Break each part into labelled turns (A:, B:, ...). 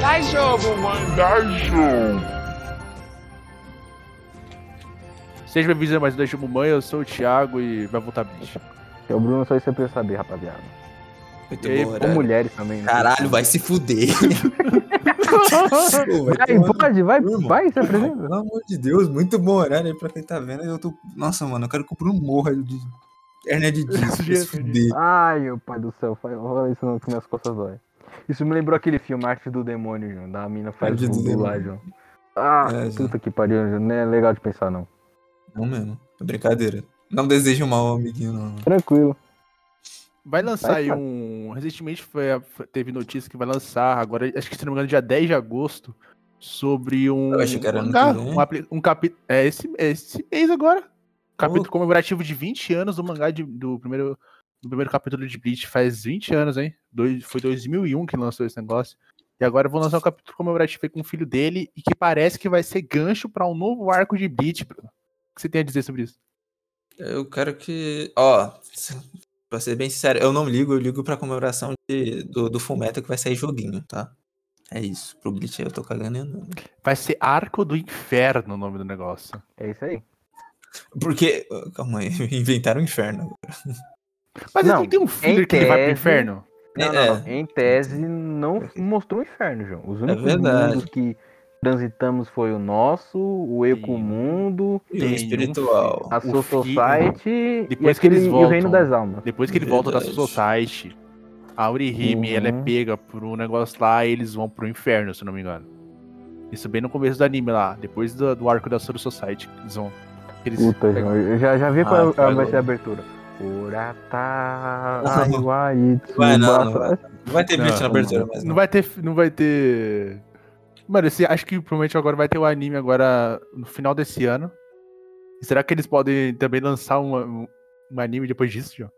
A: Dá jogo, mano. Dá jogo.
B: Sejam bem-vindos a mais um da Mãe, eu sou o Thiago e vai voltar bicho.
C: É o Bruno só isso aí pra eu saber, rapaziada.
D: Muito
B: E aí,
D: bom,
C: Ou
D: horário.
C: mulheres também. né?
D: Caralho, vai se fuder. Pô, vai
C: Aí,
D: tomar no
C: pode, vai,
D: cu, irmão.
C: vai, se apresenta.
D: Pelo amor de Deus, muito bom horário aí pra quem tá vendo. Eu tô. Nossa, mano, eu quero que o Bruno morra de hernia de disco, pra se
B: é
D: fuder.
C: Ai, meu pai do céu, fa- fala isso não, que minhas costas dói. Isso me lembrou aquele filme Arte do Demônio, João, da mina que faz
D: Arte do
C: voodoo lá,
D: Demônio.
C: João. Ah,
D: É, João.
C: puta que pariu, João, não é legal de pensar, não.
D: Não mesmo. É brincadeira. Não desejo mal ao amiguinho, não.
C: Tranquilo.
B: Vai lançar
C: Vai,
B: aí
C: cara.
B: um. Recentemente foi a- foi- teve notícia que vai lançar, agora, acho que se não me engano, dia 10 de agosto, sobre um.
D: Eu achei que era ano
B: mangá,
D: que vem.
B: um, apli- um capi- É esse, é esse mês agora. Capítulo
D: Pô.
B: comemorativo de 20 anos do mangá de- do primeiro. Do primeiro capítulo de Bleach faz 20 anos, hein? Dois, foi 2001 que lançou esse negócio. E agora vão lançar um capítulo comemorativo aí com o filho dele e que parece que vai ser gancho pra um novo arco de Bleach. Bruno. O que você tem a dizer sobre isso?
D: Eu quero que. Ó, pra ser bem sincero, eu não ligo, eu ligo pra comemoração de- do, do Fullmetal que vai sair joguinho, tá? É isso. Pro Bleach eu tô cagando. e andando.
B: Vai ser Arco do Inferno o nome do negócio.
C: É isso aí.
D: Porque. Calma aí, inventaram o inferno.
B: Mas ele
C: Não,
B: não tem um filler
C: em
B: que ele vai pro
C: tese-
B: inferno?
C: Não,
D: É.
C: não, não. Em tese, não mostrou o inferno, João. Os únicos
D: verdade.
C: mundos que transitamos foi o nosso, o Ecomundo,
D: E
B: Tem
D: o
B: um
D: espiritual.
C: a
B: O
C: Soul
B: fi-
C: Society e,
B: Depois que eles
C: aquele- e o
B: voltam.
C: Reino das Almas.
B: Depois que ele volta da
D: Verdade.
B: Society, a Orihime, ela é
C: Uhum.
B: pega por um negócio lá e eles vão pro inferno, se eu não me engano. Isso é bem no começo do anime lá, depois do, do arco da Soul Society. Eles vão. Eles
C: Puta,
B: pegam-
C: João, eu já, já vi
D: Ah,
C: qual é a-
D: vai
C: vai ser a
D: logo.
C: abertura. tá, Urata,
D: Não.
C: Aiwaitsu,
D: Ah, Vai, não, não
C: Bata-
D: vai. Não vai ter
B: Não,
D: Bleach na abertura, mas.
B: Não vai ter. Não vai ter. Mano, esse, acho que provavelmente agora vai ter o anime agora no final desse ano. E será que eles podem também lançar um, um, um anime depois disso, João?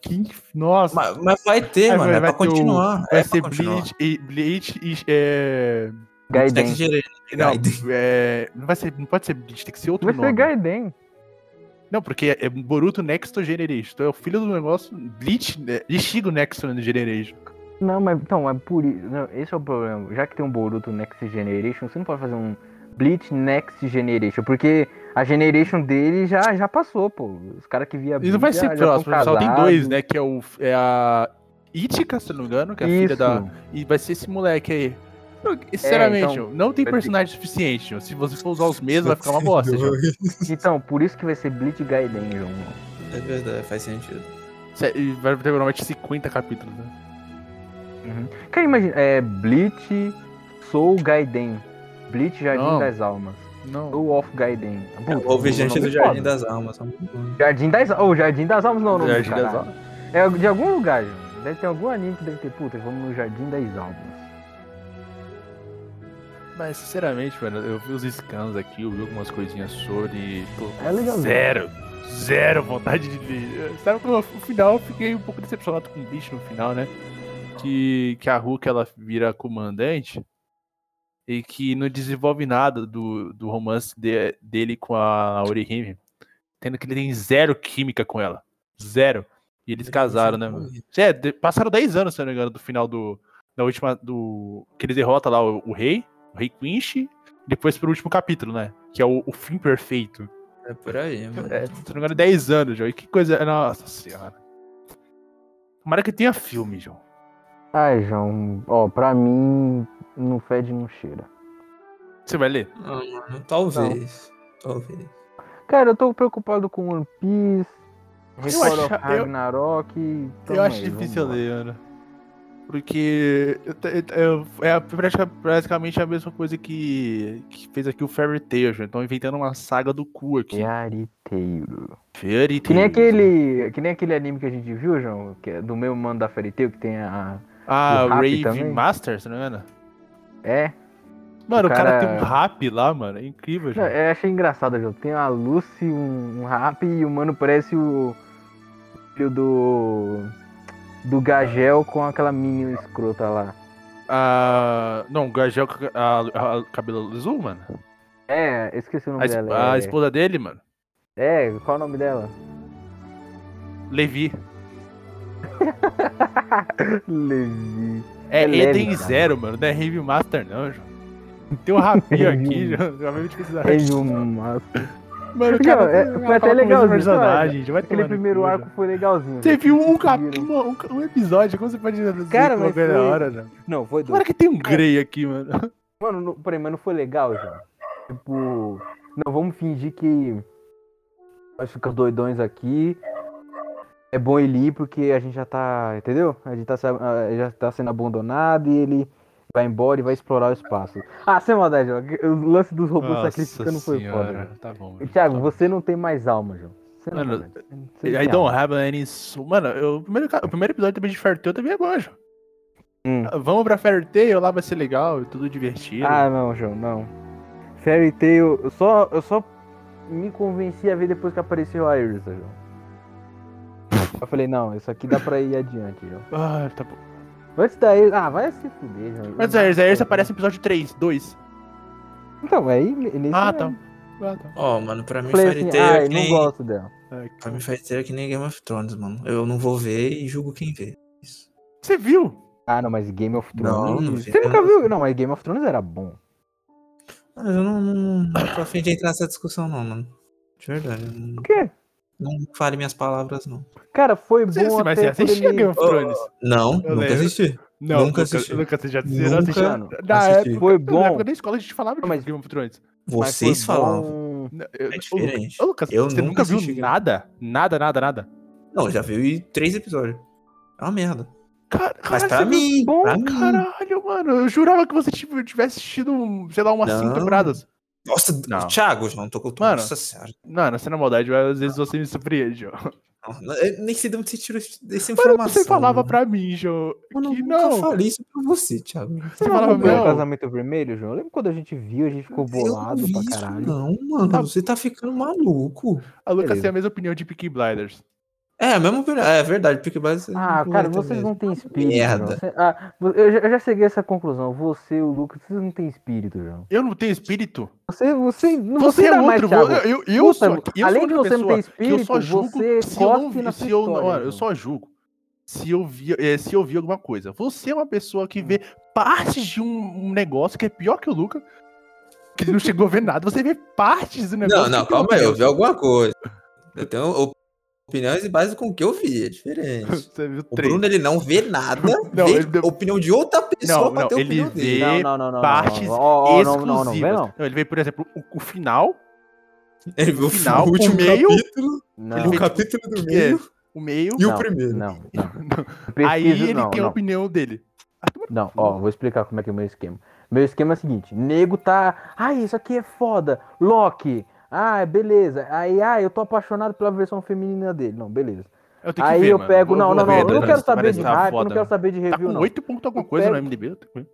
B: Que, que- nossa,
D: Mas, mas vai ter,
B: Aí
D: mano.
B: vai-
D: É pra
B: vai ter o-
D: continuar.
B: vai
D: é
B: ser
D: pra continuar.
B: Bleach e. Bleach e. É,
D: Tem
C: Gaiden.
D: que gerir.
B: não,
D: Gaiden.
B: é, não vai ser. Não pode ser Bleach, tem que ser outro
C: Vai
B: nome.
C: ser Gaiden. Não,
B: Não, porque é Boruto Next Generation. Então é o filho do negócio. Bleach. né? Ichigo Next Generation.
C: mas então, é por isso. não, esse é o problema. Já que tem um Boruto Next Generation, você não pode fazer um Bleach Next Generation, porque a generation dele já, já passou, pô. Os caras que via
B: E não vai
C: Bleach
B: ser
C: já- já
B: próximo,
C: tão
B: só tem
C: casados.
B: dois, né? Que é, o, é a Itika, se eu não me engano, que é a filha
C: Isso.
B: da. E vai ser esse moleque aí. Não, Sinceramente,
C: então,
B: não tem
C: vai ter-
B: personagem suficiente. João. Se você for usar os mesmos, vai ficar uma bosta. João.
C: Então, por isso que vai ser Bleach Gaiden, João.
D: É verdade, faz sentido.
B: Sé- e Vai ter provavelmente 50 capítulos. Né?
C: Cara, imagina, é Bleach Soul Gaiden. Bleach Jardim
B: Não.
C: das Almas.
B: Não.
C: Soul of Gaiden.
D: É
C: Puta,
D: o Alvejante
C: nome
D: do
C: é
D: Jardim
C: foda.
D: das Almas. é um
C: Jardim das Almas. Ou Jardim das Almas não, não.
B: Jardim das
C: É de algum lugar, gente. Deve ter algum anime que deve ter. Puta, vamos no Jardim das Almas.
B: Mas, sinceramente, mano, eu vi os scans aqui, eu vi algumas coisinhas sobre. e, pô,
C: É legal.
B: Zero. Zero vontade de ler. Sabe como no final eu fiquei um pouco decepcionado com o bicho no final, né? Que, que a Hulk ela vira comandante e que não desenvolve nada do, do romance de- dele com a Orihime. Tendo que ele tem zero química com ela. Zero. E eles casaram, né? mano? É, de- passaram 10 anos, se eu não me engano, do final do. Da última. Do. Que ele derrota lá o, o rei, o rei Quinch, depois pro último capítulo, né? que é o, o fim perfeito.
D: É por aí, mano.
B: É, se não me engano, 10 anos, João. E que coisa. Nossa senhora. Tomara que tenha filme, João.
C: Ai, João, ó, pra mim não fede, não cheira.
B: Você vai ler?
D: Ah, mano, Talvez. Talvez.
C: Cara, eu tô preocupado com One Piece, Record of
B: acha- eu-
C: Ragnarok. então,
B: eu acho
C: mas
B: difícil
C: vambora.
B: ler, Ana. Porque eu te- eu- eu- é a- pratica- praticamente a mesma coisa que, que fez aqui o Fairy Tail, João. Estão inventando uma saga do cu aqui.
C: Yariteiro.
B: Fairy
C: É Que nem
B: Tail.
C: aquele. Que nem aquele anime que a gente viu, João, que é do meu mano da Fairy Tail, que tem a.
B: Ah,
C: o rap
B: Rave
C: também.
B: Masters, não é, Ana?
C: É.
B: Mano, o
C: O
B: cara,
C: cara- é-
B: tem um rap lá, mano. É incrível,
C: Não,
B: João.
C: eu achei engraçado, João. Tem a Lucy, um, um rap e o mano parece o. filho do. Do Gagel com aquela mini escrota lá.
B: Ah, não, o Gajel com a, a- cabelo azul, mano.
C: É, eu esqueci o nome
B: A, es-
C: dela.
B: a
C: é-
B: esposa dele, mano.
C: é, qual o nome dela?
B: Levi.
C: Levi.
B: É,
C: É leve,
B: Eden
C: cara.
B: Zero, mano. Não é Rave Master, não, João. Tem um rapinho aqui,
C: Rave-
B: João. Já vai me pesquisar.
C: Teve um massa.
B: Mano,
C: Não, é-
B: tem-
C: foi
B: fala
C: até
B: com o mesmo
C: legalzinho,
B: personagem, vai tomar
C: Aquele
B: no
C: primeiro
B: cu,
C: arco
B: João.
C: foi legalzinho.
B: Você
C: velho.
B: viu um, cap...
C: Conseguiram.
B: uma- um, um episódio, como você pode dizer
C: Cara,
B: que
C: mas
B: bagulho é da
C: foi- É.
B: hora, João?
C: Não, foi doido.
B: Agora que tem um Grey aqui, mano.
C: Mano, não, peraí, mas não foi legal, já. Tipo, não, vamos fingir que nós ficamos doidões aqui. É bom ele ir porque a gente já tá, entendeu? A gente tá, se- ah, já tá sendo abandonado e ele vai embora e vai explorar o espaço. Ah, sem maldade, João. O lance dos robôs sacrificando foi foda, João.
B: Tá bom.
C: E,
B: João,
C: Thiago,
B: tá bom.
C: você não tem mais alma, João. Você não
B: Mano,
C: tem mais. Você não
B: I
C: tem
B: don't
C: alma.
B: have any soul. Mano, eu- o, primeiro, ca- o primeiro episódio também de Fairy Tail também é bom, João.
C: Hum.
B: Ah, Vamos pra Fairy Tail, lá vai ser legal, tudo divertido.
C: Ah, não, João, não. Fairy Tail, eu só, eu só me convenci a ver depois que apareceu a Irsa, João. Eu falei, não, isso aqui dá pra ir adiante, João.
B: Ah, tá bom.
C: Antes da Irsa, ah, vai se fuder, João.
B: Mas a Erza, a Erza aparece no episódio 3, 2.
C: Então, aí, nesse
B: Ah,
C: aí.
B: tá. Ah, tá.
D: Ó, mano, pra mim
C: Eu falei
D: Fairy
C: assim,
D: Tail
C: ai,
D: é que
C: não
D: nem.
C: gosto dela.
B: Ai,
D: Pra
B: cara.
D: mim Fairy Tail é que nem Game of Thrones, mano. Eu não vou ver e julgo quem vê. Isso.
B: Você viu?
C: Ah, não, mas Game of Thrones...
D: Não, não vi.
C: Você nunca viu? Não, mas Game of Thrones era bom.
D: Mano, eu não, não, não tô afim de entrar nessa discussão, não, mano. De verdade. eu Não,
C: Por quê?
D: não fale minhas palavras, não.
C: Cara, foi
B: Você,
C: bom
B: mas
C: até
B: você assistia
C: por
B: assim. Game
C: ele...
B: of Thrones?
D: Não,
B: Eu
D: nunca
B: lembro.
D: assisti.
B: Não,
D: Nunca
B: nunca
D: assisti.
B: Nunca você já você
D: Nunca
B: não assistiu.
C: assisti.
B: Na época,
C: Ah, é, Foi
B: na
C: bom,
B: época da escola a gente falava de
C: Mas-
B: Game of Thrones.
C: mas foi
D: Vocês falavam.
C: bom.
B: Não, eu- ô,
D: É
B: Lucas,
D: diferente.
B: ô, Lucas,
D: Eu
B: você nunca
D: nunca
B: viu
D: assisti Game-
B: nada? Nada, nada, nada.
D: Não, já vi três episódios. É uma merda.
B: Cara,
D: Mas
B: caralho,
D: pra
B: você é viu-
D: mim,
C: bom,
D: pra mim.
B: Caralho, mano, eu jurava que você tipo, tivesse assistido, sei lá, umas
D: Não.
B: 5 temporadas.
D: Nossa,
B: Não.
D: Thiago, João, tô com
B: Mano.
D: Nossa senhora.
B: Não, não, você na maldade, mas às vezes você me surpreende, ó.
D: Não, eu nem sei de onde você tirou esse- essa
B: Mano,
D: informação.
B: você falava
D: mano.
B: pra mim, Jô,
D: Eu não,
B: que
D: nunca
B: não.
D: falei isso pra você, Thiago.
B: Você
C: Você não
B: falava,
C: acompanhou o
B: não,
C: Casamento Vermelho, João? Lembra quando a gente viu, a gente ficou
D: Eu não
C: bolado
D: vi
C: pra
D: isso,
C: caralho?
D: Não, mano,
B: Tá-
D: você tá ficando maluco.
B: a Lucas
C: Beleza.
B: tem a mesma opinião de Peaky Blinders.
D: É, mesmo é verdade, Pique Base.
C: Ah, cara, vocês não têm espírito.
D: Merda.
C: João. Cê- ah, vo- eu, já, eu já cheguei a essa conclusão. Você, o Lucas, vocês não têm espírito, João.
B: Eu não tenho espírito?
C: Você, você, não-
B: Você é
C: ainda mais,
B: outro,
C: Thiago.
B: eu, eu, eu
C: Puta,
B: sou, eu
C: além
B: sou
C: de
B: outra
C: você não
B: pessoa.
C: ter
B: que eu só
C: espírito,
B: julgo
C: você
B: se eu não
C: cospe
B: vi,
C: na
B: se eu não,
C: história,
B: olha, eu
C: João.
B: só julgo se eu vi, eh, se eu vi alguma coisa. Você é uma pessoa que vê partes de um, um negócio que é pior que o Luca, que não chegou a ver nada. Você vê partes do negócio.
D: Não, não,
B: que é pior
D: calma aí,
B: que
D: eu vi alguma coisa. Eu tenho op- opiniões e base com o que eu vi, é diferente.
B: Você viu
D: O
B: três.
D: Bruno, ele não vê nada,
B: Não,
D: vê
B: ele deu-
D: opinião de outra pessoa
B: Não,
D: pra
B: não,
D: ter a
B: ele
D: opinião dele.
B: vê
C: Não, não, não, não.
B: partes
C: não, Ó, ó,
B: exclusivas.
C: Não, não, não, vê não.
B: Não, ele vê, por exemplo, o, o final,
D: Ele vê o
B: final,
D: final, o último
B: o meio,
D: capítulo,
C: Não,
B: ele
D: o
B: vê, tipo,
D: capítulo do
B: que é,
D: meio
B: o meio.
D: e
C: não,
D: o primeiro.
C: Não, não.
B: aí
C: Preciso-
B: ele
C: não,
B: tem a
C: não.
B: opinião dele.
C: Não, ó, vou explicar como é que é o meu esquema. Meu esquema é o seguinte: nego tá. Ah, isso aqui é foda. Loki. Ah, beleza. Aí, ah, eu tô apaixonado pela versão feminina dele. Não, beleza.
B: Eu tenho que
C: Aí
B: ver,
C: eu
B: mano.
C: pego.
B: Vou-
C: Não,
B: vou
C: não, não.
B: ver,
C: Eu não
B: Dani,
C: quero
B: isso parece
C: saber de
B: que tá
C: hype, eu
B: foda,
C: não quero saber de
B: Tá
C: review,
B: com
C: não.
B: 8 pontos alguma
C: Eu
B: coisa no
C: pego-
B: MDB? eu tô com-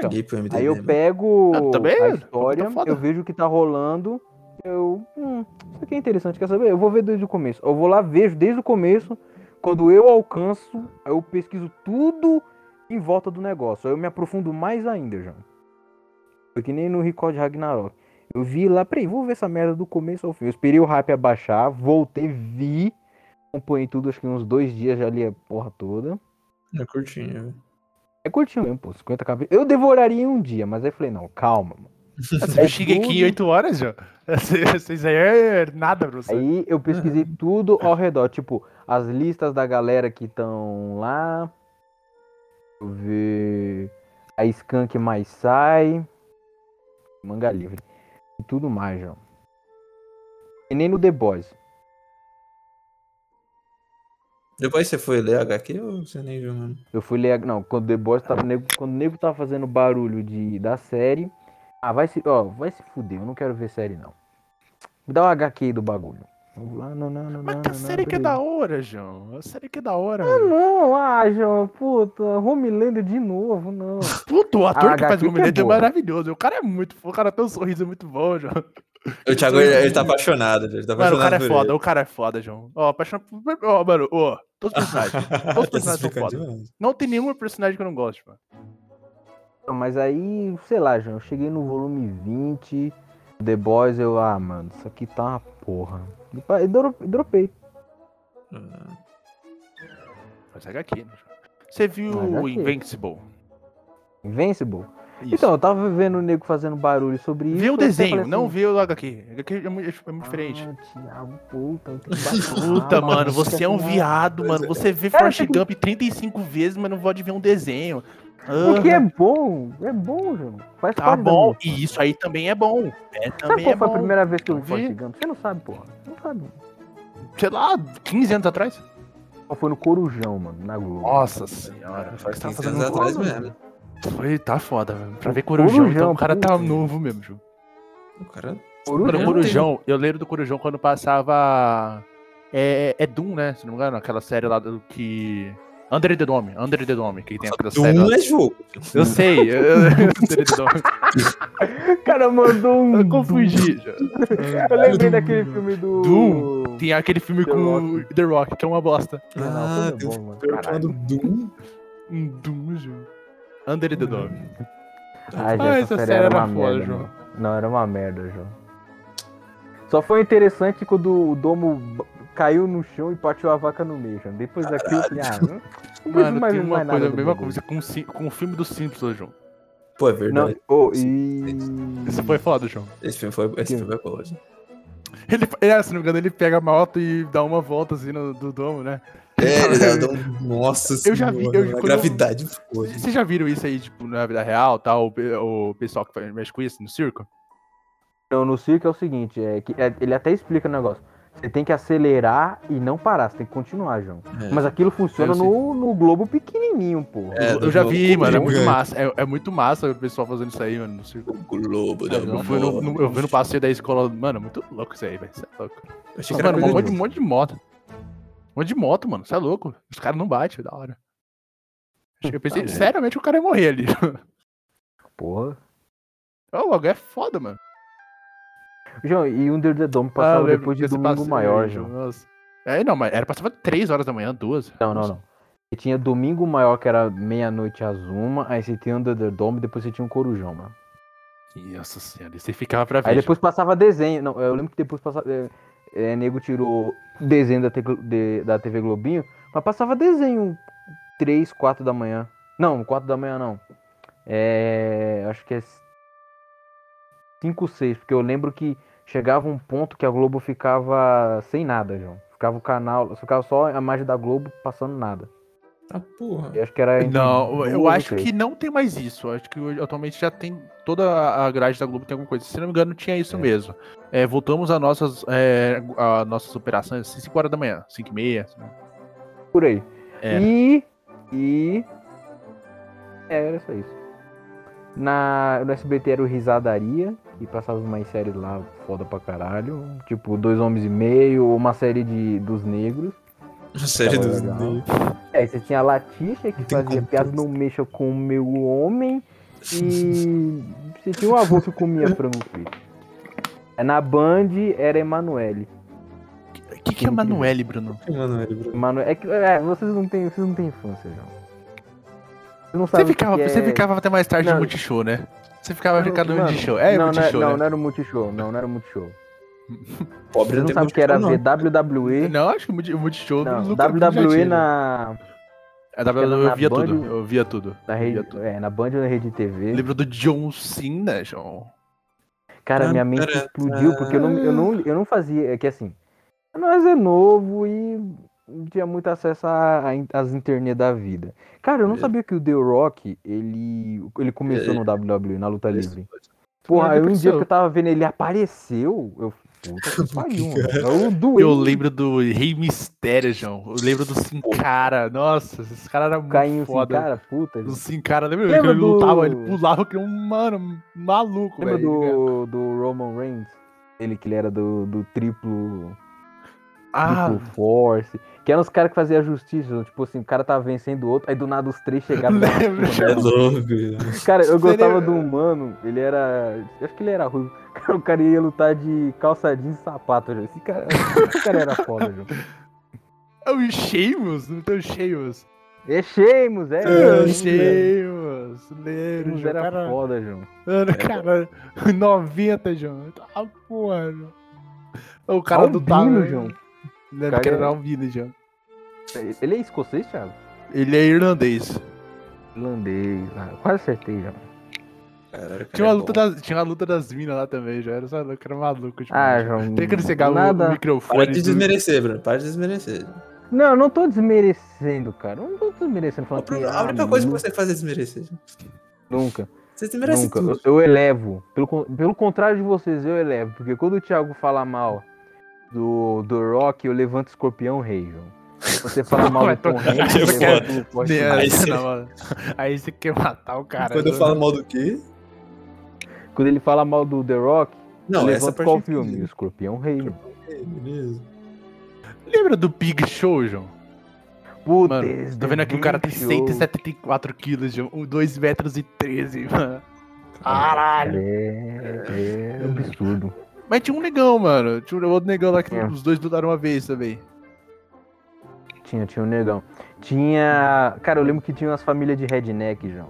D: Caguei pro MDB,
C: Aí eu
D: mano.
C: pego
B: Ah, também é,
C: a
B: tá
C: história,
B: foda.
C: eu vejo o que tá rolando, eu. Hum, isso aqui é interessante, quer saber? Eu vou ver desde o começo. Eu vou lá, vejo desde o começo. Quando eu alcanço, eu pesquiso tudo em volta do negócio. Aí Eu me aprofundo mais ainda, João. Foi que nem no Record de Ragnarok. Eu vi lá, peraí, vou ver essa merda do começo ao fim. Eu esperei o hype abaixar, voltei, vi, acompanhei tudo, acho que uns dois dias já li a porra toda.
D: É curtinho.
C: É curtinho mesmo, pô, 50 capítulos. Eu devoraria em um dia, mas aí eu falei, não, calma, mano.
B: Você
C: É
B: chega aqui em
C: tudo.
B: 8 horas, já. Vocês aí é nada pra você.
C: Aí eu pesquisei tudo ao redor, tipo, as listas da galera que estão lá. Deixa eu ver. A Scan que mais sai. Manga livre. E tudo mais, João. E nem no The Boys.
D: Depois você foi ler HQ ou você nem viu mesmo?
C: Eu fui ler. Não, quando o The Boys tava. nego- Quando o nego tava fazendo barulho de, da série. Ah, vai se. Ó, vai se fuder, eu não quero ver série não. Me dá o HQ aí do bagulho. Vamos lá, não, não, não,
B: Mas
C: não,
B: que a
C: não,
B: série que é
C: beleza.
B: da hora, João. A série que é da hora.
C: Ah,
B: mano.
C: não, ah, João, puta, Homelander de novo, não.
B: Puta, o ator
C: A
B: que faz
C: HQ
B: o Homelander é,
C: que é boa.
B: maravilhoso. O cara é muito fo- O cara tem um sorriso muito bom, João.
D: O Thiago, ele, ele tá apaixonado, velho. Ele tá
B: Mano,
D: apaixonado
B: o cara é
D: por
B: foda.
D: ele.
B: O cara é foda, João. Ó, apaixonado por... Ó, mano, ó. Todos os personagens. Todos os
D: Tá se
B: personagens são
D: explicando
B: foda.
D: demais.
B: Não tem nenhum personagem que eu não gosto, mano.
C: Não, Mas aí, sei lá, João, eu cheguei no volume 20, The Boys, eu, ah, mano, isso aqui tá uma porra. E pa- E dro- e dropei.
B: Mas é HQ, né, João? Você viu
C: Mas é
B: o
C: HQ.
B: Invincible?
C: Invincible.
B: Isso.
C: Então, eu tava vendo o nego fazendo barulho sobre isso.
B: Vê o
C: eu até
B: desenho,
C: falei
B: não
C: assim,
B: vê o HQ. HQ é muito, é muito diferente.
C: Ah, Thiago, puta, eu tenho que bater
B: Puta,
C: palma,
B: mano,
C: Ah, isso
B: você é um
C: aqui
B: viado,
D: Pois
B: mano.
D: é.
B: Você vê
C: Cara,
B: Forrest
C: tem que-
B: Gump 35 vezes, mas não pode ver um desenho.
C: Porque é
B: Ah,
C: bom, é bom, João. Faz
B: tá
C: parte da
B: bom.
C: minha.
B: E isso aí também é bom. É,
C: Sabe
B: também
C: qual
B: é
C: foi
B: bom.
C: a primeira vez que eu
B: Eu
C: vi Forrest
B: vi.
C: Gump? Você não sabe, porra. Não sabe.
B: Sei lá, 15 anos atrás?
C: Foi no Corujão, mano, na Globo.
B: Nossa senhora. Você tá
D: 15
B: fazendo
D: anos atrás
B: um...
D: mesmo.
B: Foi, tá foda, velho. Pra ver Corujão, então o cara tá
C: Corujão,
B: novo mesmo, Ju.
D: O cara.
B: Mano,
D: Eu
B: o
D: não tenho-
B: Corujão, eu lembro do Corujão quando passava. É, é Doom, né? Se não me engano, aquela série lá do que. Under the Dome, Under the Dome, que tem aquela série.
D: Doom
B: Lá.
D: é jogo.
B: Eu sei, eu, eu- Under the Dome.
C: O cara mandou um.
B: eu confundi.
C: Eu lembrei daquele filme do.
B: Doom? Tem aquele filme
C: The
B: com o The Rock, que é uma bosta.
D: Ah,
C: Não,
D: tem
C: foi
D: um
C: bom, mano.
D: filme
C: Caralho.
D: chamado Doom.
B: Um Doom, Ju. Under the Dome.
C: Ah, gente,
B: Ah,
C: essa,
B: essa
C: série
B: série
C: era
B: era
C: uma
B: foda,
C: merda.
B: João.
C: mano. Não, era uma merda, João. Só foi interessante quando o Domo b- caiu no chão e partiu a vaca no meio, João. Depois daquilo, eu falei, ah, não, não preciso
B: Mano,
C: mais
B: tem
C: ver
B: uma
C: mais nada
B: coisa, a
C: do
B: mesma
C: bagulho.
B: coisa com, o Sim- com o filme do Simpsons, João.
D: Pô, é
C: Não,
D: verdade.
C: oh, e...
B: Isso foi foda, João.
D: Esse filme foi. Esse
C: Sim.
D: filme é bom, gente.
B: Ele, é, se não me engano, ele pega a moto e dá uma volta assim no, do domo, né?
D: É, ele dá- dá um. Nossa
B: Eu já vi- eu-
D: senhora,
B: quando
D: a
B: eu-
D: gravidade né? foi.
B: Vocês já viram isso aí, tipo, na vida real, tal, o, pe- o pessoal que faz- mexe com isso no circo?
C: Não, no circo é o seguinte, é que é- ele até explica o negócio. Você tem que acelerar e não parar, você tem que continuar, João.
D: É.
C: Mas aquilo funciona
D: Eu sei.
C: no, no globo pequenininho, porra.
D: É,
B: eu
D: do
B: já vi,
D: Globo
B: mano, é muito
D: Gigante.
B: massa. É, é muito massa o pessoal fazendo isso aí, mano, no circo.
D: O Globo da
B: Eu fui no, no- eu fui no passeio da escola, mano, é muito louco isso aí, velho, isso é louco.
D: Achei que era
B: Mano, um
D: coisa
B: monte,
D: de-
B: um monte de moto. Um monte de moto, mano, isso é louco. Os caras não batem, da hora. Acho que Eu pensei,
D: Tá bom.
B: seriamente, o cara ia morrer ali.
C: Porra.
B: Ô, logo, é foda, mano.
C: João, e Under the Dome passava
B: Ah, lembro
C: depois de
B: desse
C: Domingo
B: passeio
C: Maior,
B: aí,
C: João.
B: Nossa. É, não, mas era passava 3 horas da manhã, 2.
C: Não, não, não. Você tinha Domingo Maior, que era meia-noite às uma, aí você tinha Under the Dome, depois você tinha um Corujão, mano.
B: Nossa senhora, e você ficava pra ver.
C: Aí depois passava desenho. Não, eu lembro que depois passava. É, é, nego tirou desenho da, Te- de- da TV Globinho, mas passava desenho 3, 4 da manhã. Não, 4 da manhã não. É. Acho que é 5, 6, porque eu lembro que chegava um ponto que a Globo ficava sem nada, João. Ficava o canal, ficava só a imagem da Globo passando nada.
D: Ah, porra.
C: Eu acho que era. entre
B: Não, eu
C: duas e
B: acho
C: três.
B: que não tem mais isso. Eu Acho que hoje, atualmente já tem. Toda a a grade da Globo tem alguma coisa. Se não me engano, tinha isso
C: É.
B: mesmo. É, voltamos às nossas, é, a nossas operações 5 horas da manhã, 5 e meia.
C: Por aí.
B: Era.
C: E. E. É, era só isso. Na, no SBT era o Risadaria, e passava umas séries lá foda pra caralho. Tipo, Dois Homens e Meio, uma série de, dos negros.
D: A série
B: Tá
C: Tava
D: dos.
C: legal. É, você tinha a Latisha, que
D: Não tem
C: fazia
D: como.
C: piada não mexa com o meu homem. E você tinha um o avô que comia frango frito. É, Na Band era Emanuele.
B: O que, que é Manuele, Bruno?
D: Mano, ele, Bruno.
C: Manu... É que é, vocês não têm, vocês não têm infância, João. Vocês não
B: Você
C: sabem o que
B: ficava,
C: que
B: você
C: é-
B: ficava até mais tarde
C: Não.
B: no Multishow, né? Você ficava
C: Não,
B: ficando no
C: mano,
B: Multishow. É,
C: não,
B: Multishow,
C: não, não,
B: né?
C: não era o Multishow, não, não era o Multishow.
D: Pobre
C: Você não
D: tem
C: sabe o que era
D: não.
C: ver WWE?
B: Não, acho que o Multi- o Multishow.
C: Não,
B: lucra- já
C: WWE
B: tinha.
C: na,
B: É, WWE
C: na
B: eu via
C: Band.
B: tudo. Eu via tudo.
C: na
B: Eu via
C: rede,
B: tudo.
C: é, na Band ou na rede TV.
B: Lembro do John Cena, João.
C: Cara,
D: Ah,
C: minha mente
D: cara,
C: explodiu, porque eu não, eu, não, eu não fazia. É que assim, nós é novo e não tinha muito acesso à- à in- às internet da vida. Cara, eu não
D: É.
C: sabia que o The Rock, ele, ele começou
D: É.
C: no WWE, na luta livre.
B: Mas
C: Porra, aí um dia
B: aconteceu.
C: que eu tava vendo ele apareceu, eu. Puta que pariu,
D: Que
C: mano. Eu doei.
B: Eu lembro do Rei Mistério, João. Eu lembro do Sin Cara. Nossa, esses caras eram muito
C: Caindo assim,
B: foda.
C: cara, puta.
B: Do Sin Cara, lembra,
C: Lembra
B: que ele
C: do-
B: lutava, ele pulava que nem um mano maluco,
C: Lembra
B: velho. Ele-
C: do, do Roman Reigns? Ele que ele era do, do triplo,
B: Ah,
C: triplo Force. Que eram os caras que faziam a justiça. Tipo assim, o cara tava vencendo o outro, aí do nada os três chegavam.
B: Lembra,
C: né?
D: É louco.
C: Cara, eu
B: Você
C: gostava
B: lembra-
C: de um mano, ele era. Eu acho que ele era ruivo. Cara, o cara ia lutar de calça jeans e sapato, João. Esse cara, esse cara era foda, João.
B: é o Sheamus, não tem o Sheamus.
C: É Sheamus, é.
B: É o
C: Sheamus, velho.
B: Sheamus, lembro,
C: Sheamus
B: João.
C: era
B: Cara,
C: foda, João.
B: Mano, cara, 90, João. Ah, porra, João. O cara do
C: Albino,
B: tamanho.
C: João.
B: Lembra
C: Cara,
B: que
C: é-
B: era Albino, João.
C: Ele é escocês, Thiago?
B: Ele é irlandês.
C: Irlandês, ah, quase acertei, João.
D: Cara, cara,
B: Tinha uma
D: é
B: luta
D: bom.
B: das, tinha uma luta das minas lá também, já era só louco, era maluco. Tipo,
C: Ah, João.
B: tem que ele cegar o- o
C: nada...
B: microfone.
D: Para de desmerecer, Bruno. Para de desmerecer.
C: Não, eu não tô desmerecendo, cara. Eu Não tô desmerecendo. Falando que,
D: A
C: ah,
D: única coisa que
C: nu-
D: você faz é desmerecer.
C: Nunca.
D: Você desmerece
C: Nunca.
D: é assim, tudo.
C: Eu, eu elevo. Pelo, con- pelo contrário de vocês, eu elevo. Porque quando o Thiago fala mal do, do Rock, eu levanto escorpião rei, João. Você fala mal
B: Vai
C: do Tom
B: tocar.
C: Hanks, eu
D: Você
C: levanto o Forte
B: Né,
C: Rei.
D: Aí você-
B: não, mano. Aí você quer matar o cara.
D: Quando eu
B: né?
D: falo mal do quê?
B: é.
C: Quando ele fala mal do The Rock, eu
D: Não, essa
C: levanto
D: parte. é
C: qual
D: eu
C: filme?
D: entendi.
C: Escorpião rei. João.
D: É, beleza.
B: Lembra do Big Show, João?
C: Puta,
B: Mano,
C: esse
B: tô vendo aqui o cara tem
C: show.
B: 174 quilos, João. 2 metros e 13, mano. Caralho.
C: É, é absurdo.
B: Mas tinha um negão, mano. Tinha um outro negão lá que
C: É.
B: os dois lutaram uma vez também.
C: Tinha, tinha um negão. Tinha. Cara, eu lembro que tinha umas famílias de redneck, João.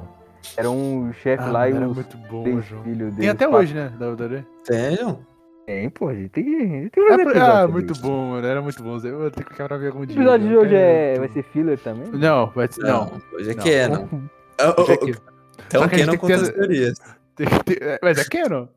C: Era um chefe
B: Ah,
C: lá e
B: era
C: os
B: muito bom,
C: três
B: João.
C: filhos dele.
B: Tem até hoje, né? Da WWE.
D: Sério?
C: Tem, pô, a gente tem, a gente tem
B: Ah,
D: É
C: vários
B: pra-
C: episódios
B: Ah,
C: sobre
B: muito
C: isso.
B: bom, mano. Era muito bom. Zé. Eu tenho que quebrar ver algum
C: O
B: dia.
C: episódio de
B: João.
C: hoje é...
B: Cara,
C: vai ser filler também?
B: Não, vai ser. Não.
D: Hoje é
B: Não.
D: Canon. Ah, oh,
B: Hoje é
D: oh,
B: que- Só
D: Então
B: que a
D: quem
B: gente tem que
D: não
B: ter
D: conta as
B: essa-
D: teorias?
B: tem que ter- é, Mas é Canon?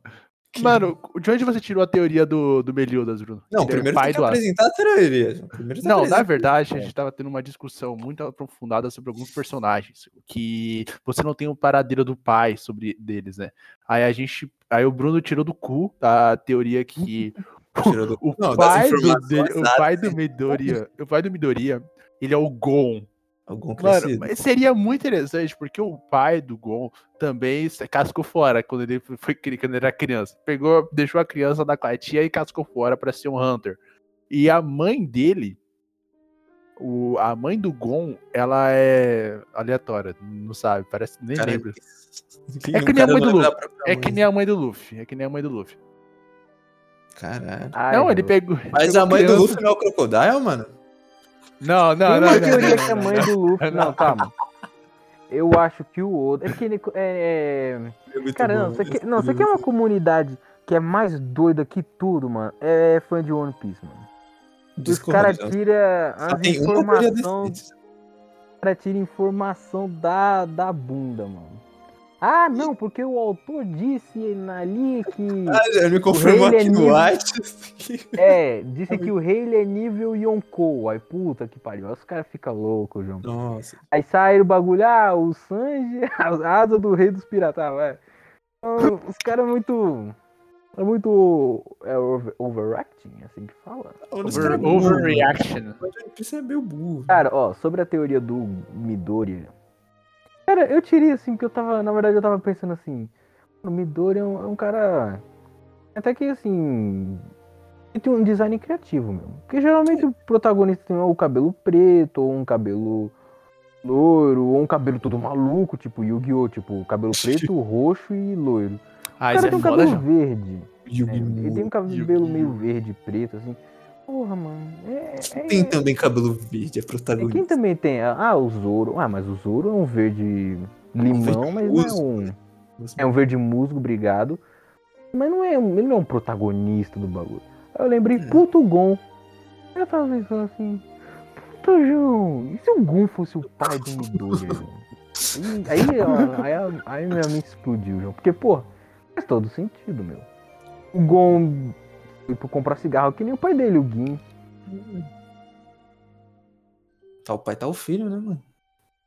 B: Mano, de onde você tirou a teoria do, do Meliodas, Bruno?
D: Não,
B: Ele é
D: primeiro
B: pai
D: tem que
B: do Asno.
D: apresentar a teoria. João. Primeiro tem que
B: Não, na
D: apresentar.
B: verdade, a gente tava tendo uma discussão muito aprofundada sobre alguns personagens. Que você não tem o paradeiro do pai sobre deles, né? Aí a gente. Aí o Bruno tirou do cu a teoria que
D: Tirou do-
B: o,
D: Não, das
B: pai, do,
D: informações
B: dele, o
D: dadas,
B: pai do Midoriya. O pai do Midoriya, ele é o Gon.
D: Algum
B: Mano,
D: crescido.
B: mas seria muito interessante, porque o pai do Gon também se cascou fora quando ele foi- foi cri- quando ele era criança. Pegou, deixou a criança na tia e cascou fora pra ser um Hunter. E a mãe dele, o, a mãe do Gon, ela é aleatória, não sabe, parece, nem
D: Cara,
B: lembro.
D: quem-
B: É que
D: o
B: nem a
D: cara
B: mãe
D: não
B: do
D: lembra
B: Lu.
D: a própria
B: É que
D: mãe.
B: nem a mãe do Luffy, é que nem a mãe do Luffy.
D: Caralho.
C: Ai,
B: não, ele
C: João.
B: pegou.
D: Mas
B: pegou
D: a mãe do
B: criança-
D: Luffy não é o Crocodile, mano?
B: Não, não,
C: Tem
B: não.
C: uma
B: não,
C: teoria
D: né?
B: não,
C: que a
B: não,
C: mãe
B: não.
C: do Luffy...
B: Não.
C: Não, calma. Eu acho que o outro... É porque ele... É... é-
D: É muito
C: Cara,
D: bom,
C: não, isso
D: né?
C: aqui, não, isso
B: um
C: aqui é uma comunidade que é mais doida que tudo, mano. É fã de One Piece, mano. Os
D: Discordo,
C: caras
D: João.
C: tiram
D: Só
C: as
D: tem uma teoria
C: informações
D: decente.
C: cara tira informação da, da bunda, mano. Ah, não, porque o autor disse ali que.
D: Ah, já me confirmou
C: Ele é
D: aqui no
C: nível-
D: White.
C: É, disse que o rei ele é nível Yonkou. Aí, puta que pariu. Aí os caras ficam loucos, João.
D: Nossa.
C: Aí sai o bagulho, ah, o Sanji, a asa do rei dos piratas, ah, vai. Então, os caras é muito. É muito. É over- overacting, assim que fala.
D: Os caras é
B: Over-
D: burro, mano.
B: Overreaction.
D: Mas One Piece é meio burro.
C: Cara, ó, sobre a teoria do Midori. Cara, eu tirei assim, porque eu tava. Na verdade, eu tava pensando assim. O Midori é um, é um cara. Até que assim. Ele tem um design criativo mesmo. Porque geralmente o protagonista tem ou o cabelo preto, ou um cabelo loiro, ou um cabelo todo maluco, tipo Yu-Gi-Oh! Tipo, cabelo preto, roxo e loiro.
B: Ah,
C: O
B: isso
C: cara
B: é
C: tem um
B: foda,
C: cabelo
B: João.
C: verde. É,
D: Yugi.
C: ele tem um cabelo
B: Yu-Gi-Oh!
C: meio verde, preto, assim. Porra, mano. É, é,
D: Tem também cabelo verde,
C: e
D: é
C: quem
D: protagonista.
C: também tem? Ah, o Zoro. Ah, mas o Zoro é um verde limão,
D: verde
C: mas não é
D: musgo.
C: um. É um verde musgo, obrigado. Mas não é um, ele não é um protagonista do bagulho. Aí eu lembrei,
D: É.
C: puto o Gon. Eu tava pensando assim, puta João, e se o Gon fosse o pai um do Midori? João? Aí, aí, ó, aí, a- aí minha mente explodiu, João. Porque, pô, faz todo sentido, meu. O Gon foi pra comprar cigarro que nem o pai dele, o Gin.
D: Tá o pai, tá o filho, né, mano?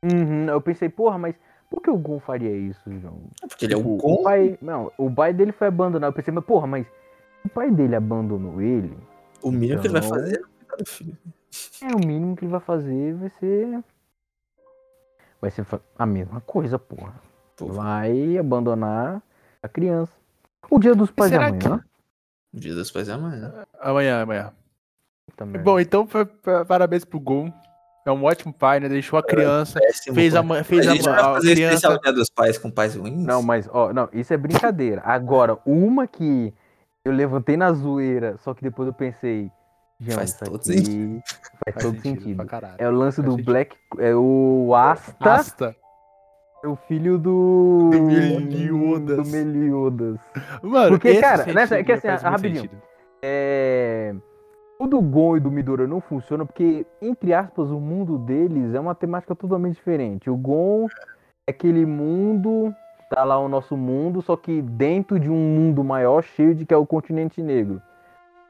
C: Uhum, eu pensei, porra, mas por que o Gon faria isso, João?
D: É porque ele é
C: Tipo,
D: um com.
C: pai, não, o pai dele foi abandonado. Eu pensei, mas porra, mas o pai dele abandonou ele?
D: O mínimo que ele vai
C: Então-
D: fazer é cuidar do filho.
C: É, o mínimo que ele vai fazer vai ser. Vai ser fa- a mesma coisa, porra.
D: Pô,
C: Vai abandonar a criança. O dia dos pais é
B: será
C: amanhã.
B: que-
D: o dia dos pais é amanhã.
B: Amanhã, amanhã.
C: Também.
B: Bom, então pa- pa- parabéns pro Gon. É um ótimo pai, né? Deixou a criança.
D: Péssimo,
B: Fez a,
D: mano.
B: ma- fez
D: É. a
B: a,
D: gente vai
B: ma- a
D: fazer um especial
B: criança.
D: dia dos pais com pais ruins?
C: Não, mas, ó, não, isso é brincadeira. Agora, uma que eu levantei na zoeira, só que depois eu pensei. Jean,
D: Faz
C: isso
D: todo
C: aqui
D: sentido.
C: Faz todo sentido.
B: pra caralho.
C: É tá? o lance
B: Faz
C: do
B: sentido.
C: Black. É o Asta.
B: Asta.
C: É o filho do.
B: Do Meliodas.
C: Do Meliodas.
B: Mano,
C: Porque,
B: esse
C: cara,
B: sentido
C: nessa- é que assim,
B: faz muito
C: rapidinho.
B: sentido.
C: É. O do Gon e do Midora não funciona porque, entre aspas, o mundo deles é uma temática totalmente diferente. O Gon é aquele mundo, tá lá o nosso mundo, só que dentro de um mundo maior, cheio de que é o continente negro.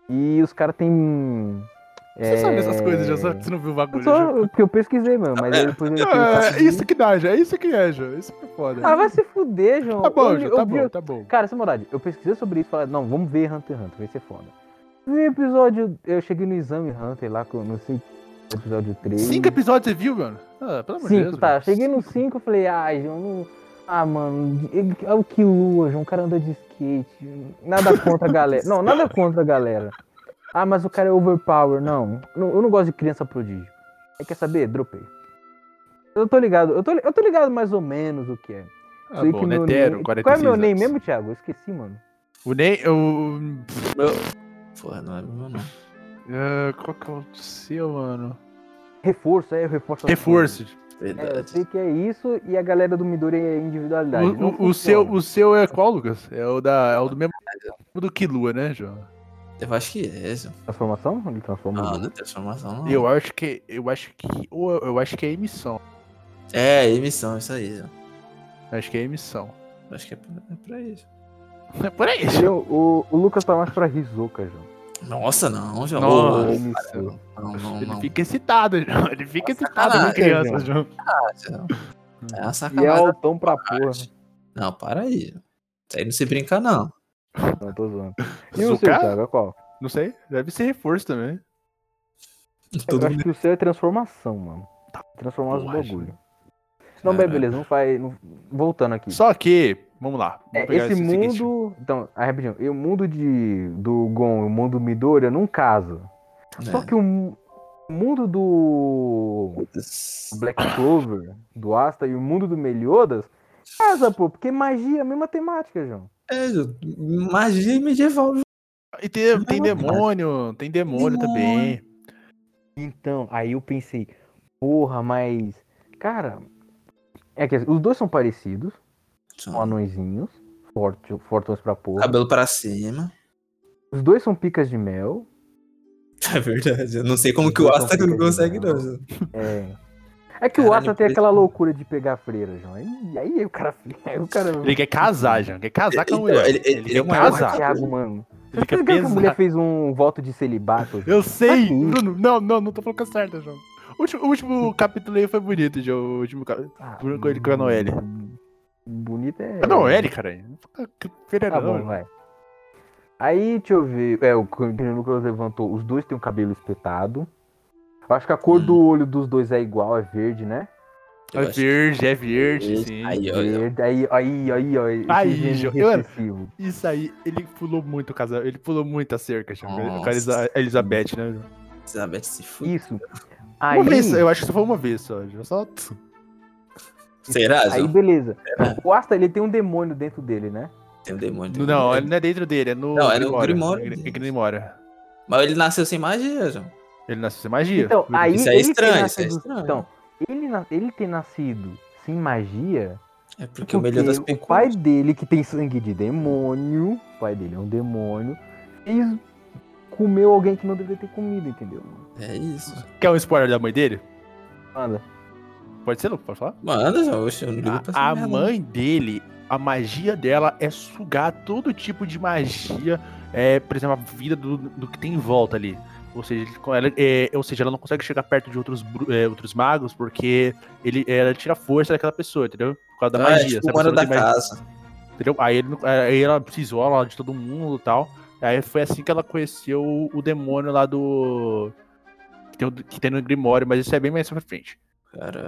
C: E os caras têm.
B: Você sabe essas coisas, já
C: já
B: sabe? Você não viu o bagulho.
C: Só
B: Ju?
C: porque É. eu pesquisei, mano, mas aí depois eu
B: É, isso que dá, já. Isso que é, já. Isso que é foda.
C: Ah, vai se fuder, João.
B: Tá bom,
C: Eu-
B: já.
C: eu
B: Tá
C: vi-
B: bom, tá bom.
C: Cara, sem maldade, eu pesquisei sobre isso e falei, não, vamos ver Hunter x Hunter, vai ser foda. No episódio, eu cheguei no exame Hunter lá, com, não sei, episódio 3.
B: Cinco episódios você viu, mano? Ah, pelo amor de Deus.
C: Cinco, tá.
B: mano.
C: Cheguei no 5, falei, ai, João, não... Ah, mano, ele- é o que lua, João, o cara anda de skate. Nada contra a galera. Não, nada contra a galera. Ah, mas o cara é overpower. Não, não, eu não gosto de criança prodígio. Aí, quer saber? Dropei. Eu tô ligado, eu tô, li- eu tô ligado mais ou menos o que é.
B: Ah,
C: Sei
B: bom,
C: que meu
B: Netero,
C: name-
B: 46
C: Qual é meu name
B: anos.
C: mesmo, Thiago? Eu esqueci, mano.
B: O Ney, o...
D: Porra, não é meu não.
B: ah, qual que é o seu, mano?
C: Reforço, é, reforço.
B: Reforço.
C: É, eu
D: Verdade.
C: sei que é isso e a galera do Midori é individualidade.
B: O,
C: Não
B: o- o seu,
C: funciona.
B: o seu é qual, Lucas? É o, da, é o do mesmo o do Kilua, né, João?
D: Eu acho que é isso.
C: Transformação? Ele transforma.
D: Não,
C: o
D: não é transformação, não.
B: Eu acho que. Eu acho que. ou Eu eu acho que é emissão.
D: É, emissão, isso aí. ó.
B: Eu acho que é emissão.
D: Eu Acho que é pra, é pra isso.
B: É por aí.
C: Ele é o- o, o Lucas tá mais pra Rizoka, João.
D: Nossa, não, já.
B: Nossa.
D: Ô,
C: Isso.
D: Não, não,
B: Ele
D: não.
B: fica excitado, João. Ele fica excitado
D: sacanagem,
B: com criança,
C: João.
B: João.
D: É uma
C: E é
D: sacanagem.
C: altão pra porra.
D: Não, para aí. Isso aí não se brinca, não.
C: né? Não, tô zoando. E o seu,
B: Zucar?
C: Thiago, é qual?
B: Não sei. Deve ser reforço também.
D: Todo
C: eu acho
D: mundo Tá
C: que o seu é transformação, mano. Transformar os
B: Porra,
C: bagulho. Não, mas beleza, não faz. não- Voltando aqui.
B: Só que. Vamos lá. Vamos
C: É,
B: pegar
C: esse mundo.
B: seguinte.
C: Então, aí, rapidinho. E o mundo de, do Gon e o mundo do Midoriya não casa. Só
D: né?
C: que o mu- o mundo do Black Clover, do Asta e o mundo do Meliodas casa, pô, porque magia é a mesma temática, João.
D: É, Ju, magia medieval. Ju.
B: E tem, tem
D: Não,
B: demônio. Tem demônio também.
C: Então, aí eu pensei, porra, mas. Cara, é que assim, os dois são parecidos, são anõezinhos, forte, fortões pra porra.
D: Cabelo pra cima.
C: Os dois são picas de mel.
D: É verdade. Eu não sei como que o Asta não consegue, não. Ju.
C: É. É que o
D: Caralho,
C: Asta tem
D: parece-
C: aquela loucura de pegar freira, João. Aí, aí o cara. Aí o cara.
B: Ele quer casar, João. Quer casar com a
D: Então,
B: mulher.
D: ele-
B: Ele,
D: ele- ele é
B: quer
D: um
B: casar.
C: Thiago, mano.
B: Ele
C: Você
B: quer
C: que a mulher
B: pesar.
C: fez um voto de celibato? João?
B: Eu sei,
C: Aqui.
B: Bruno. Não, não, não tô falando que é certa, João. O último, o último capítulo aí foi bonito, João. O último capítulo.
C: Ah, um,
B: Bruno com ele com a Noelle.
C: Bonito é.
B: É Noelle, caralho.
C: Tá bom,
B: Feirão.
C: vai. Aí, deixa eu ver. É, o que o Lucas levantou. Os dois têm o cabelo espetado. Eu acho que a cor
B: Hum.
C: do olho dos dois é igual, é verde, né?
D: Eu
B: É
D: acho que-
B: verde, é verde, sim.
D: Aí, ó, ó.
C: Verde. Aí, aí, aí, ó. esse
B: Aí,
C: gene
B: Jô, eu era-
C: recessivo.
B: Isso aí, ele pulou muito o casal. Ele pulou muito a cerca, João. Com
D: Nossa.
B: a Elisa- Elizabeth, né, João?
D: Elizabeth se fude.
C: Isso.
B: Uma vez,
C: Aí,
B: eu acho que só foi uma vez só, João. Só.
D: Será,
C: aí
D: Ju?
C: beleza.
D: É, né?
C: O Asta, ele tem um demônio dentro dele, né?
D: Tem um demônio.
B: Não, ele não é dentro dele, é no.
D: Não, é no Grimório.
B: É Grimório.
D: Mas ele nasceu sem magia, Ju.
B: Ele nasceu sem magia.
C: Então, aí
D: Isso é
C: ele tem
D: estranho, isso é
C: nascido-
D: estranho.
C: Então, ele, na- ele tem nascido sem magia
D: É porque o melhor das
C: Porque o pai dele, que tem sangue de demônio, o pai dele é um demônio, fez comeu alguém que não deveria ter comido, entendeu?
D: É isso.
B: Quer um spoiler da mãe dele?
C: Manda.
B: Pode ser, Luco? Pode falar?
D: Manda, João. Oxe, eu não ligo pra essa
B: A, a
D: merda,
B: mãe dele, a magia dela é sugar todo tipo de magia, é, por exemplo, a vida do, do que tem em volta ali. Ou seja, ele- com ela, é, ou seja, ela não consegue chegar perto de outros, bru- é, outros magos porque ele, é, ela tira a força daquela pessoa, entendeu? Por causa da
D: não. Ah,
B: magia.
D: É,
B: se a
D: tipo,
B: pessoa
D: mora
B: não
D: da
B: tem magia,
D: casa.
B: entendeu? Aí, ele, não- aí ela se isola de todo mundo e tal. Aí foi assim que ela conheceu o, o demônio lá do. Que tem, o- que tem no Grimório, mas isso é bem mais pra frente.
D: Cara,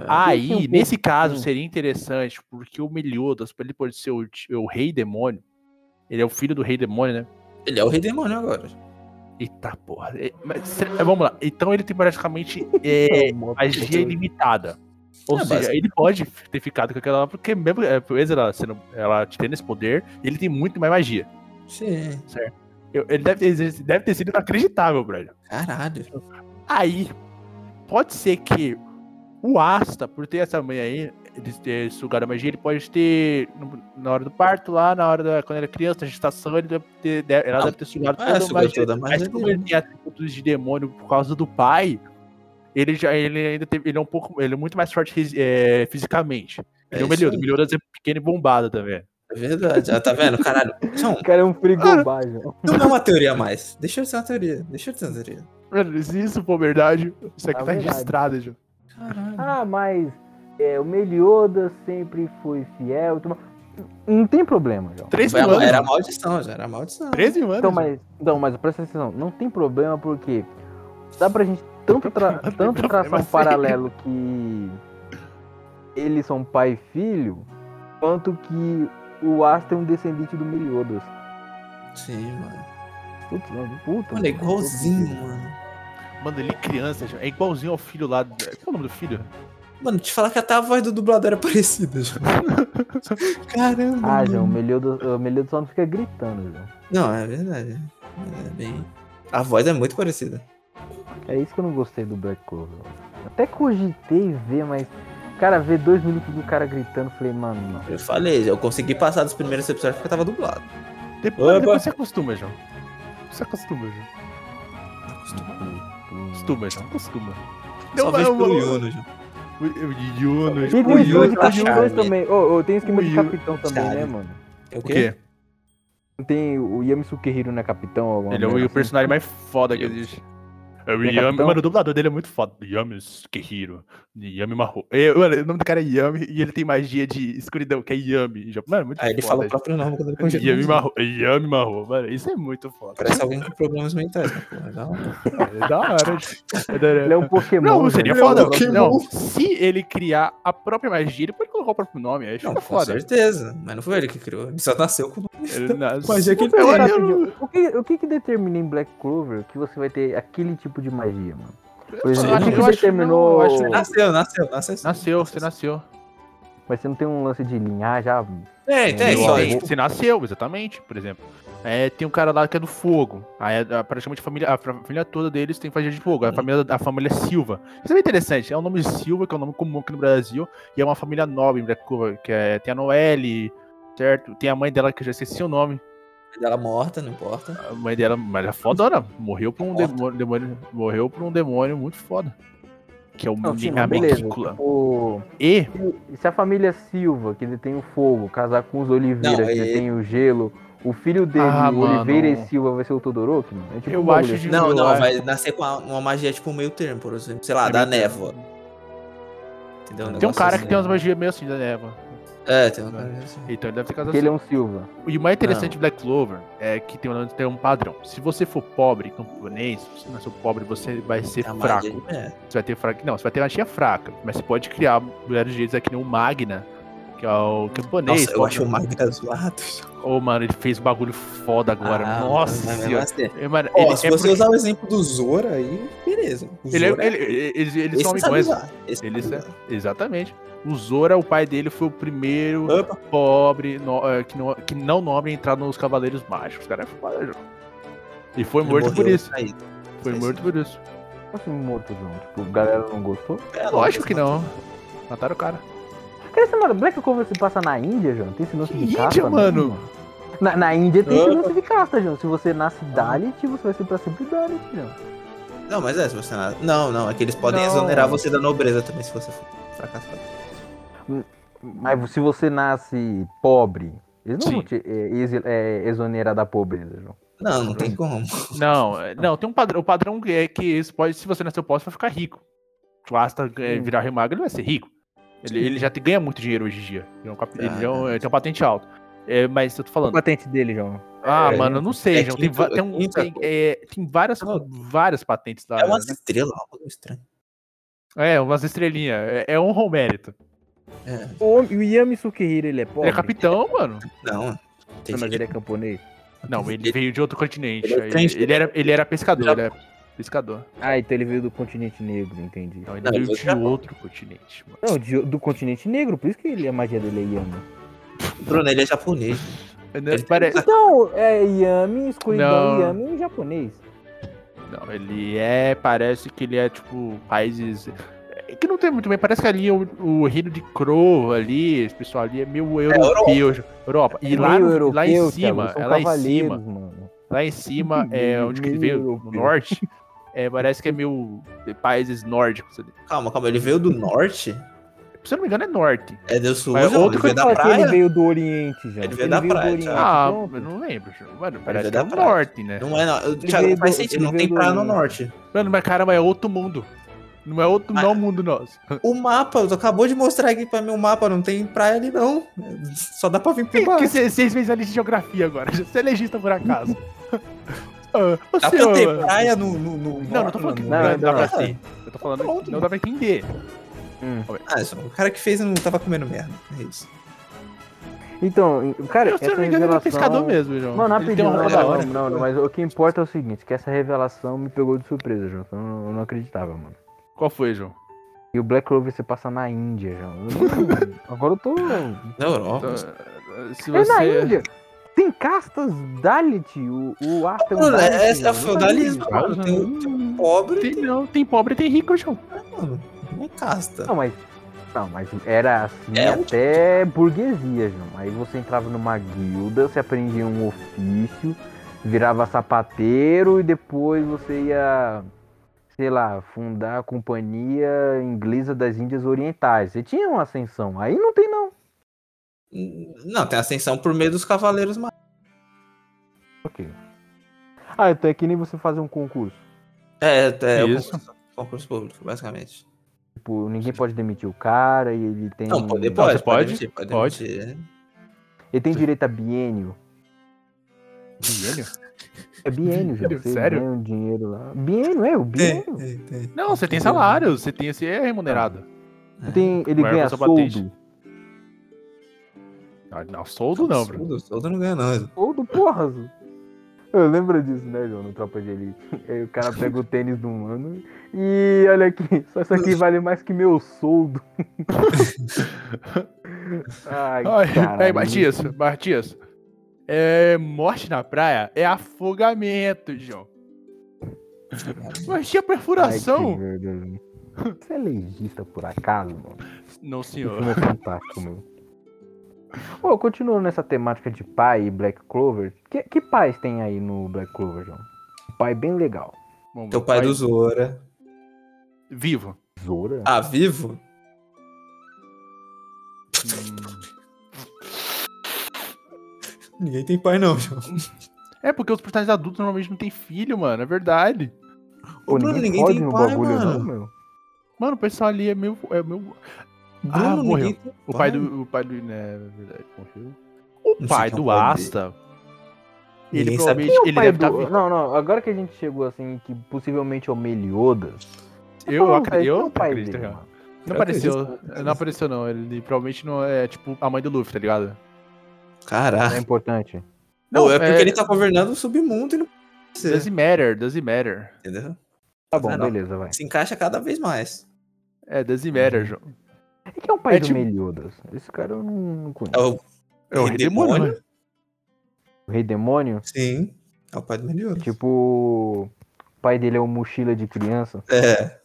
C: Sim, um
B: Aí,
C: pouco,
B: nesse caso,
C: sim.
B: seria interessante, porque o Meliodas, ele pode ser o, ti- o rei demônio. Ele é o filho do rei demônio, né?
D: ele é o rei demônio agora.
B: Eita porra. É, mas será- vamos lá. Então ele tem praticamente é, magia ilimitada. Ou
D: É,
B: seja,
D: basic-
B: ele pode ter ficado com aquela lá, porque mesmo é, por vezes ela, sendo, ela tendo esse poder, ele tem muito mais magia.
D: Sim.
B: Eu- ele deve, ter- deve ter sido inacreditável, brother.
D: Caralho.
B: Aí, pode ser que o Asta, por ter essa mãe aí, ele ter sugado a magia, ele pode ter, no- na hora do parto, lá, na hora da, quando era criança, na gestação, ele deve ter, de- ela
D: Ah,
B: deve ter sugado
D: é,
B: toda a
D: sugou
B: magia.
D: toda a
B: Mas
D: magia
B: como
D: dele.
B: ele tem atributos de demônio por causa do pai, ele já, ele ainda teve, ele é um pouco, ele é muito mais forte fisi- é, fisicamente.
D: É
B: Ele é o
D: isso
B: Meliodas,
D: aí.
B: o Meliodas é pequeno e bombado também.
D: É verdade. Ah, tá vendo? Caralho. João,
C: O cara é um
D: Ah!
C: frigobá, João.
D: não é uma teoria a mais. Deixa eu ser uma teoria. Deixa eu ser uma teoria.
B: Mano, se isso for verdade, isso aqui
C: É
B: tá
C: verdade.
B: registrado, Ju.
D: Caralho.
C: Ah, mas é, o Meliodas sempre foi fiel. e tudo mais. Não tem problema, João.
B: 13
D: Foi a-
B: mil anos.
D: era
B: Era...
D: a maldição, já era a maldição.
B: 13 mil anos.
C: Então,
B: Ju.
C: mas, não, mas presta atenção, não tem problema porque dá pra gente tanto, tra
B: Não tem
C: tanto traçar
B: problema,
C: um
B: sim.
C: paralelo que eles são pai e filho, quanto que o Asta é um descendente do Meliodas.
D: Sim, mano.
C: Putz, mano, puta.
D: Mano, é igualzinho, mano.
B: Mano, ele criança, João. é igualzinho ao filho lá. do- Qual é o nome do filho?
D: Mano, te falar que até a voz do dublador é parecida, João. Caramba.
C: Ah,
D: mano.
C: João, o Meliodas, o Meliodas só não fica gritando, João.
D: Não, é verdade. É bem. A voz é muito parecida.
C: É isso que eu não gostei do Black Clover. Até cogitei ver, mas. Cara, ver dois minutos do cara gritando, falei, mano, não.
D: Eu falei, eu consegui passar dos primeiros episódios porque tava dublado.
B: Depois,
D: Opa.
B: depois você acostuma, João. Você acostuma, João. Acostuma, João. Acostuma.
D: Só vejo
B: uma-
D: pelo
B: uma-
D: Yuno, João.
B: o- o Yuno. tipo, o
C: E tem esquema de
D: Yuri tá
C: capitão
D: chave.
C: também. Ô, ô, tem um esquema
B: O
C: de
B: Yuri-
C: capitão também,
D: chave.
C: né, mano?
D: É o
B: O
D: quê?
B: quê?
C: Não tem o Yami Sukehiro, né, capitão? Alguma
B: Ele é o
C: merda
B: o personagem mais foda que
D: Deus.
B: existe. É o
C: Ele é
B: Yami,
C: capitão?
B: mano, o dublador dele é muito foda. Yami Kihiro. Yami Maho. É, mano, o nome do cara é Yami e ele tem magia de escuridão, que é Yami. em japonês. Mano, é muito
D: Aí ele
B: foda.
D: fala o próprio nome quando ele
B: gente. Yami
D: congela.
B: Maho. Yami Maho. Mano, isso é muito foda.
D: Parece alguém com problemas mentais, né, porra? Não.
B: É da hora.
C: assim. Ele é um Pokémon.
B: Não, seria foda.
C: Ele é um
B: Não,
C: Pokémon.
B: se ele criar a própria magia, ele pode colocar o próprio nome. Aí
D: Não,
B: fica
D: com
B: é foda.
D: certeza. Mas não foi ele que criou. Ele só nasceu com.
B: Ele nas-
D: Magia é que ele
B: Eu
D: tem.
B: acho-
C: é um O que, o que que determina em Black Clover que você vai ter aquele tipo de magia, mano? Por
B: é, eu
C: exemplo,
B: acho
C: o
B: que
C: que
B: eu acho-
C: determinou...
B: não, eu acho que
D: Nasceu, nasceu, nasceu. sim.
B: Nasceu, você nasceu.
C: Mas você não tem um lance de linhagem, ah,
D: Tem, É, tem,
C: Meu
D: só
C: amigo.
D: aí. tipo,
B: Você nasceu, exatamente, por exemplo. É, tem um cara lá que é do fogo. Aí é, praticamente a família, a fra- família toda deles tem magia de fogo. A família, a família Silva. Isso é bem interessante. É o nome Silva, que é um nome comum aqui no Brasil. E é uma família nobre em Black Clover, que é, tem a Noelle, certo? Tem a mãe dela, que eu já esqueci o nome.
D: Ela morta, não importa.
B: A mãe dela, mas ela é fodona. Morreu por um
D: Foda.
B: demônio, demônio- Morreu por um demônio muito foda. Que é o
C: não, sim,
B: Minha
C: mas beleza.
B: Mequícula.
C: Tipo,
D: então. Um
B: E. um
C: se a família Silva, que detém o fogo, casar com os Oliveira,
D: Não,
C: que
D: é-
C: detém o gelo, o filho dele,
B: Ah,
C: o Oliveira
B: mano.
C: e Silva, vai ser o Todoroki, mano? É tipo
B: Eu
C: um bagulho
B: acho
C: assim.
B: de-
D: Não,
B: eu
D: não,
B: acho-
D: vai nascer com a- uma magia tipo meio termo, por exemplo. Sei lá,
B: É
D: da
B: meio
D: névoa. Entendeu?
B: Tem um
D: negócio
B: cara
D: assim.
B: que tem umas magias meio assim da Neva.
D: É, tem um cara assim.
B: Então ele deve ter casado assim.
C: Que ele é um Silva.
B: E o mais interessante de Black Clover é que tem, um- tem um padrão. Se você for pobre, camponês, se você nasceu pobre, você vai ser
D: É uma
B: fraco.
D: magia de- é.
B: Você vai ter fraco. Não, você vai ter magia fraca. Mas você pode criar mulheres de jeitos aqui nem o Magna, que é o camponês.
D: Nossa, eu
B: pobre.
D: acho o Magna zoado.
B: Ô, mano, ele fez um bagulho foda agora.
D: Ah,
B: Nossa
D: mas mesmo
B: senhora.
D: assim.
B: É, mano,
D: Ó,
B: ele-
D: se
B: é
D: você
B: porque-
D: usar o exemplo do Zora aí, beleza. O
B: ele é-
D: Zora,
B: ele- ele- eles, eles
D: esse
B: são
D: sabe
B: amigões.
D: usar, esse
B: Eles-
D: sabe usar.
B: Exatamente. O Zora, o pai dele, foi o primeiro
D: Opa,
B: pobre no- eh, que, não, que não nobre a entrar nos Cavaleiros Mágicos. Cara, é foda, João. E foi
D: ele
B: morto por
D: morreu.
B: isso.
D: Aí,
B: Foi
D: Sim,
B: morto por isso.
C: Nossa, morto, João. Tipo, a galera não gostou.
D: é,
B: Lógico que
D: mas-
B: não. Mataram o cara.
C: Cara, esse mano, Black Clover se passa na Índia, João? Tem esse lance
B: Que
C: de
B: Índia,
C: casta?
B: mano?
C: mesmo? Na, na Índia tem esse
D: Ah.
C: lance de casta, João. Se você nasce Dalit, você vai ser pra sempre Dalit, João.
D: Não, mas é, se você. Não, não, é que eles podem
B: Não.
D: exonerar você da nobreza também se você for. fracassado.
C: Mas se você nasce pobre, eles não
B: Sim.
C: vão te é, exi- é, exonerar da pobreza, João.
D: Não, não tem como.
B: Não, é- não, tem um padrão. O padrão é que esse pode, se você nasceu pobre, você vai ficar rico. Tu basta é,
C: Hum.
B: virar rei mago, ele vai ser rico. Ele,
D: Sim.
B: ele já te ganha muito dinheiro hoje em dia. Ele, é um capi- ele
D: Ah,
B: já é um- ele tem um patente alto. É, mas eu tô
C: Qual a
B: falando.
C: patente dele, João?
B: Ah,
D: é,
B: mano, eu não sei,
D: é
B: João. Tem,
D: quinto-
B: va- tem, um-
D: quinta-
B: tem, é, tem várias,
D: Não.
B: várias patentes lá.
D: É uma
B: né?
D: estrela, algo estranho.
B: É, umas estrelinhas. É, é honra ao mérito.
D: É,
C: O, homem- o Yami Sukihira, ele é pobre?
B: Ele é tipo. capitão, mano.
D: não. Tem
C: Não, mas
D: gente-
C: ele é camponês?
B: Não, ele veio de outro continente.
D: Ele é
B: aí-
D: trans-
B: Ele, era, ele era pescador, ele era pescador.
C: Ah, então ele veio do continente negro, entendi.
B: Então ele
D: Não,
B: veio
D: ele
B: de
D: era-
B: outro continente, mano.
C: Não, de- do continente negro, por isso que ele, a magia dele é Yami.
D: Bruno, ele é japonês.
B: Não,
D: Ele-
B: pare-
C: Então, é Yami, escuridão,
B: Não.
C: Yami em japonês.
B: Não, ele é. Parece que ele é tipo países. é Que não tem muito bem. Parece que ali o, o reino de Crow ali, esse pessoal ali é meio
D: Europa. É
B: europeu. Europa. E lá,
C: É Meio
B: no- lá em
C: europeu,
B: cima,
C: Thiago, são
B: é lá em
C: cavaleiros,
B: cima,
C: Mano.
B: lá em cima, é onde que ele
C: Meio
B: veio, no
C: europeu.
B: norte. é, parece que é meio países nórdicos ali.
D: Calma, calma, ele veio do norte?
B: Se eu não me engano, é norte.
D: É do sul,
B: Mas
D: João,
B: outro
D: ele veio
B: que
D: da
C: Fala que
D: praia?
C: ele veio do Oriente, já.
D: Ele veio da praia, Thiago.
B: Ah,
C: pronto.
B: eu não lembro. Mano, parece
D: veio
B: que é
D: da
B: o
D: praia.
B: norte, né?
D: Não é, não. Eu-
C: Ele
D: Thiago, não
C: veio
D: faz
C: do-
D: sentido,
C: ele
D: não
C: veio
D: tem
C: do-
D: praia no norte.
B: Mano, mas caramba, é outro mundo. Não é outro, não é o mundo nosso.
D: O mapa, tu acabou de mostrar aqui pra mim o mapa, não tem praia ali não. Só dá pra vir pro bar.
B: Que você você é especialista em geografia agora. Você é legista por acaso. Ah, ô,
D: Dá pra
B: senhor.
D: ter praia no, no, no
B: Não, não tô falando que
D: no-
B: não,
C: não,
B: dá pra
D: não.
B: ter. Eu tô falando
D: Pronto,
B: que não dá pra entender.
C: Hum.
D: Ah, isso, o cara que fez não tava comendo merda. É isso.
C: Então, cara,
B: Eu, se eu
C: essa
B: não me engano, ele é
C: revelação...
B: pescador mesmo, João.
C: Mano,
B: ele tem um
C: rapidinho,
B: uma
C: não,
B: roupa da
C: é não,
B: hora.
C: não, não, mas o que importa é o seguinte, que essa revelação me pegou de surpresa, João. Eu não, eu não acreditava, mano.
B: Qual foi, João?
C: E o Black Clover você passa na Índia, João. Eu não- agora eu tô...
D: Na Europa.
B: Então, ah, se
C: É na
B: você.
C: Índia! Tem castas Dalit, o, o Asta
D: Mano,
C: Dalit,
D: é- esse é
C: mano.
D: feudalismo,
B: Não,
D: mano.
B: não,
D: Tem o tem
B: um
D: o pobre, né,
B: Tem, não, tem pobre e tem rico, João.
D: mano. Não é casta.
C: Não, mas... Não, mas era assim
D: É um-
C: até burguesia, João. Aí você entrava numa guilda, você aprendia um ofício, virava sapateiro e depois você ia, sei lá, fundar a Companhia Inglesa das Índias Orientais. Você tinha uma ascensão. Aí não tem, não.
D: Não, tem ascensão por meio dos cavaleiros mas
C: Ok. Ah, então é que nem você fazer um concurso.
D: É, é, é o
B: Isso.
D: concurso, concurso público, basicamente.
C: Tipo, ninguém pode demitir o cara e ele tem.
D: Não, pode,
C: ele
D: pode,
B: Hum, você pode,
D: demitir, pode, né?
B: pode.
D: demitir.
C: tem direito a biênio.
B: Biênio?
C: É biênio, já.
B: Biênio,
C: Você
B: sério?
C: ganha um dinheiro lá. Biênio, é, o
D: Tem,
C: biênio.
D: tem, tem.
B: Não, você tem salário, você tem você é remunerado.
C: Tem, ele
B: Mas
C: ganha
B: você bateu.
C: soldo.
B: Ah, Não, soldo não, bro.
D: Soldo, soldo não ganha, não.
C: Soldo, porra. Zu. Eu lembro disso, né, João, no Tropa de Elite. Aí o cara pega o tênis do mano e olha aqui, só isso aqui vale mais que meu soldo. Ai, caralho.
B: Aí, Matias, Matias. É, morte na praia é afogamento, João. Mas tinha
C: Ai, que
B: perfuração.
C: merda, João. Você é legista por acaso, mano?
B: Não,
C: Esse
B: senhor.
C: filme é fantástico, meu. Ô, continuando nessa temática de pai e Black Clover, que, que pais tem aí no Black Clover, João? Um pai bem legal.
B: Bom,
D: Teu
B: meu
D: pai é do Zora.
B: Vivo.
C: Zora?
D: Ah, vivo?
B: Hum.
D: Ninguém tem pai, não, João.
B: É porque os personagens adultos normalmente não têm filho, mano. É verdade.
C: Pô,
D: Bruno,
C: ninguém,
D: ninguém
C: pode
D: tem
C: no
D: pai,
C: bagulho,
D: mano.
C: não, meu.
B: Mano, o pessoal ali é meu. É meu...
D: Bruno,
B: Ah, morreu.
D: ninguém tem
B: O pai do. O pai do. Né, é verdade, morreu.
D: Não
B: O pai
D: sei quem
B: do
D: é o pai dele.
B: Asta. Ele
D: Ninguém sabe
B: provavelmente.
C: E é o
B: Ele
C: pai
B: deve tá estar
C: do-
B: vivo.
C: Não, não, agora que a gente chegou assim, que possivelmente é o Meliodas.
B: Eu
C: Fala, velho,
B: acredito. Eu
C: quem é o pai
B: acredito, né?
C: dele,
B: cara.
C: mano?
B: Não
D: Eu
B: apareceu. É,
D: acredito.
B: Não apareceu, não. Ele provavelmente não é tipo a mãe do Luffy, tá ligado?
C: É
D: Caraca.
C: importante.
D: Não, é porque
B: é-
D: ele tá governando o submundo e não precisa.
B: Doesn't matter, doesn't matter.
D: Entendeu?
C: Tá bom,
D: Ah, não.
C: beleza, vai.
D: Se encaixa cada vez mais.
B: É, doesn't
D: Uhum.
B: matter, João.
C: E que é o pai
B: É
C: do
B: tipo-
C: Meliodas? Esse cara eu não não conheço.
D: É o,
B: É o Rei Demônio,
C: O Rei Demônio?
D: Sim. É o pai do Meliodas.
C: Tipo, o pai dele é um mochila de criança.
D: É.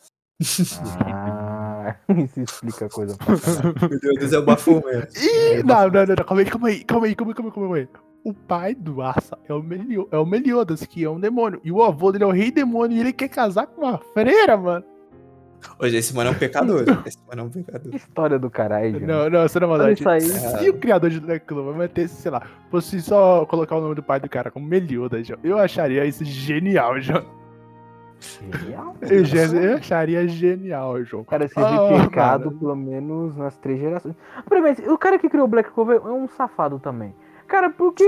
C: Ah, isso explica a coisa. pra caralho.
D: O Meliodas é o Bafomé.
B: Ih, não, não, não, não, calma aí, calma aí, calma aí, calma aí, calma aí, calma aí. O pai do Asa é o, Melio, é o Meliodas, que é um demônio. E o avô dele é o rei demônio e ele quer casar com uma freira, mano.
D: Hoje, esse mano é um pecador. esse mano é um pecador.
C: Que história do caralho, Júnior.
B: Não, não, você não
C: Olha
B: maldade.
C: isso aí.
B: Se o criador de Drag Club vai manter, sei lá, fosse só colocar o nome do pai do cara como Meliodas, João, eu acharia isso genial, João.
C: Genial.
B: Eu, já- eu acharia genial, João.
C: Cara, seja
B: Ah,
C: pecado,
B: mano.
C: pelo menos nas três gerações. Primeiro, o cara que criou Black Clover é um safado também. Cara, por que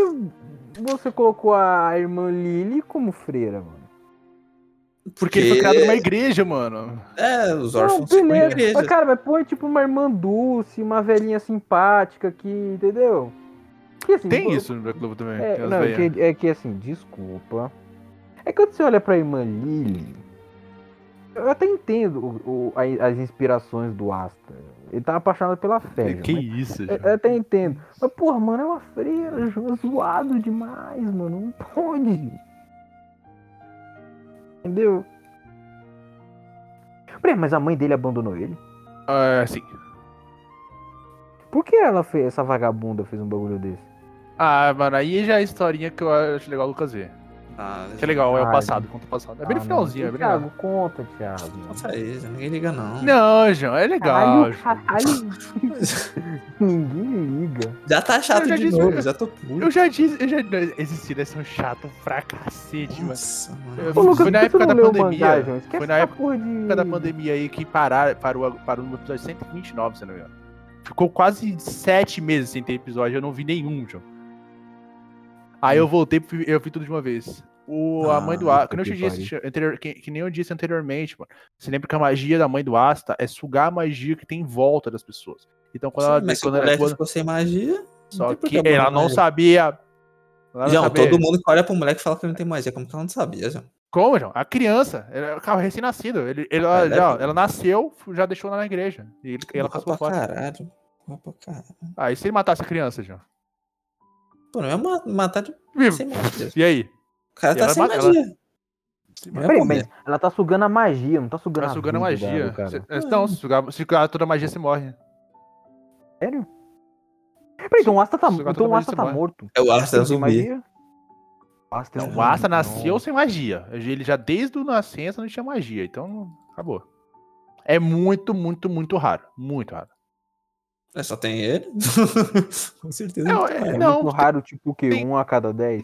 C: você colocou a irmã Lily como freira, mano?
B: Porque ele foi criado numa igreja, mano.
D: É, os
C: Não,
D: órfãos ficam em
C: beleza.
D: igreja.
C: Mas, cara, mas põe tipo uma irmã Dulce, uma velhinha simpática que, entendeu? Que, assim,
B: Tem
C: pô,
B: isso né? no Black Club também.
C: É,
B: aquelas
C: não, é
B: veias.
C: que, é que, assim, desculpa. É que quando você olha pra irmã Lily, eu até entendo o- o- a- as inspirações do Asta. Ele tá apaixonado pela fé.
B: Que
C: João,
B: isso,
C: mas-
B: João.
C: eu, eu É, até entendo. Mas, porra, mano, é uma freira, João, é zoado demais, mano. Não pode. Entendeu? Peraí, mas a mãe dele abandonou ele?
B: Ah, sim.
C: Por que ela fez, essa vagabunda fez um bagulho desse?
B: Ah, mano, aí já é a historinha que eu acho legal o Lucas ver.
D: Ah,
B: Que é legal, é o
C: Ah,
B: passado, conta o passado. É bem
C: Ah,
B: no finalzinho, é
C: mano.
B: bem legal.
C: Thiago, conta, Thiago.
D: Nossa, aí, ninguém liga, não.
B: Não, João, é legal.
C: Caralho,
B: João.
C: caralho. Ninguém liga.
D: Já tá chato
B: Eu já
D: de
B: disse-
D: novo, já tô puto.
B: Eu já disse, eu já. Esses filhos são chatos pra cacete, mano.
D: Nossa,
B: Eu-
D: mano.
C: Ô, Lucas,
B: foi na
C: por que
B: época
C: tu não
B: da
C: leu o
B: pandemia.
C: mangá, João? Esquece
B: Foi na
C: essa
B: época-
C: porra de...
D: Hum.
B: época da pandemia aí que pararam, parou, parou no episódio 129, se não me engano. Ficou quase sete meses sem ter episódio, eu não vi nenhum, João. Aí eu voltei, fui- eu vi tudo de uma vez. O, a
D: Hum. Ah,
B: mãe do Asta,
C: puta
B: que, nem eu
C: que
B: te disse anterior- que- que nem eu disse anteriormente, mano. Você lembra que a magia da mãe do Asta é sugar a magia que tem em volta das pessoas. Então quando ela.
D: Sim, mas se o
B: quando ela-
D: moleque
B: quando-
D: ficou sem é magia.
B: só
D: tem por
B: que
D: que é
B: ela não
D: magia.
B: sabia. Ela não
D: João,
B: sabia.
D: todo mundo que olha pro moleque fala que não tem magia. Como que ela não sabia, João?
B: Como, João? A criança, ela, cara, recém-nascido. Ele, ele- ela,
D: Ela é
B: já-
D: doida.
B: ela nasceu, já deixou lá na igreja. E ele- ela
D: Burra
B: passou
D: pra
B: fora.
D: caralho. Burra pra caralho.
B: Aí se ele matasse a criança, João.
D: Pô, não é ma- matar de...
B: Vivo.
D: sem magia.
B: E aí?
D: O cara
B: E
D: tá
B: ela
D: sem
B: mata-
D: magia. Não é
C: Peraí,
D: bom,
C: mas
D: né?
C: ela tá sugando a magia, não tá sugando
B: Tá
C: a
B: sugando a
C: vida
B: magia.
C: dela, cara.
B: Se- Então, se sugar, se sugar toda a magia, você morre.
C: Sério? Peraí, então o Asta tá,
B: Sugar toda
C: então o
B: magia
C: Asta
B: você
C: tá
B: morre.
C: morto.
D: É o Asta é um
C: Não tem
D: zumbi.
C: magia? O Asta é um
B: O Asta
C: zumbi,
B: nasceu sem magia. Ele já desde o nascença não tinha magia. Então, acabou. É muito, muito, muito raro. Muito raro.
D: É, só tem ele. Com certeza.
B: Não,
D: tem
B: é-
D: mais.
C: não. É
B: não,
C: muito raro, tipo o quê?
B: tem-
C: Um a cada dez?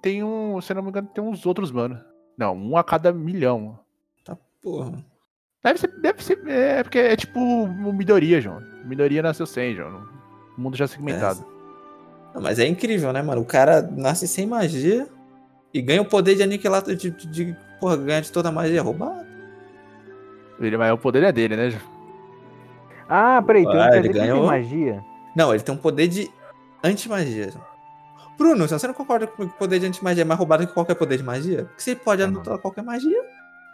B: Tem um, se eu não me engano, tem uns outros, mano. Não, um a cada milhão.
D: Porra. é
B: Deve ser, deve ser, é porque é tipo o Midoriya, João. O Midoriya nasceu sem, João. O mundo já é segmentado.
D: Não, mas é incrível, né, mano? O cara nasce sem magia e ganha o poder de aniquilar, de, de, de- porra, ganha de toda a magia roubada.
B: Ele, mas o poder é dele, né, João?
C: Ah, peraí, então
D: Ah,
C: quer
D: ele
C: dizer que ele tem
D: ganhou.
C: magia?
D: Não, ele tem um poder de antimagia. Bruno, você não concorda comigo que o poder de antimagia é mais roubado que qualquer poder de magia? Porque você pode
C: Ah, não.
D: anular qualquer magia.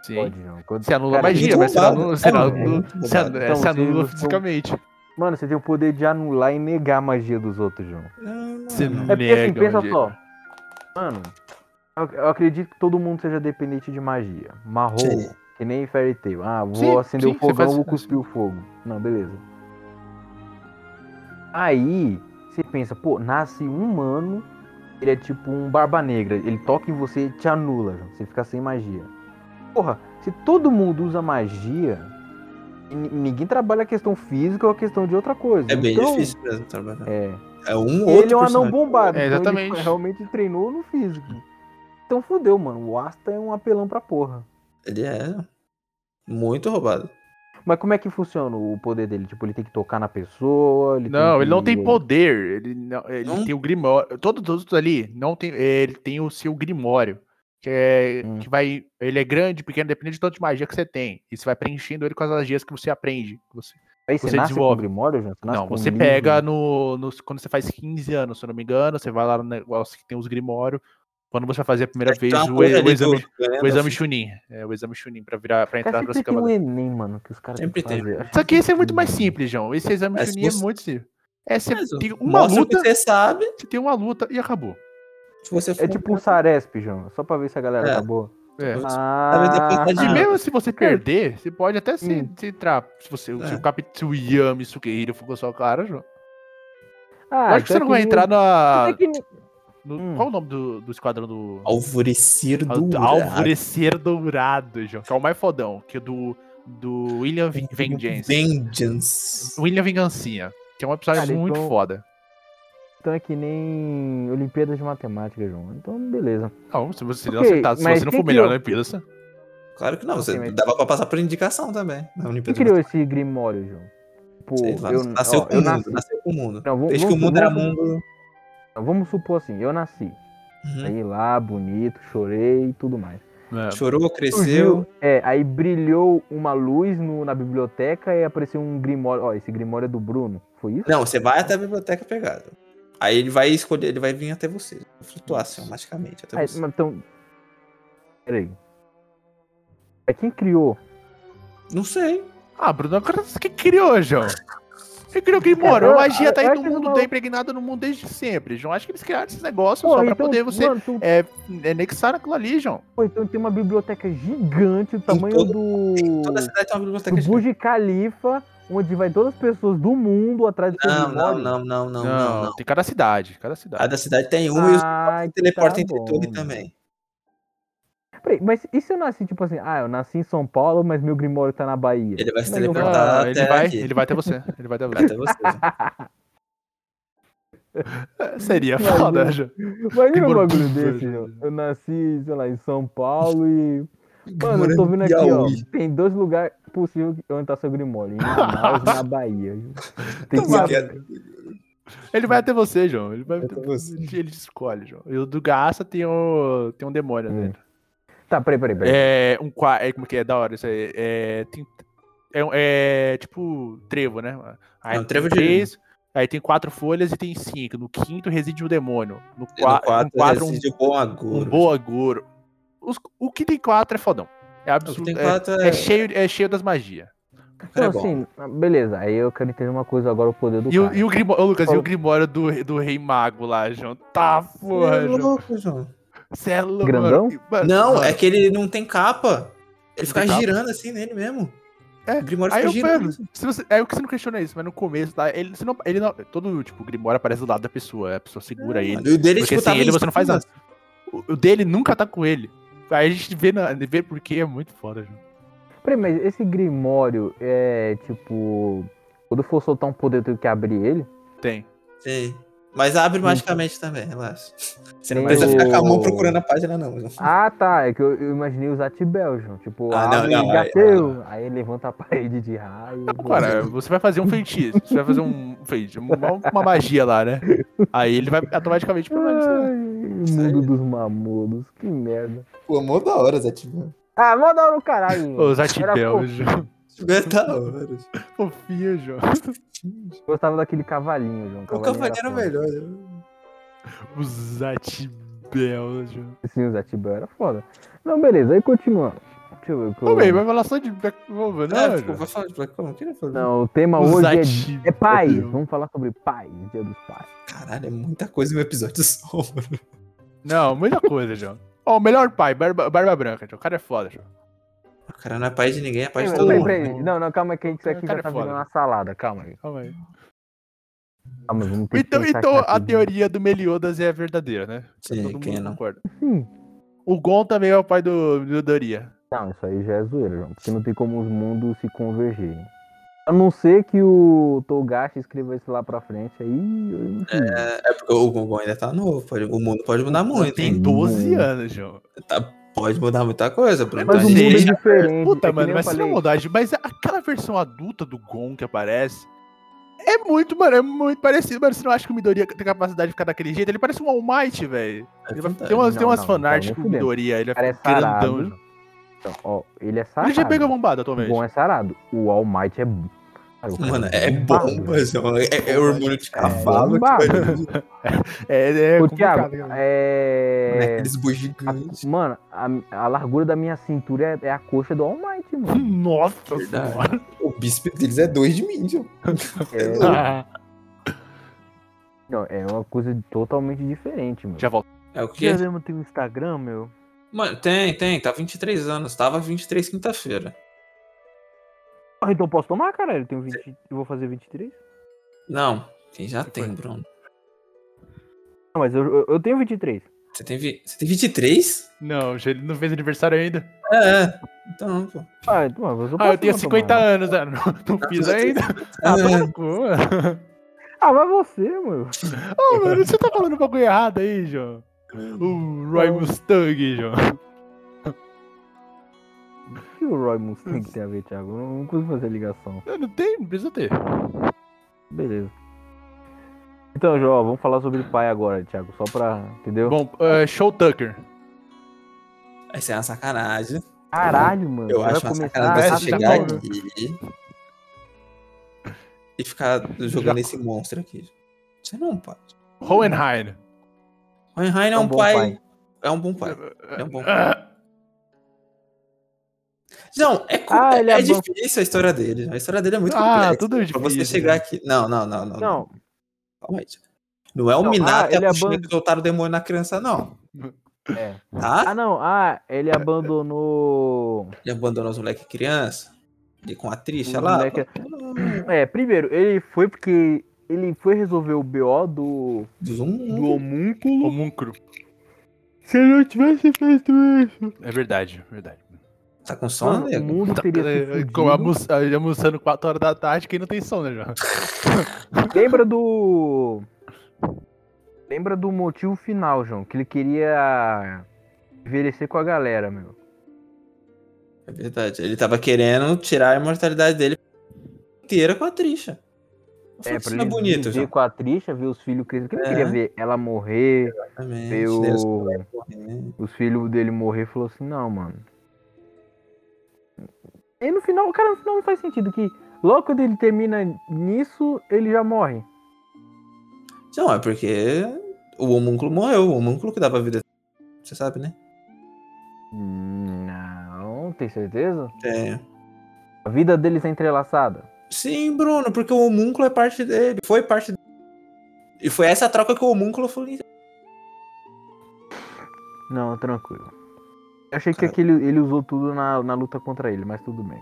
B: Sim.
C: Pode, João. Quando-
B: Você anula
C: Cara,
B: a magia,
D: muito
B: mas você
D: roubado.
B: anula, você
D: É, mano,
B: anula-
D: muito
B: você
D: roubado.
B: anula-
C: Então,
B: você é, anula
C: vocês são-
B: fisicamente.
C: Mano, você tem o poder de anular e negar a magia dos outros, João.
D: Não, não,
B: Você
D: não.
C: É porque assim,
B: Nega,
C: pensa
B: mano.
C: só. Mano, eu, eu acredito que todo mundo seja dependente de magia. Marrom,
D: Sim.
C: que nem Fairy Tail. Ah, vou
B: Sim,
C: acender
B: sim, você
C: o fogão,
B: faz-
C: vou cuspir o fogo. Não, beleza. Aí, você pensa, pô, nasce um humano, ele é tipo um barba negra. Ele toca em você e te anula, João. Você fica sem magia. Porra, se todo mundo usa magia, e ni- ninguém trabalha a questão física ou a questão de outra coisa.
D: É bem
C: Então,
D: difícil mesmo trabalhar. É,
C: É
D: um outro.
C: ele é um anão
D: personagem.
C: bombado.
B: É,
C: então ele
B: exatamente.
C: realmente treinou no físico. Então fudeu, mano. O Asta é um apelão pra porra.
D: Ele é muito roubado.
C: Mas como é que funciona o poder dele? Tipo, ele tem que tocar na pessoa? Ele
B: Não, ele não tem
C: que-
B: poder. Ele, não- ele
D: Não?
B: tem o grimório. Todos todos ali não tem. é, Ele tem o seu grimório. Que, é,
C: Hum.
B: que vai. Ele é grande, pequeno, depende de tanto de magia que você tem. E você vai preenchendo ele com as magias que você aprende. que você-
C: Aí você,
B: você
C: nasce
B: desenvolve.
C: com grimório, João? nasce
B: não,
C: com
B: você
C: um
B: pega
C: livro?
B: no, nos- Quando você faz 15 anos, se eu não me engano, você vai lá no negócio que tem os grimórios. Quando você vai fazer a primeira vez
D: Então,
B: o,
D: coisa
B: o
D: ali
B: exame,
D: do- ganhando
B: o exame
D: assim.
B: Chunin. É, o exame Chunin pra, virar, pra
C: Cara,
B: entrar pra
C: sempre
B: se
C: tem Hum. um
B: cavaleiro.
C: Enem, mano, que os caras têm
D: Sempre
C: que
D: tem.
C: fazer. Acho
B: Só que esse é muito
C: incrível.
B: mais simples, João. Esse exame
D: É, se
B: Chunin é
D: você-
B: muito simples. É, você
D: Mas
B: tem uma
D: mostra o que
B: luta,
D: você sabe.
B: você tem uma luta e acabou.
D: Se você for um
C: É tipo o Saresp, João. Só pra ver se a galera
D: É.
C: tá boa.
B: É.
C: Ah,
D: depois tá
B: E
D: Ah,
B: mesmo se você
C: cara.
B: perder, você pode até se,
C: Hum.
B: se tra- Se, você, se
D: É.
B: o Capitão Yami Sukehiro for com a sua cara, João.
C: ah,
B: Eu acho que você não vai entrar na.
C: no.
B: no-
C: Hum.
B: Qual o nome do, do esquadrão do.
D: alvorecer do
B: Al- Alvorecer Dourado, João. Que é o mais fodão. Que é do. do William Vin- Vengeance.
D: tipo, Vengeance.
B: William Vingancinha, que é um episódio
C: Cara,
B: muito
C: então-
B: foda.
C: Então é que nem Olimpíadas de Matemática, João. Então, beleza.
B: Não, se você,
C: Ok,
B: acertar, se
C: mas
B: você não
C: quem
B: for melhor
C: criou?
B: na Pílsa.
D: Claro que não,
C: Ok,
D: você
C: mas-
D: dava pra passar por indicação também. Na
C: Quem
D: Olimpíada
C: criou esse Grimório, João? Pô,
D: Sei lá,
C: eu,
D: nasceu
C: ó,
D: com
C: eu
D: o mundo,
C: nasci.
D: nasceu com o mundo.
C: Não, vamos-
D: Desde que o
C: vamos-
D: mundo era
C: vamos-
D: mundo.
C: Vamos supor assim, eu nasci.
D: Uhum.
C: Aí lá, bonito, chorei e tudo mais.
B: né?
D: Chorou, cresceu.
C: É, aí brilhou uma luz no- na biblioteca e apareceu um Grimório. Ó, esse Grimório é do Bruno. Foi isso?
D: Não, você vai até a biblioteca pegar. Aí ele vai escolher, ele vai vir até você. Vai flutuar assim, automaticamente. Até
C: Ah,
D: você.
C: mas então. Peraí. É quem criou?
D: Não sei.
B: Ah, Bruno, agora você que criou, João? Quem criou quem
C: É,
B: morou?
C: eu-
B: A magia tá
C: eu
B: aí
C: acho
B: no
C: que
B: mundo,
C: não-
B: tá impregnada no mundo desde sempre, João. Acho que eles criaram esses negócios
C: Pô,
B: só pra
C: então,
B: poder você
C: mano, tu-
B: é, anexar aquilo ali, João.
C: pô, então tem uma biblioteca gigante, do tamanho
D: todo-
C: do.
D: Toda cidade tem uma biblioteca
C: do
D: gigante.
C: Burj Khalifa, onde vai todas as pessoas do mundo atrás do seu
D: Não, não,
C: Grimório.
D: não, não,
B: Não,
D: não, não, não.
B: tem cada cidade, cada
D: A
B: cidade.
D: da cidade tem um e os
C: Ah,
D: que teleportam
C: tá
D: entre então.
C: bom,
D: tudo
C: mano.
D: também.
C: Peraí, mas e se eu nasci, tipo assim, ah, eu nasci em São Paulo, mas meu Grimório tá na Bahia?
D: Ele vai se
C: Mas
B: Não,
C: eu-
D: teleportar até
B: ele, vai,
D: aqui.
B: ele vai até você. Ele vai até
D: Vai
B: você.
D: até você.
B: É, Seria
C: Imagina.
B: foda, João.
C: Imagina um
B: Grimório-
C: bagulho desse, eu, eu nasci, sei lá, em São Paulo e. Mano, eu tô vindo aqui, ó.
D: Piauí.
C: Tem dois lugares possíveis onde tá seu Grimório. Em Manaus e na Bahia. Tem
D: Você
C: que...
D: quer-
B: Ele vai até você, João. Ele vai
D: Vai até você.
B: Ele, ele escolhe, João. E o do Gaça tem, o, tem um demônio
C: Hum.
B: dentro.
C: Tá, peraí, peraí, peraí.
B: É um qua- é Como que é? Da hora isso aí. É, tem- é, um- é tipo trevo, né? Aí
D: É um
B: tem
D: trevo de
B: três, Aí tem quatro folhas e tem cinco. No quinto reside um demônio. No,
D: E no
B: qua no
D: 4
B: quatro, um,
D: reside o bom
B: um
D: agouro.
B: boaguro. Os- o que tem quatro é fodão. É
D: O que
B: absurdo.
D: tem
B: É,
D: 4
B: é
D: é...
B: cheio, é cheio das magias.
C: Então,
D: cara, é bom.
C: assim, beleza. Aí eu quero entender uma coisa agora, o poder do
B: E o,
C: cara.
B: e o Grimó- ô, Lucas, e o
C: Falou.
B: Grimório do, do Rei Mago lá, João? Tá, porra,
D: É
B: João.
D: louco, João.
B: Você é louco.
C: Grandão?
B: Mano,
D: Não,
B: mano,
D: é que ele não tem capa. Ele fica
B: tem capa?
D: girando assim nele mesmo.
B: É,
D: O Grimório
B: Aí
D: fica
B: eu
D: girando. assim,
B: falei, se você, é o que você não questiona isso, mas no começo, tá? Ele, você não, ele não- todo, tipo, Grimório aparece do lado da pessoa, a pessoa segura ele.
D: E o dele,
B: Porque sem
D: tipo, tava
B: ele
D: em
B: você não faz
D: cima.
B: nada. O, o dele nunca tá com ele. Aí a gente vê, na, vê porque é muito foda, João.
C: Peraí, mas esse Grimório é tipo. Quando for soltar um poder, eu tenho que abrir ele.
B: Tem.
D: Sim. Mas abre
B: Hum.
D: magicamente também, relaxa. Você não
C: Mas
D: precisa ficar com a mão
C: o-
D: procurando a página, não. João.
C: Ah, tá. É que eu, eu imatei os Atibel, João. Tipo,
D: Ah,
C: ah,
D: não,
C: abre
D: não, é.
C: e
D: aí-
C: bateu. Aí levanta a parede de raio.
B: Cara, você vai fazer um feitiço. Você vai fazer um feitiço, uma, uma magia lá, né? Aí ele vai automaticamente pro lado disso, né?
C: Ai, mundo dos mamudos, que merda.
D: Pô, mó da hora, Zé Tibel.
C: Ah, mó da hora o caralho. João.
B: Ô,
C: Era
B: Zatibel,
C: fofo.
B: João.
D: Tibel é da hora.
B: Fofinho, João.
C: Gostava daquele cavalinho, João.
D: O Cavaleiro era o
C: foda.
D: melhor.
B: O Zatibel, João.
C: Sim, os Atibel era foda. Não, beleza, aí continuando. Deixa eu ver o que eu-
B: Ô, bem, vai falar só de Black Clover, né?
D: Ah,
B: João?
D: vai falar de Black Clover? Queria falar.
C: Não, o tema
B: Os
C: hoje
B: Atibel.
C: é, é paz. Vamos falar sobre paz, dia dos pais.
D: Caralho, é muita coisa no episódio só. mano.
B: Não, muita coisa, João. Ó, o melhor pai, Barba, Barba Branca, João. O cara é foda, João.
D: O cara não é pai de ninguém, é pai de
C: Peraí,
D: todo
C: peraí,
D: mundo.
C: peraí.
B: né?
C: Não, não, calma que isso
B: Cara,
C: aqui
B: cara
C: já
B: é
C: tá
B: foda.
C: virando uma salada, calma aí.
B: Calma aí.
C: Calma, vamos ter que
B: Então,
C: pensar
B: então
C: aqui
B: a
C: rapidinho.
B: teoria do Meliodas é verdadeira, né?
D: Sim, quem não?
B: concorda.
C: Sim.
B: O Gon também é o pai do, do Doria.
C: Não, isso aí já é zoeira, João, porque não tem como os mundos se convergerem. A não ser que o Togashi escreva isso lá pra frente, aí... enfim.
D: É porque o Gongon ainda tá novo. pode- o mundo pode mudar muito.
B: Tem
D: hein?
B: 12 anos, João.
D: Pode mudar muita coisa, Bruno.
C: Mas
D: Tá
C: o
B: Mas
C: mundo
D: cheio
B: ele
C: é
D: de-
B: já-
C: diferente.
B: Puta,
C: é que
B: mano,
C: nem eu
B: mas sem
C: falei.
B: maldade. Mas aquela versão adulta do Gon que aparece é muito, mano, é muito parecido. Mano, você não acha que o Midoriya tem capacidade de ficar daquele jeito? Ele parece um All Might, velho.
D: É
B: Ele vai-
D: verdade.
B: Tem umas, tem
C: Não,
B: umas
C: não,
B: fanarts
C: então,
B: com o
C: nem fudendo.
B: Midoriya, ele
C: O cara é
B: fica grandão,
C: sarado.
B: João.
C: Então, ó, ele é
B: Ele
C: sarado.
B: já pegou bombada
C: o
B: atualmente.
C: Gon é sarado. O All Might é... bu- Cara, o cara
D: Mano, é
C: bombado,
D: bomba,
C: velho.
D: João. É, um é hormônio de cavalo. tipo,
C: bombado.
D: que vai-
B: É, é
C: Ô,
B: complicado,
C: Thiago,
B: né?
C: é...
D: Aqueles bois gigantes.
C: A- mano, a, a largura da minha cintura é, é a coxa do All Might, mano.
B: Nossa
D: Verdade.
B: senhora.
D: O bispo deles é dois de mim, João.
C: É,
D: louco.
C: não, é uma coisa totalmente diferente, mano.
B: Já volto.
D: É o
C: Você
D: quê?
C: mesmo tem um Instagram, meu?
D: Mano, tem, tem. Tá 23 anos. Tava 23 quinta-feira.
C: Ah, então eu posso tomar, cara? Eu tenho 20, eu vou fazer 23?
D: Não, quem já
B: Que
D: tem,
B: foi?
D: Bruno.
C: Não, mas eu, eu, eu tenho 23.
D: Você tem, vi- você tem 23?
B: Não, já- ele não fez aniversário ainda.
D: É, é. Então, pô.
C: Ah, então, mas eu
B: Ah,
C: posso
B: eu tenho
C: não
B: 50
C: tomar.
B: anos, ah, não, não fiz
D: eu tenho-
B: ainda.
D: Ah,
B: Ah, para com.
C: Ah, mas você, mano.
B: Ô, mano, você tá falando um bagulho errado aí, João. O Roy Mustang, João.
C: O que o Roy Mustang tem a ver, Thiago? Eu não consigo fazer ligação.
B: Não, não tem, não precisa ter.
C: Beleza. Então, João, vamos falar sobre pai agora, Thiago. Só pra. Entendeu?
B: Bom, é, Show Tucker.
D: Vai ser é uma sacanagem.
C: Caralho, mano.
D: Eu
C: você vai
D: acho uma
C: começar
B: Ah,
D: sacanagem você
C: a-
B: essa
D: chegar
B: já
D: aqui e ficar jogando esse monstro aqui. Você não é um pai.
B: Hohenheim.
D: Hohenheim é um
C: bom
D: pai, É um bom pai. É um bom pai.
B: Hum?
D: Não, é, co-
C: Ah,
D: é,
C: ele é
D: é
C: bom.
D: difícil a história dele. A história dele é muito
B: Ah,
D: complexa.
B: tudo
D: pra
B: difícil.
D: você chegar aqui. Não, não, não, não.
C: Não,
D: Calma aí, tia. Não é o
C: Não, ah,
D: Minato e
C: ele
D: a Puxinha
C: aban-
D: que soltaram o demônio na criança, não.
C: é.
D: Tá?
C: Ah, não. Ah, ele abandonou.
D: Ele abandonou os moleques criança. E com a
C: os
D: triste lá. tá
C: moleque- É, primeiro, ele foi porque. Ele foi resolver o BO do. Do
D: Zoom.
C: homúnculo.
B: Homuncro.
C: Se ele não tivesse feito isso.
B: É verdade, verdade.
D: Tá com sono,
C: Mano, o
D: nego?
C: mundo
B: Tá,
C: teria se
B: é,
C: fudido.
B: como almoç- ah, almoçando 4 horas da tarde, quem não tem som, né, João?
C: Lembra do. Lembra do motivo final, João. Que ele queria envelhecer com a galera, meu.
D: É verdade. Ele tava querendo tirar a imortalidade dele inteira com a Trisha. É, isso não é bonito,
C: ver
D: já.
C: com a Trisha, ver os filhos crescendo. Que ele não
D: É.
C: queria ver ela morrer,
D: Exatamente.
C: ver
D: né?
C: o-
D: Morrer.
C: os filhos dele morrer. Falou assim, não, mano. E no final, cara, no final não faz sentido que logo quando ele termina nisso, ele já morre.
D: Não, é porque o homúnculo morreu. O homúnculo que dava vida. Você sabe, né? Hum,
C: Não, tem certeza?
D: Tenho.
C: A vida deles é entrelaçada.
D: Sim, Bruno, porque o homúnculo é parte dele. Foi parte dele. E foi essa troca que o homúnculo foi.
C: Não, tranquilo. Eu achei que
D: Cara.
C: aquele, ele usou tudo na, na luta contra ele, mas tudo bem.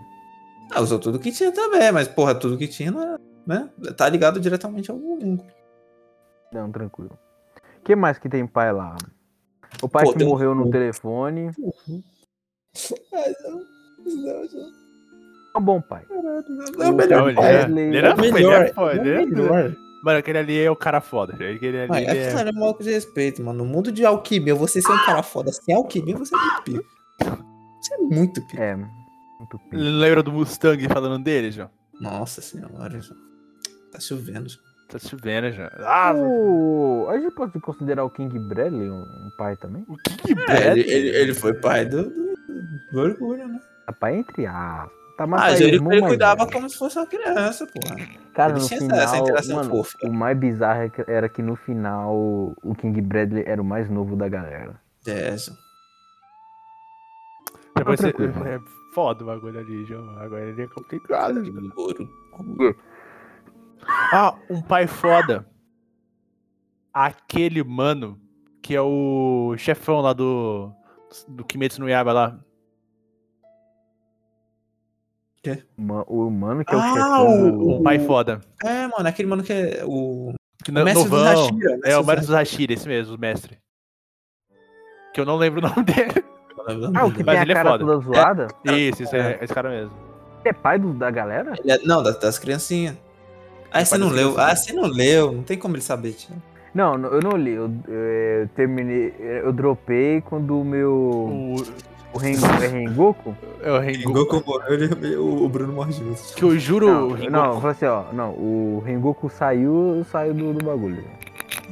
D: Ah, usou tudo que tinha também, mas porra, tudo que tinha não era, né? Tá ligado diretamente ao homúnculo.
C: Não, tranquilo. O que mais que tem pai lá? O pai
D: Pô,
C: que
D: tem um-
C: morreu no telefone.
D: Ai, não. Não, não,
C: É um bom pai.
D: caralho, não, não, é o
C: O
D: melhor.
B: Não, ele, era,
C: Wesley-
B: ele era
D: É o
B: foda,
D: melhor,
B: ele era foda.
D: é o
B: ele era-
D: melhor.
B: Mano, aquele ali é o cara foda. gente. Aquele ali
D: Mano,
B: é...
D: é claro, é um maluco de respeito, mano. No mundo de alquimia, você ser um cara foda sem alquimia, você é muito pico. Você é muito pico.
C: É. Muito pica.
B: Lembra do Mustang falando dele, João?
D: Nossa senhora, já. tá chovendo. já.
B: Tá chovendo, João. Ah,
C: É. O- A gente pode considerar o King Bradley um, um pai também?
B: o que que
D: É,
B: bad?
D: ele, ele, ele foi pai do, do, do orgulho, né?
C: Ah, Pai entre aspas. Tá mais
D: Mas
C: pra
D: Ah, ele,
C: irmão,
D: ele
C: mas
D: cuidava
C: é.
D: como se fosse uma criança, porra.
C: Cara,
D: ele
C: no
D: tinha
C: final,
D: essa interação
C: mano,
D: fofa.
C: o mais bizarro é que- era que no final o King Bradley era o mais novo da galera.
D: É, João.
B: Depois
C: Não,
B: você-
C: tranquilo.
B: é foda o bagulho ali, João. Agora ele é complicado. João.
D: Ouro.
B: Ah, um pai foda. Aquele mano que é o chefão lá do. Do Kimetsu no Yaba lá.
C: Ma- O humano que é o
D: Ah,
C: chefão do-
D: o,
B: Um pai foda.
D: É, mano, aquele mano que é o.
B: Que
D: o
B: no,
D: mestre
B: novão.
D: dos Hashira.
B: é o Mario
D: mestre dos
B: Hashira, esse mesmo, o mestre. Que eu não lembro o nome dele.
D: Hashira.
C: Ah, o que
B: Mas
C: tem
B: ele
C: a
B: é
C: cara
B: foda.
C: toda zoada?
B: Isso, esse, é, esse cara mesmo.
C: Ele é pai do- da galera?
D: Ele é- Não, das, das criancinhas. Ah, você
B: pai
D: não
B: das
D: leu. Ah,
B: criancinhas.
D: você não leu. Não tem como ele saber, tio.
C: Não, não, eu não li. Eu, eh, terminei. Eu dropei quando o meu.
B: O,
C: O Ren- é Rengoku?
B: é o Rengoku.
D: Goku morreu, ele- o o Bruno morre junto.
B: Que eu juro.
C: Não,
B: o Rengoku-
C: não, eu falei assim, ó. Não, o Rengoku saiu, saiu do, do bagulho.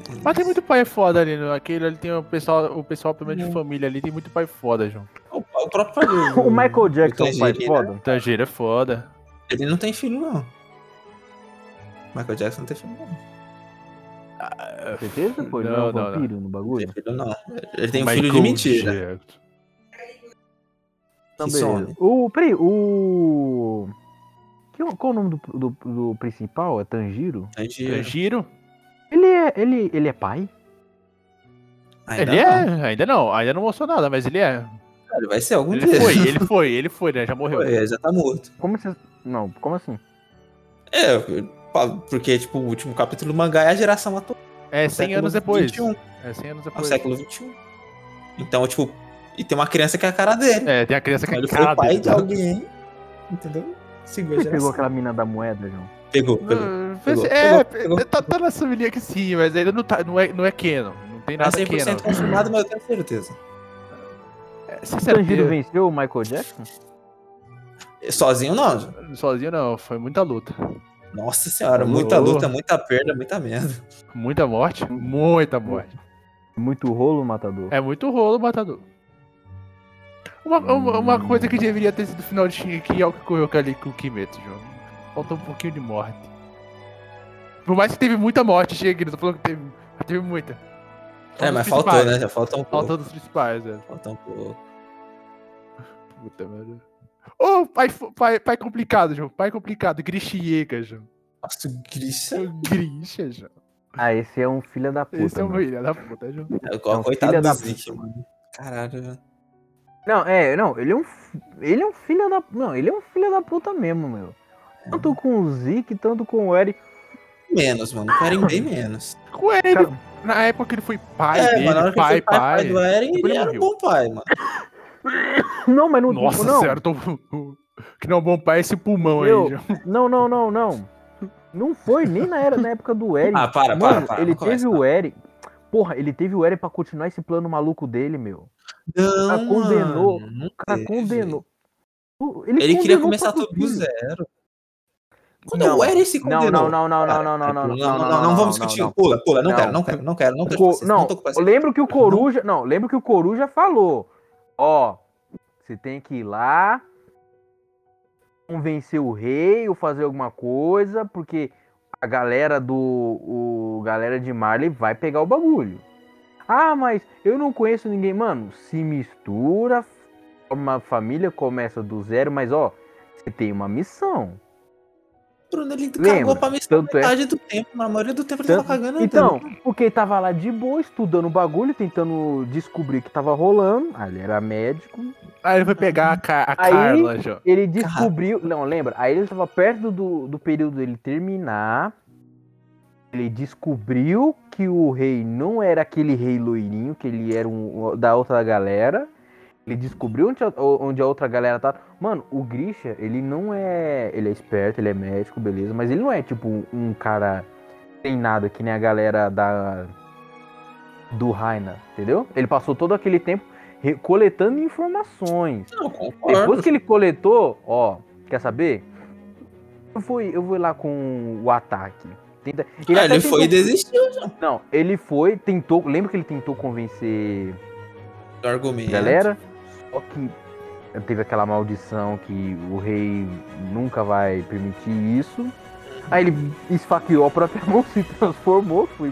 D: Hum.
B: Mas tem muito pai foda ali, né? Aquele ali tem o pessoal, o pessoal pelo menos de família ali, tem muito pai foda, João.
D: O, o próprio pai do-
C: O Michael Jackson é um pai
D: Tangerina.
C: foda?
B: Tangeiro é foda.
D: Ele não tem filho, não. Michael Jackson não tem filho, não.
C: Certeza, pô? Ele
B: Não,
C: não, é um
B: não, não.
C: vampiro no
D: Não tem
C: bagulho?
D: filho, não. Ele tem um
B: Michael
D: filho de mentira.
B: Jackson.
C: Não,
D: Que
C: beleza.
D: some.
C: O. Peraí, o. que- qual o nome do, do, do principal? É Tanjiro?
D: Tangerina.
B: Tanjiro?
C: Ele é, ele, ele é pai?
D: Ainda
B: Ele
D: não,
B: é, ainda não, ainda não mostrou nada, mas ele é.
D: cara, Vai ser algum
B: Ele
D: dia.
B: foi, ele foi, ele foi, né? Já morreu.
D: Foi, já tá morto.
C: Como vocês. Não, como assim?
D: É, pa- porque, tipo, o último capítulo do mangá é a geração atual.
B: É 100
D: século
B: anos depois.
D: 21,
B: É 100 anos
D: é o
B: depois.
D: século XXI. Então, tipo, e tem uma criança que é a cara dele.
B: É, tem a criança que
D: Então,
B: é
D: ele foi
B: cara
D: pai de
B: dele.
D: alguém, entendeu? Segura a
B: é.
C: Você pegou
D: geração.
C: aquela mina da moeda, João?
D: Pegou, pegou.
B: Hum,
D: pegou,
B: É,
D: pegou, pegou.
B: tá, tá nessa linha aqui sim, mas ainda não, tá, não, é, não é Canon. Não tem
D: Não é
B: nada
D: 100%
B: Canon.
D: confirmado, mas eu tenho certeza.
B: É,
C: Tanjiro
B: Sinceramente,
C: venceu o Michael Jackson?
D: Sozinho não, João.
B: sozinho não, foi muita luta.
D: Nossa senhora,
B: Alô.
D: muita luta, muita perda, muita merda.
B: Muita morte, muita morte.
C: Muito rolo, matador.
B: É muito rolo, matador. Uma, uma, uma
C: Hum.
B: coisa que deveria ter sido final de Shingeki é o que ocorreu ali com o Kimetsu, João. Faltou um pouquinho de morte. Por mais que teve muita morte, Shingeki, não tô falando que teve, mas teve muita. Só
D: É,
B: dos
D: mas faltou,
B: principais.
D: né? Já falta um pouco.
B: Tá Faltou dos principais, é.
D: Falta um pouco.
B: Puta merda. Ô, pai, fo- pai, pai complicado, João. Pai complicado. Grixiega, João.
D: Nossa, o Grisha.
B: Seu Grincha, João.
C: Ah, esse é um filho da puta.
B: Esse é o
C: mano.
B: filho da puta, João.
D: É,
C: É um
D: coitado
C: filho da
D: do Zeke,
C: puta,
D: mano. Caralho, velho.
C: Não, é, não, ele é um. fi- Ele é um filho da. Não, ele é um filho da puta mesmo, meu. Tanto com o Zeke, tanto com o Eric.
D: Menos, mano. O Eren bem menos.
B: Com ele,
C: Cara-
B: na época ele foi pai
D: É,
B: dele,
D: mano, na hora que
B: pai,
D: ele foi pai,
B: pai.
D: pai do Eren,
B: Depois
D: ele
B: ele
D: era um
B: morreu.
D: bom pai, mano.
C: Não, mas não.
B: Nossa
C: não,
B: senhora, tô... que não é um bom pai é esse pulmão
C: Eu-
B: aí, João.
C: não, não, não, não. Não foi nem na, era, na época do Eric.
D: Ah, para, para,
C: Mano,
D: para.
C: ele
D: não começa,
C: teve o Eric. Porra, ele teve o Eric pra continuar esse plano maluco dele, meu.
D: Não,
C: cara condenou-
D: mano, não
C: O cara
D: teve.
C: condenou. O- Ele,
D: Ele queria
C: condenou
D: começar
C: pra
D: tudo do
C: tudo.
D: zero. Quando
C: Não,
D: o Eren se
C: Não,
D: condenou. Tipo,
C: não, não, não, não, não, não, não,
D: Não, não, não, não vamos discutir. Pula, pula, não,
C: Não.
D: quero, não quero, não quero, não
C: O
D: quero.
C: Co-
D: paciência,
C: Não,
D: tô com
C: eu
D: paciência.
C: lembro que o Coruja. Não, lembro que o Coruja falou. Ó, você tem que ir lá convencer o rei ou fazer alguma coisa, porque a galera do. O galera de Marley vai pegar o bagulho. Ah, mas eu não conheço ninguém. Mano, se mistura, uma família começa do zero, mas ó, você tem uma missão.
D: O Bruno, ele cagou
C: Lembra?
D: pra mim
C: Tanto é.
D: metade do tempo, na maioria do tempo ele tava
C: Tanto-
D: cagando.
C: Então, porque tava lá de boa, estudando o bagulho, tentando descobrir o que tava rolando. Ah, ele era médico.
B: Aí ele foi pegar a, Ca- a
C: Aí-
B: Carla, João.
C: Ele descobriu. Não, lembra? Aí ele tava perto do, do período dele terminar. Ele descobriu que o rei não era aquele rei loirinho, que ele era um, da outra galera. Ele descobriu onde a, onde a outra galera tá. Mano, o Grisha, ele não é. Ele é esperto, ele é médico, beleza. Mas ele não é tipo um cara treinado que nem a galera da. Do Raina, entendeu? Ele passou todo aquele tempo coletando informações.
D: Não, concordo.
C: Depois que ele coletou, ó, quer saber? Eu fui, eu vou lá com o ataque. Tenta- até
D: Ah, ele foi e
C: tentou-
D: desistiu
C: Não, ele foi, tentou. Lembra que ele tentou convencer
D: do argumento.
C: a galera? Só que teve aquela maldição que o rei nunca vai permitir isso. Aí ele esfaqueou a própria mão, se transformou, foi,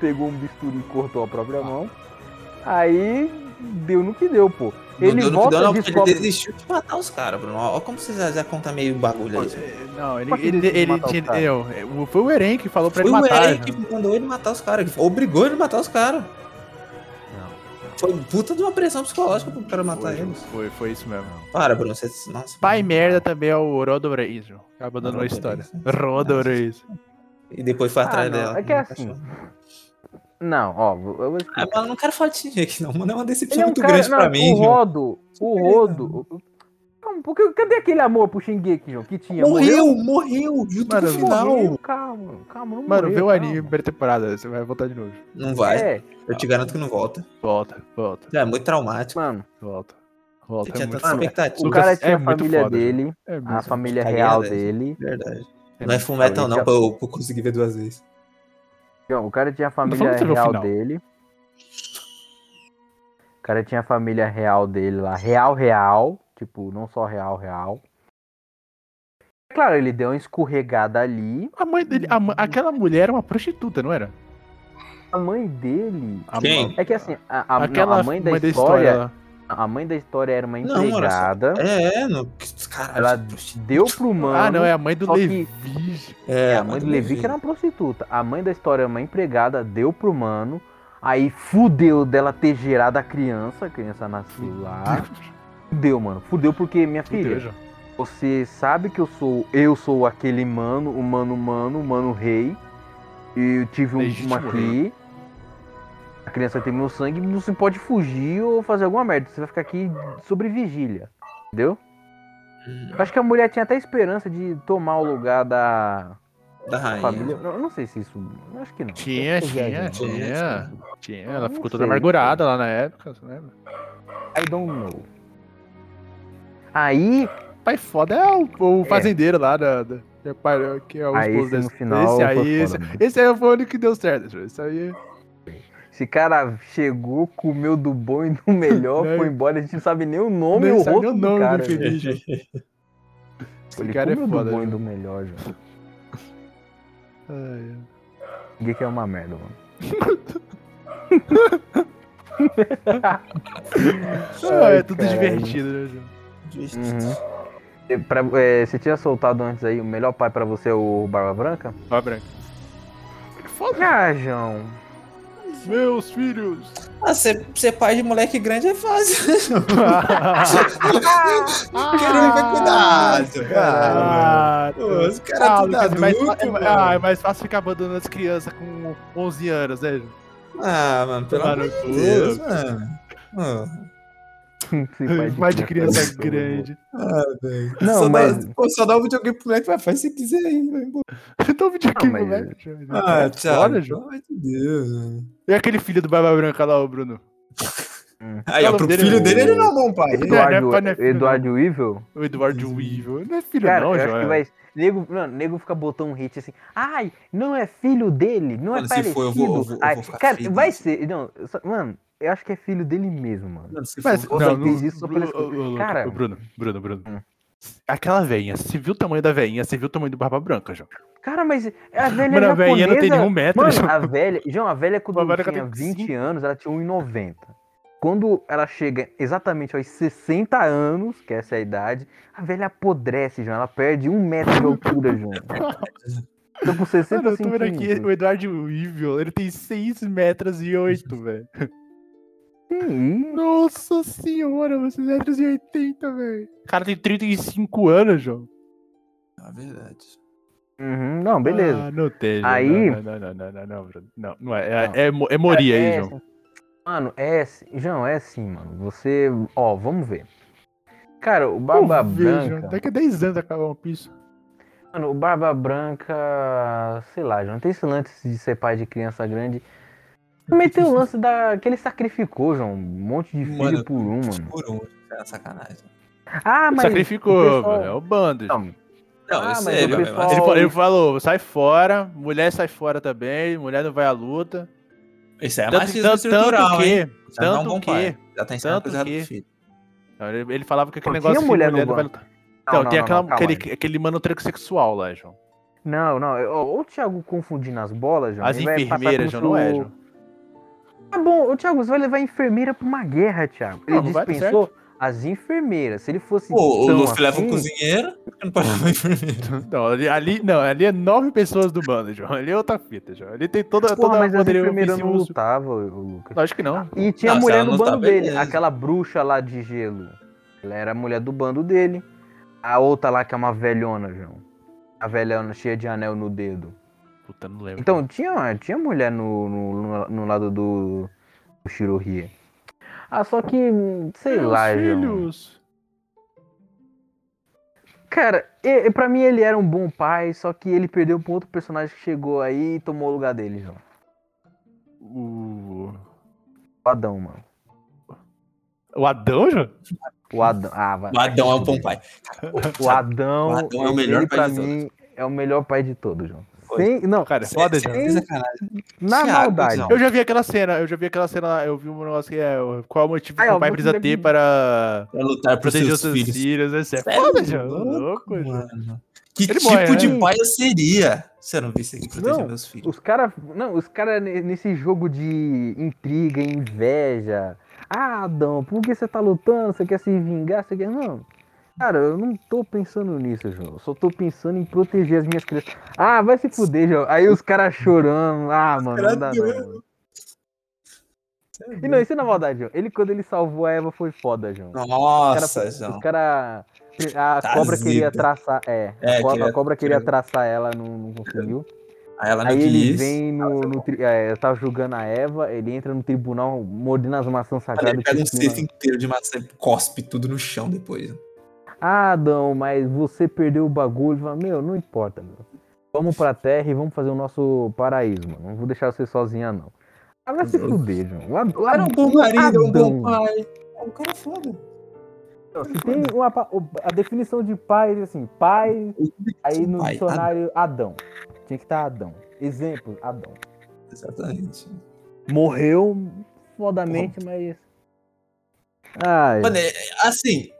C: pegou um bisturi e cortou a própria mão. Aí deu no que deu, pô.
D: Não
C: Ele
D: deu no que
C: volta
D: deu, não,
C: e
D: porque
C: descobre-
D: ele desistiu de matar os caras, Bruno. Olha como você já, já conta meio bagulho aí. Bruno.
B: Não, ele,
C: Pra que
B: ele,
C: ele
B: ele
C: matar o
B: tinha-
C: cara?
B: não, é, o- foi o Eren que falou pra
D: Foi
B: ele
D: o
B: matar. né?
D: Eren que mandou ele matar os caras, que obrigou ele a matar os caras. Foi um puta de uma pressão psicológica pro cara matar
B: João.
D: eles.
B: foi, foi isso mesmo.
D: Para, Bruno, você. Nossa.
B: Pai
D: Bruno.
B: merda também é o Rodo Reis, João. Acaba dando uma
D: Rodo
B: história.
D: Reis.
B: Rodo Reis.
D: E depois foi
C: Ah,
D: atrás
C: não,
D: dela.
C: é que é
D: Não,
C: assim.
D: cachorro.
C: Não, ó, eu vou explicar.
D: Ah, mas eu não quero falar de Shinji aqui, não, mano. É uma decepção
C: Ele é um
D: muito
C: cara.
D: grande
C: não,
D: pra mim,
C: o
D: João.
C: Rodo. O Rodo. Não, porque, cadê aquele amor pro Shingeki, João? Que tinha.
D: Morreu, morreu, junto
B: Mano,
D: no final.
C: um Morreu, calma, calma. Não
B: Mano,
C: morreu,
B: vê o
C: calma.
B: anime primeira temporada, você vai voltar de novo.
D: Não vai.
C: É,
D: Eu te garanto que não volta.
B: Volta, volta,
D: É muito traumático.
C: mano.
B: volta.
D: Você
B: Volta, é
D: tinha
B: muito
D: tanta
B: foda.
C: O
D: expectativa.
B: Lucas,
C: cara tinha
B: é
C: a
B: muito
C: família
B: foda,
C: dele,
B: É muito
C: a
B: foda.
C: família
D: Tá
C: real
D: ligado,
C: dele.
B: É
D: Verdade. Não é
B: muito
D: full metal,
B: foda.
D: não, pra eu, pra eu conseguir ver duas vezes.
C: João, o cara tinha a família
B: falando que você viu o
C: real
B: final.
C: dele. O cara tinha a família real dele lá. Real, real. Tipo, não só real, real. É Claro, ele deu uma escorregada ali.
B: A mãe dele, a mãe- aquela mulher era uma prostituta, não era?
C: A mãe dele
B: A
D: Quem?
B: mãe-
C: É que assim, a, a-
B: aquela
C: não, a mãe da história,
B: lá.
C: a mãe da história era uma
D: Não, olha só.
C: empregada.
D: É, é, no... caralho.
C: Então? ela
D: prostituta.
C: deu pro mano.
B: Ah, não, é a mãe do
C: só que-
B: Levi. tipo,
D: É,
C: a mãe do Levi que era uma prostituta. A mãe da história era uma empregada, deu pro mano. Aí fudeu dela ter gerado a criança, a criança nasceu lá. Fudeu, mano. Fudeu porque minha
B: Meu
C: filha,
B: Deus, João.
C: você sabe que eu sou, eu sou aquele mano, o mano mano, o mano rei. E eu tive um,
B: Legítimo
C: uma aqui.
B: rei.
C: A criança tem meu sangue, você pode fugir ou fazer alguma merda. Você vai ficar aqui sobre vigília. Entendeu? Eu acho que a mulher tinha até esperança de tomar o lugar da
D: Da rainha.
C: família. É. Não, eu não sei se isso. eu Acho que não.
B: Tinha,
C: Tô
B: tinha,
C: viajando.
B: tinha. Tinha, ela
C: Não
B: ficou toda
C: sei.
B: amargurada lá na época, né? você lembra?
C: I don't know. Aí,
B: Pai foda é o, o fazendeiro lá da, da- que é pai- que é o
C: Aí
B: esposo
C: esse no
B: desse-
C: final
B: esse
C: foi
B: aí,
C: foda,
B: esse,
C: mano.
B: esse aí foi o único que deu certo. Esse aí
C: esse cara chegou, comeu do bom e do melhor,
B: Né?
C: foi embora. A gente não sabe nem o nome
B: nem
C: e é o
B: sabe
C: rosto
B: nem o nome
C: do cara.
B: do
C: velho.
B: feliz. gente. Esse
C: Ele
B: cara é
C: comeu do
B: foda.
C: bom e do
B: viu?
C: melhor, velho.
B: Ai,
C: Ninguém quer uma merda, mano.
B: ai. Ah,
C: Ai,
B: é tudo
C: caralho.
B: divertido, né, João?
C: Uhum. E pra- é, você tinha soltado antes aí, o melhor pai pra você é o Barba Branca?
B: Ó, Branco. Foda
C: Ah, João.
B: meus filhos!
D: Ah, ser, ser pai de moleque grande é fácil. Quero ver com cuidado, cara.
B: Ah,
D: Pô, Os
B: Ah,
D: caras tudo
B: Lucas, é mais fa-
D: adulto,
B: é-
D: mano.
B: ah, é mais fácil ficar abandonando as crianças com 11 anos, né? Ju?
D: Ah, mano, pelo amor
B: Claro,
D: de Deus,
B: pô.
D: mano. Ah,
C: Esse pai
B: Mais de criança
C: é
B: grande.
D: ah, velho.
C: Não,
D: só
C: mas-
D: Dá, pô, só dá o videogame pro moleque, vai, faz se quiser aí, vai embora.
B: Então vídeo aqui,
C: é mas-
B: moleque.
D: Ah, tchau.
B: Olha,
D: Pelo
B: é João.
D: amor de Deus, mano.
B: E aquele filho do Barba Branca lá, o Bruno?
D: Aí,
B: Fala
D: ó, pro
B: dele,
D: filho
B: o-
D: dele ele não é bom pai.
B: Não, não é
C: Eduardo,
B: pai, não é filho,
C: Eduardo Evil?
B: O Eduardo Weevil. Não é filho,
C: Uhum. Cara,
B: não,
C: eu
B: João.
C: acho que vai. Nego, mano, nego fica botando um hit assim. Ai, não é filho dele, não
D: Mano,
C: é
D: se
C: parecido.
D: for, eu vou- eu vou- eu
C: Ai,
D: vou ficar
C: cara,
D: feliz.
C: vai ser. Não, só- mano, eu acho que é filho dele mesmo, mano.
D: Mano, se
B: Mas,
D: for-
C: Pô,
B: não,
C: eu
B: não,
C: fiz isso só pra
B: Bruno,
C: escutar.
B: ô, ô, Lucas,
C: Cara-
B: ô, Bruno, Bruno, Bruno.
C: Hum.
B: Aquela veinha, você viu o tamanho da veinha, você viu o tamanho do Barba Branca, João.
C: Cara, mas a velha
B: Mano, a
C: é japonesa...
B: veinha não tem nenhum metro,
C: Mano,
B: João.
C: a velha... João, a velha é quando
B: A velha
C: tinha
B: tem
C: 20
B: cinco.
C: anos, ela tinha 1,90. Quando ela chega exatamente aos 60 anos, que essa é a idade, a velha apodrece, João. Ela perde um metro de altura, João. Então, com 60
B: Mano, eu tô vendo aqui,
C: centímetros.
B: o Eduardo Weevil, ele tem 6 metros e 8, velho.
C: Sim,
B: Nossa senhora, você é 180, velho. O cara tem 35 anos, João.
D: É verdade.
C: Uhum, não, beleza.
B: Ah, não tem, João.
C: Aí-
B: Não, não, não, não, não, não, Bruno. Não, não é, é,
C: Não.
B: é, mo- é Moria aí,
C: É,
B: João.
C: Mano, é assim. João, é assim, mano. Você. Ó, vamos ver. Cara, o é, um Barba
B: Vamos ver,
C: Branca.
B: João. Daqui a 10 anos acaba um piso.
C: Mano, o Barba Branca. Sei lá, João. Tem esse lance de ser pai de criança grande. Também tem o lance da... que ele sacrificou, João. Um monte de filho
D: Mano,
C: por um, mano.
D: Por um, cara, sacanagem.
C: Ah, mas.
B: Sacrificou,
C: o pessoal-
B: mano. É o bando. João.
C: Não,
D: Não,
C: Ah,
D: isso
C: mas
D: é,
C: o
D: velho, mas-
C: pessoal-
B: Ele, fa- ele falou, sai fora, mulher sai fora também, mulher não vai à luta.
D: Isso é
B: Tanto-
D: machismo
B: tanto- tanto
D: estrutural,
B: que-
D: hein? Já não é um
B: tanto
D: bom
B: que-
D: pai. Já tá ensinando
B: tanto
D: coisa errada
B: que-
D: pro filho.
B: Não, Ele, ele falava que aquele
C: Não, tinha
B: negócio de
C: mulher no
B: vai
C: bando.
B: lutar. Então,
C: não,
B: tem
C: não,
B: aquela,
C: não, calma aí.
B: aquele, aquele mano transexual lá, João.
C: Não, não. eu- Ou o Thiago confundindo as bolas, João.
B: As
C: ele vai passar
B: enfermeiras, João,
C: como
B: não
C: se
B: é,
C: o-
B: João.
C: Tá bom, o Thiago, você vai levar a enfermeira pra uma guerra, Thiago. Ele
B: Não, não vai dar
C: dispensou as enfermeiras. Se ele fosse.
D: Pô, o
C: tão
D: Luffy leva o
C: assim-
D: cozinheiro, porque não pode levar o enfermeiro.
B: Não, ali, ali- não, ali é nove pessoas do bando, João. Ali é outra fita, João. Ali tem toda,
C: Porra,
B: toda
C: mas as
B: poderio
C: enfermeiras não
B: ofensivo-
C: lutavam, o Lucas.
B: Lógico que não.
C: E tinha
D: Não,
C: a
D: se
C: mulher
D: ela
C: do
D: não
C: bando
D: tá,
C: dele,
D: beleza.
C: aquela bruxa lá de gelo. Ela era a mulher do bando dele. A outra lá que é uma velhona, João. A velhona cheia de anel no dedo.
B: Puta, não lembro.
C: Então, tinha, tinha mulher no, no, no- no lado do, do Shirohie. Ah, só que, sei
B: Meus
C: lá, João.
B: filhos.
C: Cara, e, e pra mim ele era um bom pai, só que ele perdeu pro outro personagem que chegou aí e tomou o lugar dele, João.
B: O...
C: O Adão, mano.
B: o Adão, João?
C: O Adão. Ah, vai.
D: O Adão é um bom pai.
C: O Adão,
D: O Adão é o melhor
C: ele,
D: pai
C: pra
D: de todos.
C: mim é o melhor pai de todos, João.
D: Foi.
C: Sem, não,
B: Cara, é foda, João.
D: Sem sacanagem.
C: na
D: Thiago,
C: maldade.
D: João.
B: Eu já vi aquela cena, eu já vi aquela cena lá, eu vi um negócio que é o- qual é o motivo
C: Ai,
B: que
C: ó,
B: o pai
C: vou te
B: precisa
C: dar
B: ter
C: aqui.
B: para
D: Pra lutar por
B: proteger os seus
D: seus
B: filhos.
D: filhos.
B: Isso é
D: Sério,
B: foda, João.
D: louco,
B: Louco, João.
D: mano. Que
B: Ele
D: tipo
B: morre,
D: de
C: né?
D: pai eu seria se eu não visse aqui proteger
C: Não,
D: meus filhos?
C: Os caras. Não, os caras nesse jogo de intriga, inveja. Ah, Adão, por que você tá lutando? Você quer se vingar? Você quer. Não. Cara, eu não tô pensando nisso, João. Eu só tô pensando em proteger as minhas crianças. Ah, vai se fuder, João. Aí os caras chorando. Ah, mano, não dá não. E não, isso é na maldade, João. Ele, quando ele salvou a Eva, foi foda, João.
D: Nossa,
C: cara,
D: João.
C: Os cara, a
D: Tá
C: cobra queria
D: zica.
C: traçar, é,
D: É,
C: a, co- a
D: queria-
C: cobra queria
D: queria-
C: traçar ela, não, não conseguiu.
D: Aí ela não
C: Aí ele
D: quis.
C: vem no. no tri- é, tá julgando a Eva, ele entra no tribunal mordendo as maçãs
D: Aí
C: sagradas.
D: ele pega um
C: tipo,
D: cesto inteiro de maçã e cospe tudo no chão depois.
C: Ah, Adão, mas você perdeu o bagulho. Fala, Meu, não importa, meu. Vamos pra terra e vamos fazer o nosso paraíso, mano. Não vou deixar você sozinha, não. Ah, vai se fuder, João. O Ad- o
D: Era um bom marido, um bom
C: Adão.
D: pai. É um cara foda.
C: Se tem uma, pa- o- a definição de pai, assim, pai, aí no
D: é Pai,
C: dicionário Adão. Tinha que estar Adão. Exemplo, Adão.
D: Exatamente.
C: Morreu fodamente, mas. Ai,
D: Mano, é- é- assim.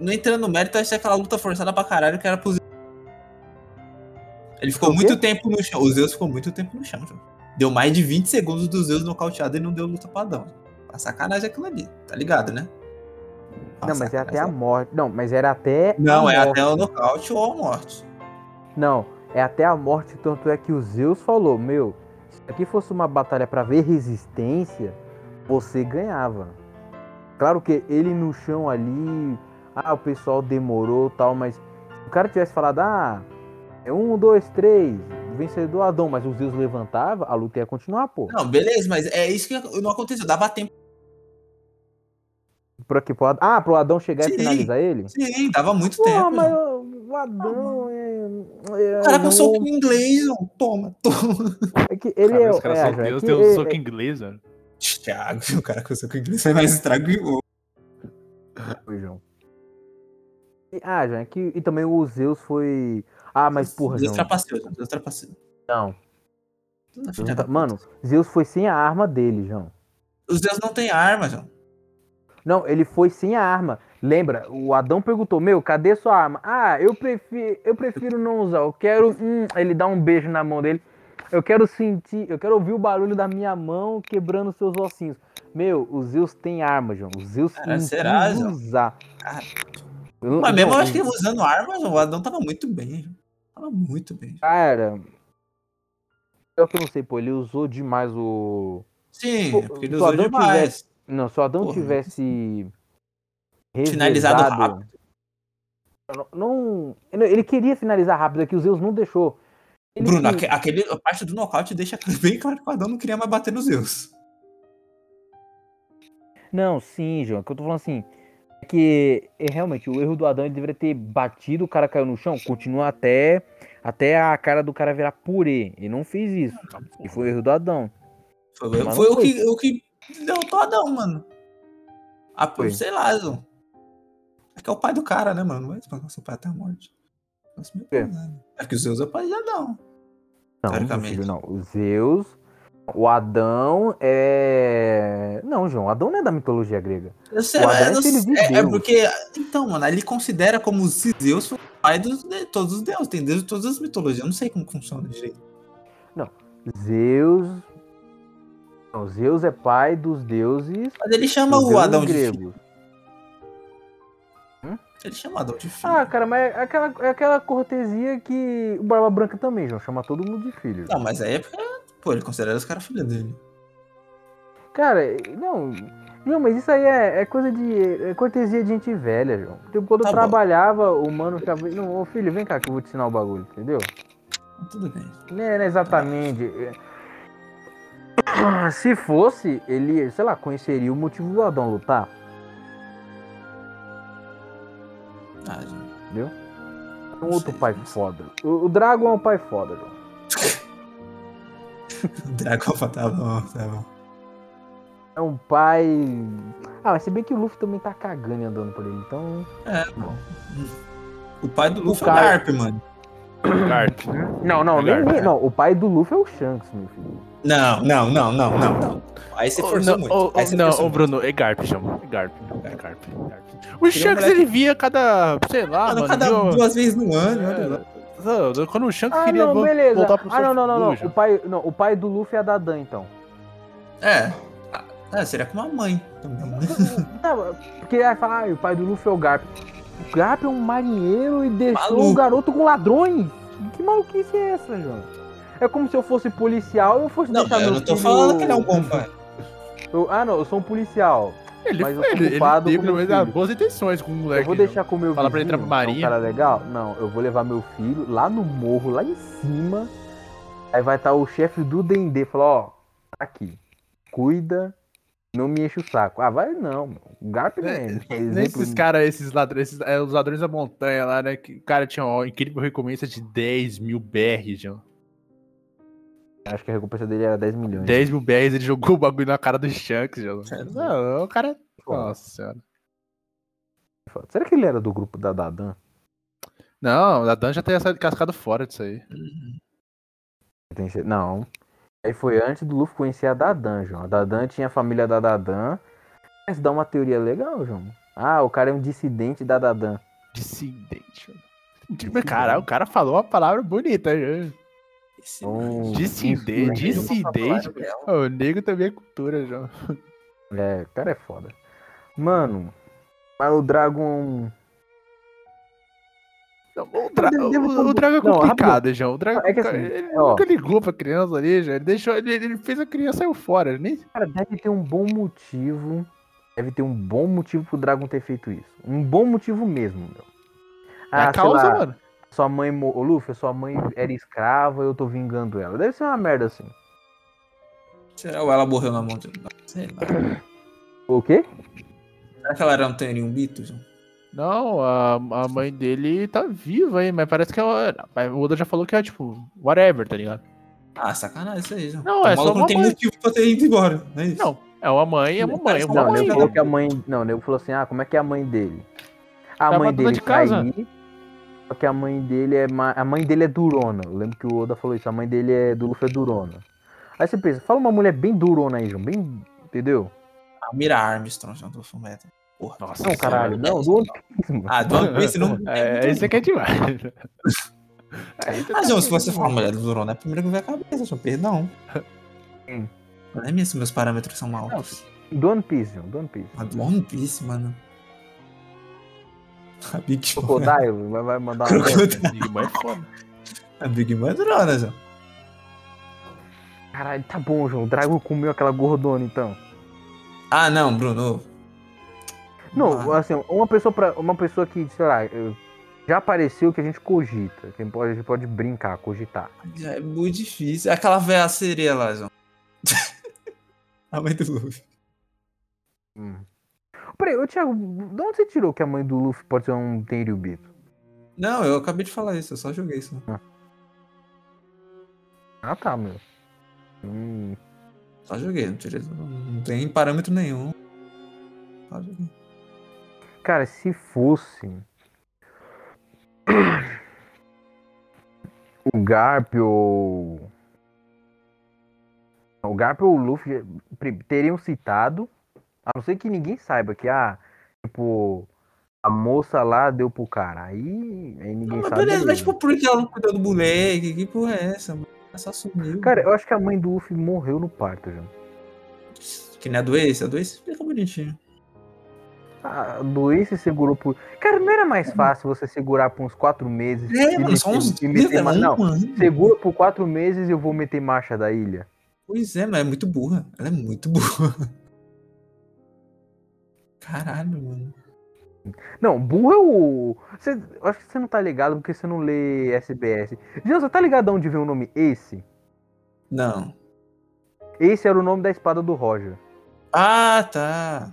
D: Não entrando no mérito, achei aquela luta forçada pra caralho que era pro Zeus. Ele ficou
C: O quê?
D: muito tempo no chão. O Zeus ficou muito tempo no chão, João. Deu mais de 20 segundos do Zeus nocauteado e não deu luta pra Adão. Tá sacanagem aquilo ali, tá ligado, né?
C: não, mas é até a
D: morte.
C: morte. Não, mas era até.
D: Não,
C: a
D: é
C: morte.
D: até o nocaute ou a morte.
C: Não, é até a morte, tanto é que o Zeus falou, meu, se aqui fosse uma batalha pra ver resistência, você ganhava. Claro que ele no chão ali, ah, o pessoal demorou tal, mas se o cara tivesse falado, ah, é um, dois, três, vencedor é Adão, mas o Zeus levantava, a luta ia continuar, pô.
D: Não, beleza, mas é isso que não aconteceu. Dava tempo.
C: Pro, aqui, pro Ad- ah, pro Adão chegar
D: Sim.
C: e finalizar ele?
D: Sim, dava muito
C: Pô,
D: tempo.
C: mas
D: João.
C: o o Adão é. é
D: Caraca, eu sou
C: não-
D: em inglês, João. toma, toma.
C: É que ele
B: Cara,
C: é.
B: os caras
C: é,
B: são
C: João, é
B: Deus,
C: que
B: tem
C: ele-
B: um soco inglês, mano.
D: Thiago, o cara que eu sou com inglês faz mais estrago que o.
C: Foi, João. é. E- ah, João, é que, e também o Zeus foi. Ah, mas porra,
D: Deus
C: João.
D: trapaceou, João. Deus trapaceou.
C: Não.
D: Filha
C: Zeus
D: da
C: não tá-
D: puta.
C: Mano, Zeus foi sem a arma dele, João.
D: Os Zeus não têm arma, João.
C: Não, ele foi sem a arma. Lembra, o Adão perguntou: Meu, cadê sua arma? Ah, eu prefiro, eu prefiro não usar. Eu quero. hum, ele dá um beijo na mão dele. Eu quero sentir, eu quero ouvir o barulho da minha mão quebrando seus ossinhos. Meu, o Zeus tem arma, João. O Zeus
D: Cara,
C: não
D: É, será,
C: quis
D: João?
C: usar.
D: Ah.
C: Eu-
D: Mas mesmo eu
C: João,
D: acho que usando arma, João, o Adão tava muito bem. João. Tava muito bem.
C: Cara. Eu que eu não sei, pô, ele usou demais o.
D: Sim,
C: Pô,
D: é porque
C: se
D: ele
C: o
D: usou
C: Adão
D: demais.
C: Não, se o Adão
D: Porra.
C: tivesse.
D: Finalizado
C: revezado-
D: rápido.
C: Não, não- ele- Ele queria finalizar rápido, é que o Zeus não deixou. Ele
D: Bruno,
C: que-
D: aque- aquele, a parte do nocaute deixa bem claro que o Adão não queria mais bater nos Zeus.
C: Não, sim, João, é que eu tô falando assim. é Que é, realmente o erro do Adão ele deveria ter batido, o cara caiu no chão, continua até, até a cara do cara virar purê. Ele não fez isso.
D: Tá
C: E foi o erro do Adão.
D: Foi,
C: Mas
D: foi
C: não
D: o, que, o que derrotou Adão, mano. A,
C: Foi.
D: Sei lá, Zão. É que é o pai do cara, né, mano? Não vai espancar seu pai até a morte. Nossa, meu
C: É.
D: pesado. É que o Zeus é o pai de Adão.
C: Não, meu
D: Teoricamente.
C: filho, não. O Zeus, o Adão é. Não, João, o Adão não é da mitologia grega.
D: Eu sei,
C: O
D: mas
C: Adão
D: eu
C: é
D: não
C: filho
D: sei-
C: de
D: é, é
C: Deus.
D: porque. Então, mano, ele considera como se Zeus fosse o pai dos, de todos os deuses. Tem deus de todas as mitologias. Eu não sei como funciona direito.
C: Zeus. Não, Zeus é pai dos deuses.
D: Mas ele chama
C: dos
D: o
C: deuses
D: Adão de filho.
C: gregos.
D: Ele chama o Adão de filho.
C: Ah, cara, mas é aquela, é aquela cortesia que o Barba Branca também, João, chama todo mundo de filho.
D: não, mas aí é porque. Pô, ele considera os caras filhos dele.
C: Cara, não. Não, mas isso aí é, é coisa de. É cortesia de gente velha, João. Tipo, quando
D: Tá
C: eu
D: bom.
C: trabalhava, o mano ficava. Não, ô filho, vem cá que eu vou te ensinar o bagulho, entendeu?
D: Então, Tudo bem.
C: Não é exatamente. é. Se fosse, ele, sei lá, conheceria o motivo do Adão lutar.
D: Ah, gente.
C: Um outro
D: sei,
C: pai
D: não sei.
C: foda. O, o Dragon é um pai foda, João.
D: O Dracopa tá bom, tá bom.
C: É um pai. Ah, mas se bem que o Luffy também tá cagando e andando por ele, então.
D: É, bom. O pai do Luffy é o
C: cara-
D: Garp, mano.
B: Garp.
C: Não, não, nem,
B: Melhor,
C: nem-
B: né?
C: não. O pai do Luffy é o Shanks, meu filho.
D: Não, não, não, não, não, não. Aí você
B: Ô,
D: forçou
B: não,
D: muito.
B: ô,
D: Aí
B: ô,
D: você
B: não,
D: forçou
B: ô,
D: muito.
B: Bruno, é Garp, chama. É Garp. É Garp. é Garp. O
D: Ele é um
B: Shanks, ele via cada, sei lá,
D: Mano,
B: mano,
D: cada
B: viu-
D: duas vezes no ano. olha lá.
B: É, não, Quando o Shanks
C: Ah,
B: queria
C: não,
B: vo-
C: beleza.
B: voltar pro
C: Ah, não, não, não, não.
B: subúrbio,
C: O pai, não. O pai do Luffy é da Dan, então.
D: É. Ah, seria com uma mãe também, né?
C: Não, porque ele vai falar, ah, o pai do Luffy é o Garp. O Garp é um marinheiro e deixou
D: Maluco.
C: um garoto com ladrões. Que maluquice é essa, João? É como se eu fosse policial e eu fosse
D: Não,
C: deixar
D: mas eu
C: meu
D: não tô
C: filho-
D: falando que ele é um bom pai.
C: Eu- ah, não, eu sou um policial.
B: Ele,
C: mas eu
B: foi-
C: sou
B: ele, ele
C: culpado
B: teve um
C: com meu
B: pelo menos as
C: filho.
B: boas intenções com o moleque.
C: eu vou
B: né?
C: deixar com o meu
B: Fala pra
C: vizinho,
B: ele entrar pra
C: que é um
B: Marinha.
C: cara legal? Não, eu vou levar meu filho lá no morro, lá em cima. Aí vai estar o chefe do D&D, falar, ó, tá aqui, cuida, não me enche o saco. Ah, vai não, mano. Garp mesmo. por exemplo,
B: É, Né? Nesses caras, esses ladrões, esses, é, os ladrões da montanha lá, né? Que o cara tinha uma incrível recompensa de 10 mil BR, João.
C: Acho que a recompensa dele era 10 milhões.
B: 10 mil BRs, ele jogou o bagulho na cara do Shanks, João.
D: Sério?
B: Não, o cara.
C: Pô,
B: Nossa senhora.
C: foda. Será que ele era do grupo da Dadan?
B: Não, a Dan já teria saído cascado fora disso aí.
C: Tem cer- Não. Aí foi antes do Luffy conhecer a Dadan, João. A Dadan tinha a família da Dadan. Mas dá uma teoria legal, João. Ah, o cara é um dissidente da Dadan.
B: Dissidente, João. Tipo, Caralho, o cara falou uma palavra bonita. João.
D: Esse-
C: Um
B: Dissidente.
C: influencer.
B: Dissidente.
D: Gabriel.
B: O nego também é cultura, João.
C: É, o cara é foda. Mano, mas o Dragon.
B: Não, o, dra-
C: Deve- deve
B: o-
C: ser um
B: o Drago é
C: pouco- Não,
B: complicado, João. O Drago
C: É que assim,
B: ele
C: ó.
B: nunca ligou pra criança ali, João. Ele, deixou, ele, ele fez a criança sair fora. ele Nem...
C: Cara, deve ter um bom motivo. Deve ter um bom motivo pro Dragon ter feito isso. Um bom motivo mesmo, meu. Ah,
B: é a
C: sei
B: causa,
C: lá,
B: mano.
C: Sua mãe. Mo... Ô, Luffy, sua mãe era escrava, eu tô vingando ela. Deve ser uma merda assim.
D: Será ou um ela morreu na mão de. Sei lá.
C: O quê?
D: Será que ela era um Tenryun Bito? João?
B: Não, a, a mãe dele tá viva aí, mas parece que ela. mas O Oda já falou que é tipo, whatever, tá ligado?
D: Ah, sacanagem isso aí, João.
B: Não,
D: O
B: é só
D: maluco não
B: uma
D: tem
B: mãe.
D: motivo pra ter ido embora. Não é isso?
B: Não, é uma mãe, é uma mãe, é uma
C: Não, o
B: mãe.
C: nego
D: ainda.
C: falou que a mãe. Não, o nego falou assim: ah, como é que é a mãe dele? A
B: Tava
C: mãe
B: dona
C: dele
B: de casa.
C: saiu, Só que a mãe dele é. ma- A mãe dele é durona. Eu lembro que o Oda falou isso, a mãe dele é do Luffy é durona. Aí você pensa, fala uma mulher bem durona aí, João. Bem. Entendeu?
D: A Ah, Mira Armstrong, João, do Fullmetal. Porra.
B: Nossa,
C: Não, caralho, não, do One Piece, mano.
D: Ah, do One Piece não.
B: É, esse aqui é demais. Aí tu
D: Mas,
B: tá-
D: Ah, João, se você for uma mulher do Durona, é a primeira que vem à cabeça, João. Perdão.
C: Hum.
D: Não é mesmo se meus parâmetros são altos.
C: Do One Piece, João, do One Piece.
D: A do One Piece, mano. A Big Mom.
C: Crocodile vai, vai mandar uma.
D: Crocodile.
B: Big Mom é foda.
D: A Big Mom é Durona, João.
C: Caralho, tá bom, João. O Drago comeu aquela gordona, então.
D: Ah, não, Bruno.
C: Não,
D: Ah,
C: assim, uma pessoa para uma pessoa que, sei lá, eu- já apareceu que a gente cogita, que a gente pode, a gente pode brincar, cogitar.
D: já é muito difícil. É Aquela velha sereia lá, João. a mãe do Luffy.
C: Peraí, ô Thiago, de onde você tirou que a mãe do Luffy pode ser um Tenryubito?
D: Não, eu acabei de falar isso, eu só joguei isso.
C: Ah, tá, meu. Hum,
D: Só joguei, não, tirei, não tem parâmetro nenhum. Só joguei.
C: cara, se fosse o Garp ou o Garp ou o Luffy pri- teriam citado, a não ser que ninguém saiba que ah, tipo a moça lá deu pro cara. Aí, aí ninguém
D: Não, mas
C: sabe.
D: beleza, mas
C: beleza.
D: tipo, por que ela não cuidou do moleque? Que porra é essa? mano? Ela só sumiu.
C: Cara, eu acho que a mãe do Luffy morreu no parto, já.
D: Que nem a doença, a doença fica bonitinho.
C: A doença Ah, segurou por. Cara, não era mais fácil você segurar por uns quatro meses?
D: É, mano,
C: meter-
D: só uns
C: e
D: dias,
C: meter
D: é
C: ma- Não,
D: um ano.
C: segura por quatro meses e eu vou meter marcha da ilha.
D: Pois é, mas é muito burra. Ela é muito burra. Caralho, mano.
C: Não, burro é o. Você... eu Acho que você não tá ligado porque você não lê SBS. Jean, você tá ligado de onde vem o nome Ace?
D: Não.
C: Esse era o nome da espada do Roger.
D: Ah, tá.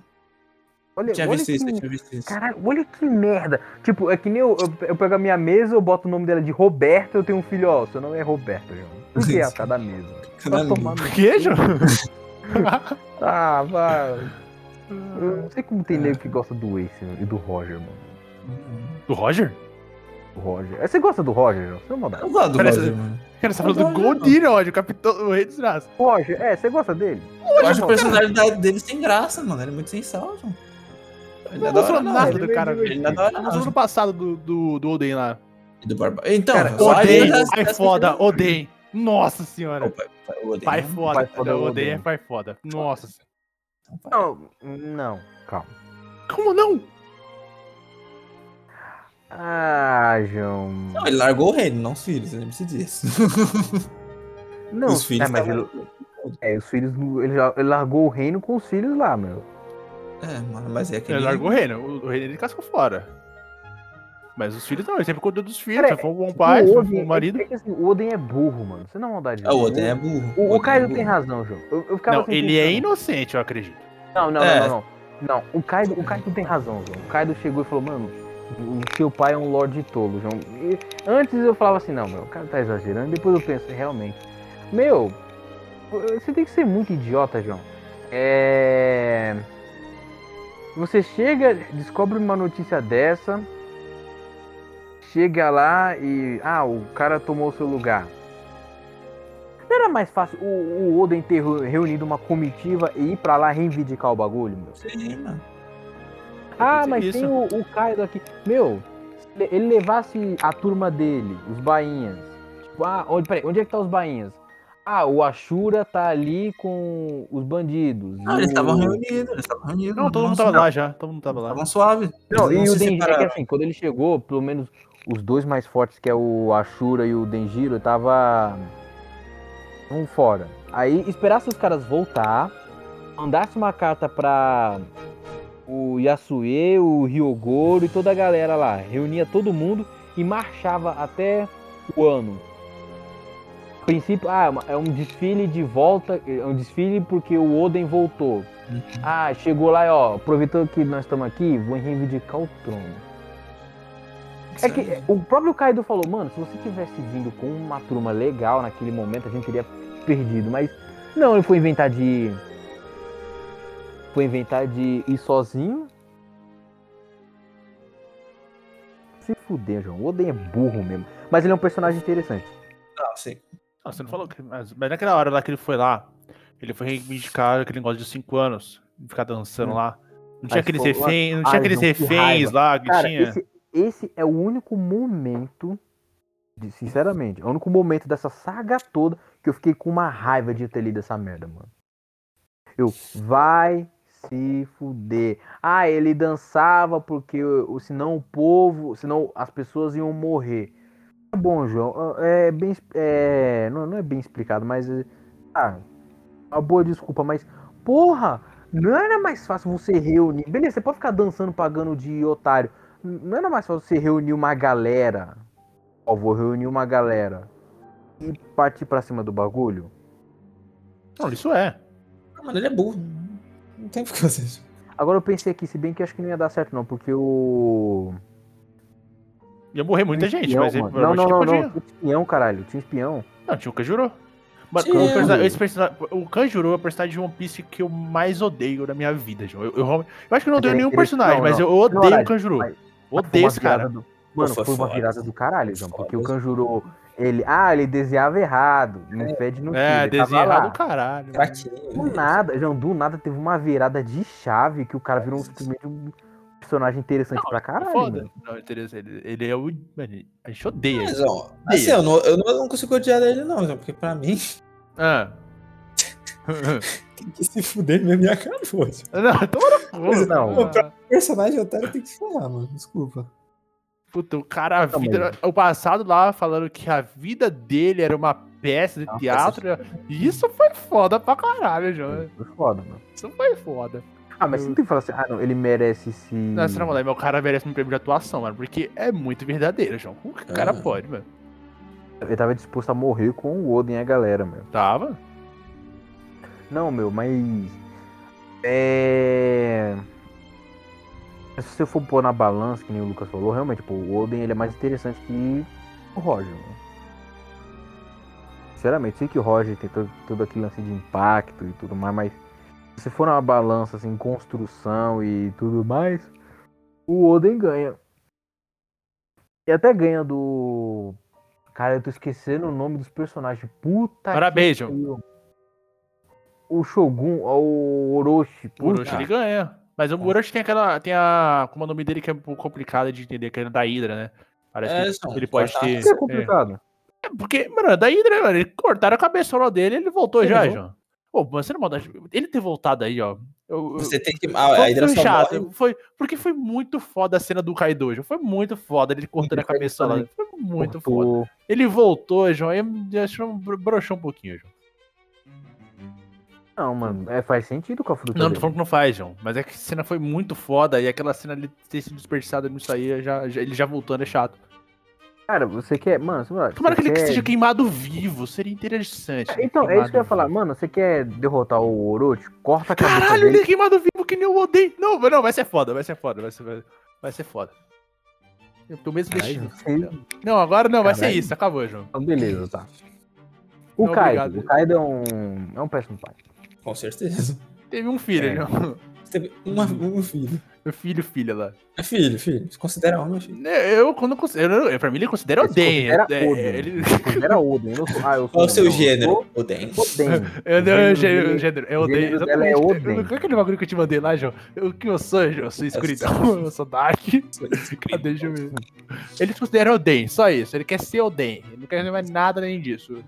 C: Olha,
D: Eu tinha
C: olha
D: visto
C: que...
D: isso, eu tinha visto isso.
C: Caralho, olha que merda. Tipo, é que nem eu, eu, eu pego a minha mesa, eu boto o nome dela de Roberto, eu tenho um filho, ó, seu nome é Roberto, João. Por que a cada mesa? Vai
D: Caralho.
C: tomar no
B: Por que, João?
C: Ah, vai. Eu não sei como tem
D: É.
C: nego que gosta do Ace e do Roger, mano.
B: Do Roger?
C: Do Roger. Você gosta do Roger, João? Você não maldade.
D: Eu gosto do
B: Parece-
D: Roger, mano.
B: Cara, você tá
D: Do
B: falando do
D: Roger, não.
B: Goldira, Roger, o capitão do rei dos Draços.
C: Roger, é, você gosta dele?
D: Eu acho
C: mano.
D: a personalidade dele sem graça, mano. Ele é muito sem sal, João. Ele
B: Não
D: não adora
B: mostrou
D: nada.
B: nada
C: ele
B: do
C: veio
B: cara,
C: de-
D: Ele
B: velho.
D: não adora
B: Não
D: nada.
B: mostrou no passado do, do, do Oden lá.
D: E do Barba. Então,
B: Cara,
D: só aí
B: Oden,
D: já- já-
B: pai foda, Oden. Nossa senhora.
D: Opa, o Oden,
B: Pai
D: né?
B: foda.
C: Pai foda,
B: Não, Oden
C: Oden.
B: é pai foda. Nossa senhora.
D: Então, pai.
C: Não, não. Calma.
B: Como não?
C: Ah, João.
D: Não, ele largou o reino, não os filhos, lembre-se disso.
C: Não,
D: os filhos.
C: é, mas ele,
D: tavam-
C: é, os filhos. Ele, já- ele largou o reino com os filhos lá, meu.
D: É, mano, mas é que.
B: Ele largou o Reino. O o Reino ele cascou fora. Mas os filhos não, ele sempre cuidou dos filhos.
C: Cara,
B: Foi um bom pai, foi um
C: Odin-
B: bom marido.
C: É que, assim, o Oden é burro, mano. Você não é maldade.
D: Ah, o Oden é burro.
C: O, o
D: Oden é
C: Kaido
D: burro.
C: tem razão, João. Eu, eu ficava
B: Não,
C: assim
B: ele é
C: pensando.
B: inocente, eu acredito.
C: Não, não,
D: É.
C: não, não, não. Não, o Kaido, o Kaido tem razão, João. O Kaido chegou e falou, mano, o seu pai é um Lorde tolo, João. E antes eu falava assim, não, meu, o cara tá exagerando. Depois eu penso, realmente. Meu, você tem que ser muito idiota, João. É. Você chega, descobre uma notícia dessa, chega lá e. Ah, o cara tomou seu lugar. Não era mais fácil o, o Oden ter reu- reunido uma comitiva e ir pra lá reivindicar o bagulho, meu?
D: Sim, mano.
C: Ah,
B: pensei
C: mas
B: nisso.
C: tem o, o Kaido aqui. Meu, se ele- ele levasse a turma dele, os bainhas. Tipo, ah, onde, peraí, onde é que tá os bainhas? Ah, o Ashura tá ali com os bandidos.
D: Não,
C: e
D: Ah, eles
C: o-
D: estavam reunidos, eles estavam reunidos.
B: Não, todo mundo tava lá já. Todo mundo tava lá.
D: Estavam suave.
C: Não, e
D: Eles
C: o
D: se
C: Denjiro, é que
D: separaram.
C: assim, quando ele chegou, pelo menos os dois mais fortes, que é o Ashura e o Denjiro, tava. um fora. Aí esperasse os caras voltar, mandasse uma carta pra o Yasue, o Ryogoro e toda a galera lá. Reunia todo mundo e marchava até o ano. A princípio, ah, é uma- é um desfile de volta, é um desfile porque o Oden voltou. Ah, chegou lá e ó, aproveitou que nós estamos aqui, vou reivindicar o trono. É que é, o próprio Kaido falou, mano, se você tivesse vindo com uma turma legal naquele momento, a gente teria perdido, mas não, ele foi inventar de. Foi inventar de ir sozinho. Se fuder, João. O Oden é burro mesmo. Mas ele é um personagem interessante.
D: Não, Ah, sim.
B: Não, Ah, você não falou. que- Mas, mas naquela hora lá que ele foi lá, ele foi reivindicar aquele negócio de 5 anos, ficar dançando
C: Hum.
B: lá. Não tinha
C: Aí
B: aqueles
C: ficou lá-
B: reféns, não tinha
C: Ai,
B: aqueles
C: João, que
B: reféns
C: raiva.
B: lá que
C: Cara,
B: tinha.
C: esse, esse é o único momento, de- sinceramente, é o único momento dessa saga toda que eu fiquei com uma raiva de ter lido essa merda, mano. Eu, vai se fuder. Ah, ele dançava porque o- o- senão o povo, senão as pessoas iam morrer. Tá bom, João, é bem, es- é, não, não é bem explicado, mas é, ah, uma boa desculpa, mas porra, não era mais fácil você reunir. Beleza, você pode ficar dançando pagando de otário. Não era mais fácil você reunir uma galera. Ó, vou reunir uma galera. E partir pra cima do bagulho?
B: Não, isso é.
D: Ah, mano, ele é burro. Não tem por que fazer isso.
C: Agora eu pensei aqui, se bem que acho que não ia dar certo não, porque o.
B: Ia morrer muita
C: tinha
B: gente,
C: espião,
B: mas ele
C: é
B: tipo
C: mano. Não, não, não,
B: provavelmente
C: não. Tinha espião, caralho. Tinha espião.
B: Não, tinha o Kanjuro. Mas
D: Tinha.
B: o, personagem, esse personagem, o Kanjuro é o personagem de One Piece que eu mais odeio na minha vida, João. Eu, eu, eu acho que eu não
C: Mas
B: odeio
C: ele é
B: nenhum
C: interessante.
B: personagem,
C: Não,
B: mas
C: não.
B: eu odeio
C: Não,
B: o Kanjuro.
C: mas- Ah, Foi
B: Odeio
C: uma
B: esse cara.
C: virada do- Mano,
D: foi
C: foi uma
D: foda.
C: virada do caralho, João. Porque o
D: Foda.
C: Kanjuro, ele. Ah, ele desenhava errado. Não fede no
B: É,
C: tiro, ele tava
B: desenho
C: lá.
B: errado, caralho.
D: Fraquinho. né?
C: Do nada, João, do nada teve uma virada de chave que o cara virou simplesmente um personagem interessante pra caralho. mano.
B: Foda. Não, interessa, ele, ele é o. Mano, a gente odeia
D: Mas,
B: ele.
D: ó, assim, eu não, eu não- eu não consigo odiar dele, não, João, porque pra mim,
B: Ah.
D: tem que se fuder mesmo e acabou. João.
B: não, toma no cu.
C: Não.
B: Ah,
D: O personagem otário tem que se ferrar, mano. Desculpa.
B: Puta, o cara, a
C: Não,
B: vida. O passado lá falando que a vida dele era uma peça de
D: Uma
B: teatro. Isso foi foda pra caralho, João.
C: Foi foda, mano.
B: Isso foi foda.
C: Ah, mas você não tem que falar assim, ah, não, ele merece se.
B: Não, se não mano, meu cara merece um prêmio de atuação, mano. Porque é muito verdadeiro, João. Como que o cara
D: Ah.
B: pode, mano?
C: Ele tava disposto a morrer com o Oden e a galera, meu.
B: Tava.
C: Não, meu, mas. É. Se você for pôr na balança, que nem o Lucas falou, realmente, pô, o Oden ele é mais interessante que o Roger, mano. Sinceramente, sei que o Roger tem todo, todo aquele lance de impacto e tudo mais, mas se for uma balança, assim, construção e tudo mais, o Oden ganha. E até ganha do. Cara, eu tô esquecendo o nome dos personagens. Puta
B: Tá Parabéns, João.
C: pariu. O Shogun, ó, o Orochi.
B: O Orochi
C: puta. Tá.
B: ele ganha. Mas o Orochi tem aquela. Tem a. Como é o nome dele que é um pouco complicado de entender, que é da Hydra, né? Parece
D: É,
B: que
D: são-
B: ele pode
D: cortar-
B: ter.
C: Isso é complicado.
B: É, porque, mano, é da Hydra, mano. Ele cortaram a cabeçola dele ele voltou
D: Ele
B: já,
D: voltou.
B: João. Pô, mas você não maldade. Ele ter voltado aí, ó. Eu, eu-
D: Você tem que. Ah,
B: foi-
D: a Hydra
B: foi um
D: só
B: chato.
D: morre.
B: Foi, porque foi muito foda a cena do Kaido, João. Foi muito foda ele cortando a
C: Ele foi
B: cabeçola.
C: muito
B: Foi muito
C: Cortou.
B: foda. Ele voltou, João. Aí me deixou broxou um pouquinho, João.
C: Não, mano, é, faz sentido com a fruta.
B: Não, não
C: dele.
B: tô falando que não faz, João. Mas é que a cena foi muito foda e aquela cena ali ter sido desperdiçada nisso aí, já, já- ele já voltando é chato.
C: Cara, você quer. Mano, você,
B: Tomara que
C: você
B: ele
C: quer-
B: seja queimado vivo, seria interessante.
C: É, Então, é isso que eu ia
B: Queimado
C: falar.
B: vivo.
C: Mano, você quer derrotar o Orochi? Corta a cabeça
B: Caralho, ele
C: dele.
B: é queimado vivo que nem eu odeio. Não, mas não, vai ser foda, vai ser foda, vai ser, vai, vai ser foda. Eu tô mesmo
D: Caralho.
B: deixando. Não, agora não, vai ser
C: Caralho.
B: isso, acabou, João.
C: Então, beleza, tá. O
B: Não,
C: Kaido.
B: obrigado.
C: O Kaido é um, é um péssimo pai.
D: Com certeza.
B: Teve um filho,
C: É.
B: João.
D: Você Teve uma, um filho.
B: Meu filho, filha lá. Né,
D: É filho, filho. Se considera homem, é filho.
B: Eu, quando eu considero. Eu, pra mim, ele considera
C: Ele se
B: odeio.
C: considera
B: É,
C: Odin.
B: ele-
C: Ele era Oden. Eu não sou... Ah, eu sou
D: Qual o seu
C: eu sou
D: gênero? Oden.
C: Oden.
B: Eu, eu,
C: gênero
B: eu, gê- gênero,
C: dele-
B: eu
C: o
B: odeio.
C: gênero dela é
B: exatamente.
C: Oden.
B: Eu- Qual é aquele bagulho que eu te mandei lá, João? O que eu sou, João? Eu sou escuridão, eu sou Dark. Cadê, deixa eu ver. Ele se considera Oden, só isso. Ele quer ser Oden. Ele não quer ser mais nada além disso.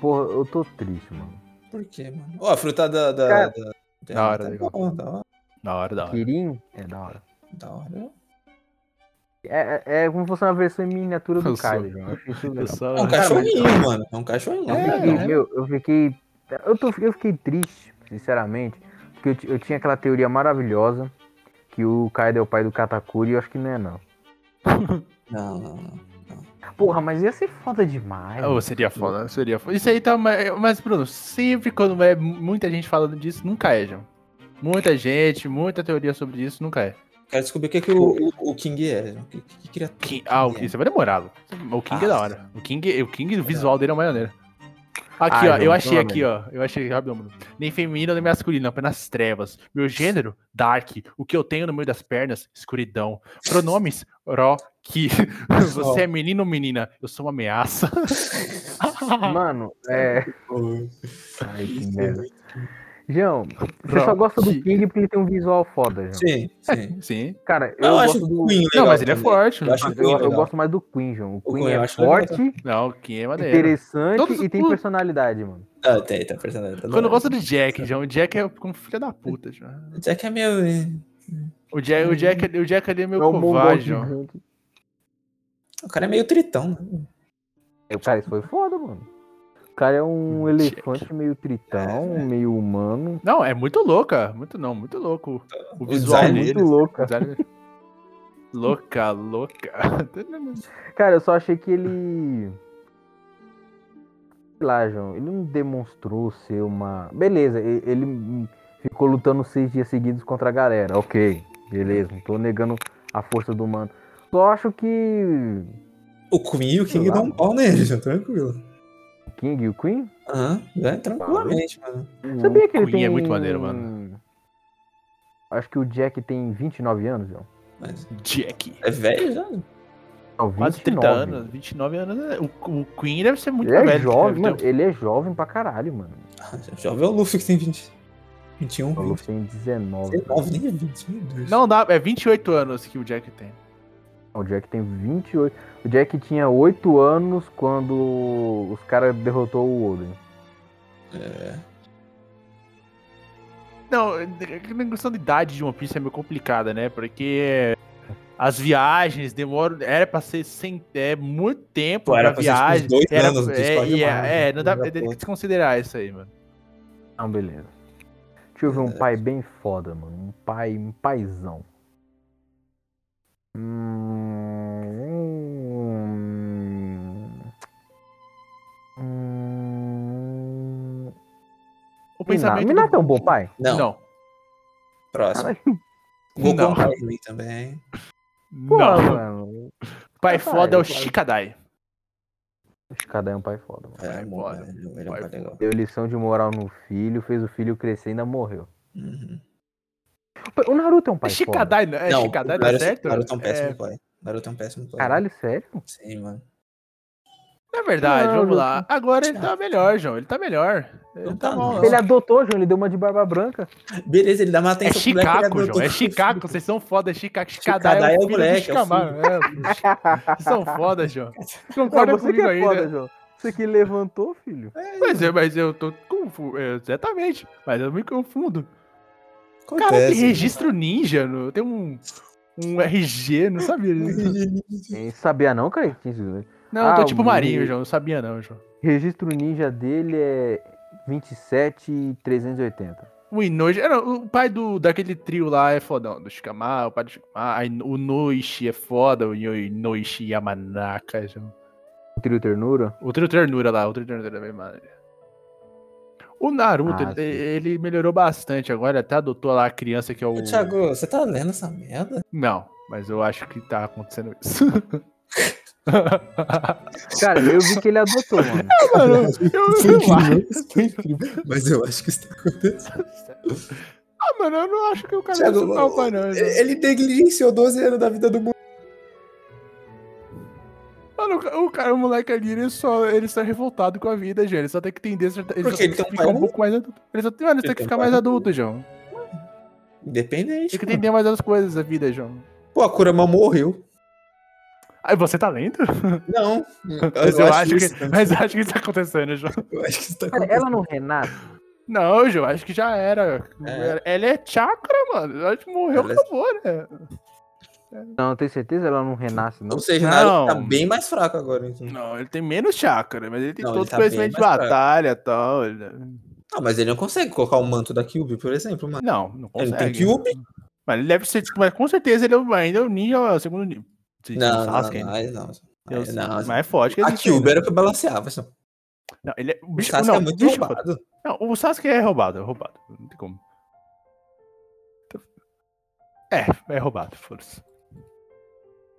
C: Porra, eu tô triste, mano.
D: Por quê, mano? Ó, a fruta da. Da,
C: Cara,
D: da,
B: da hora,
D: tá
B: legal.
D: bom, tá da hora.
B: Da hora, da hora.
C: Kirin é da hora.
D: Da hora.
C: É, é, é como se fosse uma versão em miniatura do
B: Eu sou-
C: Kaido. Eu achei isso
B: Eu
C: legal.
B: sou...
D: É um cachorrinho, mano. É um cachorrinho.
B: É,
C: Eu
D: né?
C: fiquei-
B: né?
C: meu, eu fiquei. Eu, tô- eu fiquei triste, sinceramente. Porque eu, ti- eu tinha aquela teoria maravilhosa que o Kaido é o pai do Katakuri e eu acho que não é, não.
D: Não, não, não.
C: Porra, mas ia ser foda demais.
B: Oh, seria foda, seria foda. Isso aí tá. ma- Mas, Bruno, sempre quando é muita gente falando disso, nunca é, João. Muita gente, muita teoria sobre isso, nunca é.
D: Quero descobrir o que, que o, o, o King é. O que, que, que criatura.
B: King- ah, o King, você vai demorar. Lu. O King é da hora. O King, o King, o visual dele é uma maneira. Aqui,
C: Ah,
B: ó, eu
C: João,
B: achei
C: pelo
B: aqui, ó. Eu achei, rápido, mano. Nem feminino, nem masculino, apenas trevas. Meu gênero, dark. O que eu tenho no meio das pernas, escuridão. Pronomes, ro, que. Você é menino ou menina? Eu sou uma ameaça.
C: Mano, é. Ai, que merda.
D: é.
C: João, você só
B: João,
C: gosta do
B: que-
C: King porque ele tem um visual foda, João.
D: Sim, sim.
B: Sim.
C: Cara, eu,
D: Eu, acho
C: gosto
D: o
C: do.
D: Queen legal.
B: Não, mas ele é
D: também.
B: forte.
D: Eu acho o
C: Eu,
D: Queen
C: eu
D: legal.
C: gosto mais do Queen, João. O Queen,
D: Queen eu
C: é
D: acho legal.
C: forte,
B: Não, o King é maneiro.
C: interessante
B: Todos-
C: e tem
B: o-
C: personalidade, mano.
D: Ah, tem, tá personagem. Tá da
B: Quando eu
D: hora.
B: gosto do Jack, já. O Jack é como filho da puta, já.
D: Jack é meu. hein?
B: O Jack, o Jack, ali- o Jack ali é meio
C: É um mongol
B: covarde, ó.
C: gigante.
D: O cara é meio tritão. né?
C: É, Cara, isso foi foda, mano. O cara é um
B: Jack.
C: elefante meio tritão,
B: É, né?
C: meio humano.
B: Não, é muito louca. Muito não, muito louco. O
D: O
B: visual
D: design
B: dele.
C: Muito louca.
B: o design dele. louca, louca.
C: Cara, eu só achei que ele. Sei lá, João. Ele não demonstrou ser uma. Beleza, e- ele hum, ficou lutando seis dias seguidos contra a galera. Ok, beleza. Não tô negando a força do humano. Só acho que.
D: O Queen e o King
C: Sei lá,
D: dão um pau nele, já, tranquilo.
C: o King e o Queen?
D: Aham,
B: é
D: já, tranquilamente, mano.
C: Sabia que ele
B: Queen
C: tem.
B: é muito maneiro, mano.
C: Acho que o Jack tem 29 anos, João.
D: Mas
B: Jack.
D: é velho já?
C: Não,
B: Quase
C: 29.
B: 30 anos, 29 anos. né? O, o Queen deve ser muito
C: Ele é
B: velho.
C: jovem,
B: deve
C: mano.
B: ter
C: Ele é jovem pra caralho, mano.
D: Ah, já- Jovem é o Luffy que tem 20. 21,
C: O
D: 20.
C: Luffy tem 19.
D: 19, nem é 20, meu Deus.
B: um- Não dá, é 28 anos que o Jack tem.
C: O Jack tem 28. O Jack tinha 8 anos quando os caras derrotou o Oden.
B: Não, é a questão de idade de One Piece é meio complicada, né? Porque as viagens demoram. Era pra ser sem, é, muito tempo
D: Pô, era
B: pra
D: pra ser, tipo,
B: viagem.
D: uns dois
B: era,
D: anos,
B: é,
D: discorda
B: e
D: mais,
B: é, é, não dá
D: né?
B: pra desconsiderar isso aí, mano.
C: Então, beleza. Deixa eu ver um pai bem foda, mano. Um pai, um paizão. Hum... Hum...
B: O
C: Minato.
B: pensamento.
C: Minato é um bom pai?
D: Não,
B: Não.
D: próximo. Goku é
B: Não.
D: um pai ruim também.
C: Pô,
B: Não.
C: mano.
B: Pai
C: Ah,
B: foda é o
C: claro.
B: Shikadai.
C: Acho que Cada um é um pai foda, mano.
D: É,
B: Vai
D: bom,
B: embora.
D: velho, ele é um
B: Vai
D: pai legal.
C: Deu lição de moral no filho, fez o filho crescer e ainda morreu.
D: Uhum.
C: O Naruto é um pai foda.
B: Shikadai, não. É
D: Não,
B: Shikadai,
D: o
B: tá
D: Naruto-
B: certo?
D: Naruto é um péssimo
B: É,
D: pai. Naruto é um péssimo pai.
C: Caralho, sério?
D: Sim, mano.
B: na é verdade,
C: Não,
B: vamos lá. Agora ele tá melhor, João. Ele tá melhor. Ele
D: Não
B: tá
D: tá,
B: mal.
D: não.
B: não.
C: Ele é- adotou, João, ele deu uma de barba branca.
D: Beleza, ele dá uma
B: É
D: atenção pro moleque, ele
B: Chicago, João.
D: adotou.
B: É Chicago. Vocês são foda, é Chicago.
D: Chicadá
B: Chicadá é
D: é o
B: o filho do
D: moleque, é o
B: Chicamar. É, Vocês
C: um
B: são foda, João.
C: Não,
B: Concorda
C: você que
B: comigo
C: é
B: aí,
C: foda,
B: né?
C: João. Você que levantou, filho.
B: Mas, é, mas eu tô confuso. Exatamente. Mas eu me confundo. Cara,
D: Acontece,
C: né?
B: tem registro ninja. No... Tem um, um RG, não sabia. disso.
C: Nem sabia não, cara. que tinha isso.
B: Não, eu
C: Uhum. Ah,
B: tô tipo
C: o
B: marinho,
C: Ninja.
B: João. Não sabia não, João.
C: Registro ninja dele é 27,380.
B: O Inoji. Era, o pai do, daquele trio lá é fodão. Do Shikamaru, o pai do Shikamaru. aí O Noishi é foda. O Inoishi Yamanaka. já.
C: O trio ternura?
B: O trio ternura lá. O trio ternura da mesma. O Naruto,
C: Ah,
B: ele, ele melhorou bastante agora. Até adotou lá a criança que é o.
D: Ô, Thiago, você tá lendo essa merda?
B: Não, mas eu acho que tá acontecendo isso.
C: Cara, eu vi que ele adotou, mano.
B: Ah, Mano, eu, eu acho.
D: isso foi incrível. Mas eu acho que isso tá acontecendo.
B: Ah, mano, eu não acho que o cara
D: Thiago,
B: é tão pai, não.
D: Ele negligenciou 12 anos da vida do mundo.
B: Mano, o ca- o cara, o moleque ali, ele só, ele só é revoltado com a vida, João. Ele só tem que entender, ele só ele só
D: Porque
B: tem
D: ele
B: que
D: tem um
B: ficar
D: pai
B: um
D: adulto.
B: pouco mais adulto. Ele só tem, mano, ele tá tem
D: Ele
B: que
D: tem um
B: ficar
D: pai
B: mais
D: adulto.
B: adulto, João.
D: Independente.
B: Tem que entender mais as coisas da vida, João.
D: Pô, a Kurama morreu.
B: Aí você tá lento?
D: Não.
B: Mas eu, acho,
D: isso
B: que,
D: tá-
B: mas eu acho que isso tá acontecendo, João.
D: Eu acho que isso tá
C: Cara,
D: acontecendo.
C: ela não renasce?
B: Não, João, acho que já era.
D: É.
B: Ela é chakra, mano. Eu Acho que morreu,
D: Ela é-
B: acabou, né?
C: Não, eu tenho certeza ela não renasce, não.
D: Ou seja, o Naruto tá
B: Não.
D: bem mais fraco agora. Então.
B: Não, ele tem menos chakra, mas ele tem
D: Não,
B: todo
D: ele
B: o
D: tá bem
B: conhecimento de
D: mais fraco.
B: batalha e tal. ele-
D: Não, Ah, mas ele não consegue colocar o manto da Kyuubi, por exemplo, mano.
B: Não, não
D: Ele
B: consegue.
D: tem Kyuubi?
B: Mas ele deve ser, mas com certeza ele é o- ainda é o ninja, é o segundo ninja. Sim,
D: Não,
B: o
D: não,
B: Sasuke
D: não,
B: ainda.
D: aí não.
B: assim. Eu
D: Aí
B: sei,
D: não.
B: mas é forte que
D: A
B: existe
D: Kyuubi
B: ainda.
D: era o que balanceava. só.
B: Não, ele é, o
D: O
B: bicho,
D: Sasuke
B: não,
D: é muito
B: bicho-
D: roubado.
B: Não, o Sasuke é roubado, é roubado. Não tem como. É, é roubado, foda-se.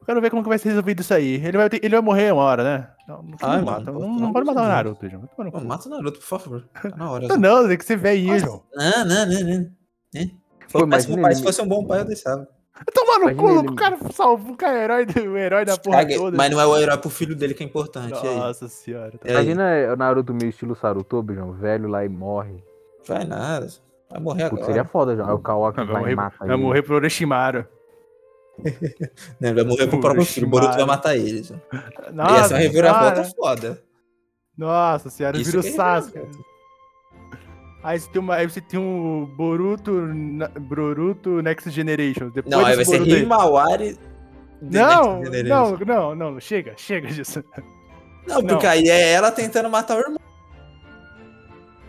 B: Eu Quero ver como que vai ser resolvido isso aí. Ele vai, ter- ele vai morrer uma hora, né? Não, não,
D: Ai,
B: não
D: mano,
B: mata, não,
D: pô, pelo
B: não pode
D: amor de
B: matar o
D: Deus.
B: Naruto, João. vai tomar no
D: Pô,
B: cu.
D: Mata o Naruto, por favor. Tá na hora.
B: Não,
D: já.
B: não, tem que ser velhinho,
D: Nossa.
B: João.
D: Não, não, não, não. É.
C: Pô,
D: Mas se
C: imagina
D: meu pai,
C: ele-
D: se fosse um bom pai, eu deixava.
B: Tomar no
C: Imagina
B: cu,
C: ele-
B: o cara salvou o cara é herói, do- o herói da porra
D: Caga-
B: toda. né?
D: Mas não é o herói pro filho dele que é importante. e aí?
B: Nossa senhora. tá-
D: É.
C: Imagina o Naruto meio estilo Sarutobi, João, velho lá e morre.
D: Vai nada. Vai morrer
C: Putz,
D: agora.
C: seria foda, João. Aí o Kawaki
B: É. Vai
C: vai e
B: morrer,
C: mata
B: vai
C: ele.
B: morrer pro Orochimaru.
D: Né, Vai morrer pro próprio filho. O Boruto vai
B: Orochimaru.
D: matar ele. já.
B: Nossa,
D: e essa é uma reviravolta
B: senhora.
D: foda.
B: Nossa senhora,
D: Isso
B: vira o
D: que é
B: Sasuke.
D: reviravolta.
B: Aí você tem, uma, aí você tem um Boruto, Na- Boruto Next Generation. Depois
D: Não, aí vai
B: desse
D: ser
B: Boruto aí-
D: Himawari. The
B: Não,
D: Next Generation.
B: não, não, não, chega, chega disso.
D: Não, porque
B: Não.
D: aí é ela tentando matar o irmão.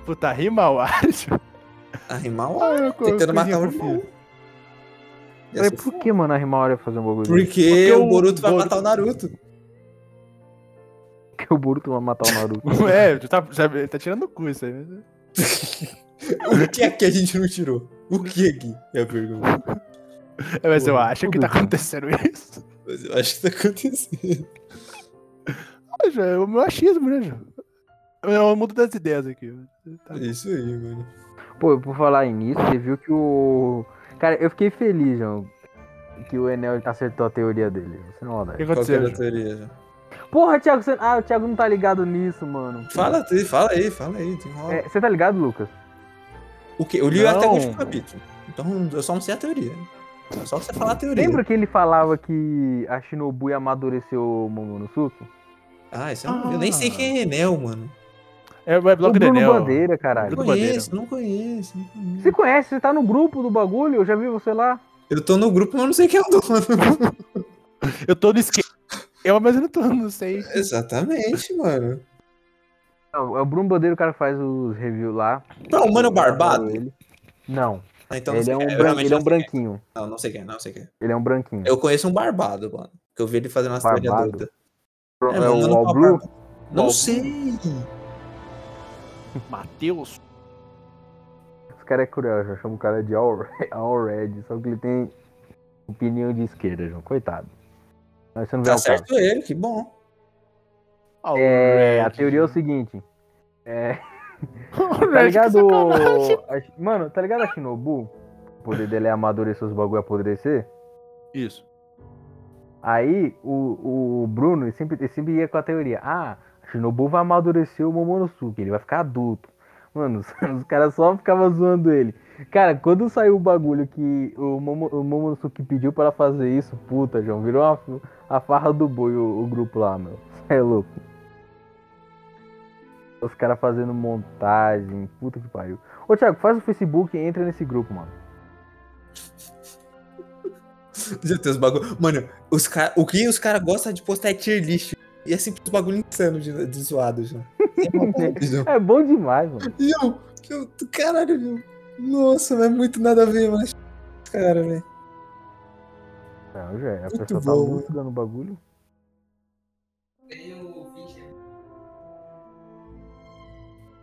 B: Puta, Himawari.
D: A Himawari
B: Ah,
D: tentando matar o irmão. Ia
C: Mas
D: ser
C: por que, mano, a Rimaura ia fazer um bagulho
D: Porque,
C: desse?
D: o Boruto vai
B: Boruto-
D: matar o Naruto.
C: Porque o Boruto vai matar o Naruto.
B: É, tu tá, sabe, tá tirando o cu isso aí. né?
D: O que é que a gente não tirou? O que aqui? É a pergunta.
B: É, Mas eu
D: Porra,
B: acho que
C: tudo
B: tá
C: bem.
B: acontecendo isso.
D: Mas eu acho que tá acontecendo.
B: Ah, já, é o meu achismo, né, João? É o mundo das ideias aqui. Tá.
D: É isso aí, mano.
C: Pô, por falar em nisso, você viu que o... Cara, eu fiquei feliz, João, que o Enel acertou a teoria dele. Você não
B: O que
C: maldade.
D: Qual que é
B: aconteceu?
D: a
B: João?
D: teoria? já?
C: Porra, Thiago, você... Ah, o Thiago não tá ligado nisso, mano.
D: Fala, tu- fala aí, fala aí. desenrola.
C: É, Você tá ligado, Lucas?
D: O quê? Eu li até o
B: Não.
D: último capítulo. Então eu só não sei a teoria. É só você falar a teoria.
C: Lembra que ele falava que a Shinobu ia amadurecer o Momonosuke?
D: Ah, isso eu, não- eu
B: Ah.
D: nem sei quem é Enel, mano.
B: É o weblog
C: o
B: do
C: Bruno
B: Enel.
C: Bandeira,
D: Não
C: caralho.
B: Bruno
D: conheço, não conheço, não conheço.
C: Você conhece, você tá no grupo do bagulho, eu já vi você lá.
D: Eu tô no grupo, mas eu não sei quem é o dono.
B: Eu tô no esquema. Eu, mas eu não tô, não sei.
D: Exatamente, mano.
C: É o é o Bruno Bandeira, o cara que faz os reviews lá.
D: Não, o mano é um barbado.
C: Ele. Não,
D: Ah, Então, não
C: ele,
D: sei
C: é um
D: quem Eu
C: bran-
D: realmente
C: ele é um
D: não sei quem
C: branquinho.
D: Não, não sei quem é, não sei quem é.
C: Ele é um branquinho.
D: Eu conheço um barbado, mano. Que eu vi ele fazendo uma teoria
C: Barbado?
D: doida.
C: Pro- É,
D: mano,
C: o
D: mano,
C: All
D: qual
C: Blue.
D: barbado? Não
B: All
D: sei.
B: Matheus.
C: Esse cara é cruel, já chama o cara de All, Re- All Red, só que ele tem opinião de esquerda, João. Coitado. Mas você não vê
D: Tá
C: é o caso.
D: certo ele, que bom.
C: É, a teoria é o seguinte. Tá ligado?
B: é
C: a- Mano, tá ligado a Shinobu? O poder dele é amadurecer os bagulho e apodrecer?
B: Isso.
C: Aí o, o Bruno ele sempre, ele sempre ia com a teoria: ah, Shinobu vai amadurecer o Momonosuke, ele vai ficar adulto. Mano, os, os caras só ficavam zoando ele. Cara, quando saiu o bagulho que o, Momo- o Momonosuke pediu pra ela fazer isso, puta, João, virou a, a farra do boi o, o grupo lá, meu. Cê é louco. Os caras fazendo montagem, puta que pariu. Ô, Thiago, faz o Facebook e entra nesse grupo, mano.
D: Já tem os bagulho. Mano, os cara... o que os caras gostam de postar é tier list. E assim, os bagulho insano de, de zoado já.
C: É bom demais, mano.
D: E eu, eu, caralho, meu. Nossa, não é muito nada a ver, mas. Cara, velho.
C: Não, já é. A
D: Muito
C: pessoa tá
D: bom,
C: muito dando bagulho.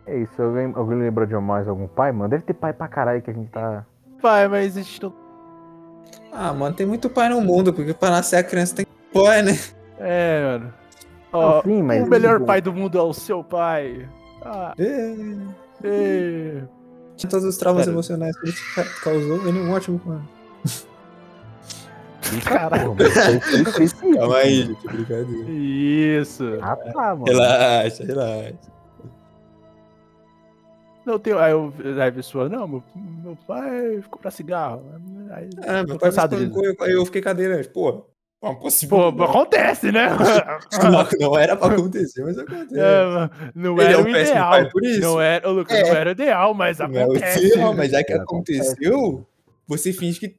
C: É isso, alguém, alguém lembra de mais algum pai, mano? Deve ter pai pra caralho que a gente tá.
B: Pai, mas a gente não.
D: Ah, mano, tem muito pai no mundo, porque pra nascer a criança tem que pai, né?
B: É, mano.
C: Não,
B: Ó,
C: sim, mas. tipo,
B: o melhor pai do mundo é o seu pai. Ah,
D: É,
B: é.
D: Tinha todos os traumas
B: Cara.
D: emocionais que ele ca- causou, ele é um ótimo mano.
C: Caralho, mano. Foi específico.
D: gente, brincadeira.
B: Isso.
C: Ah, tá, mano.
D: Relaxa, relaxa.
B: Não tem. Aí eu- aí a pessoa, não, meu, meu pai ficou pra cigarro. Aí,
D: Ah,
B: tô
D: meu pai me
B: cansado disso.
D: espancou, eu, eu fiquei cadeirante. Pô, é uma
B: Pô,
D: possibilidade.
B: acontece, né?
D: não, não era pra acontecer, mas aconteceu.
B: É, mano, não
D: ele
B: era
D: é um
B: o
D: péssimo
B: ideal.
D: pai por isso.
B: Não era, ô, Lucas, não
D: É.
B: era o ideal, mas
D: Não é o
B: acontece.
D: ideal, mas já que
C: Cara,
D: aconteceu, você finge que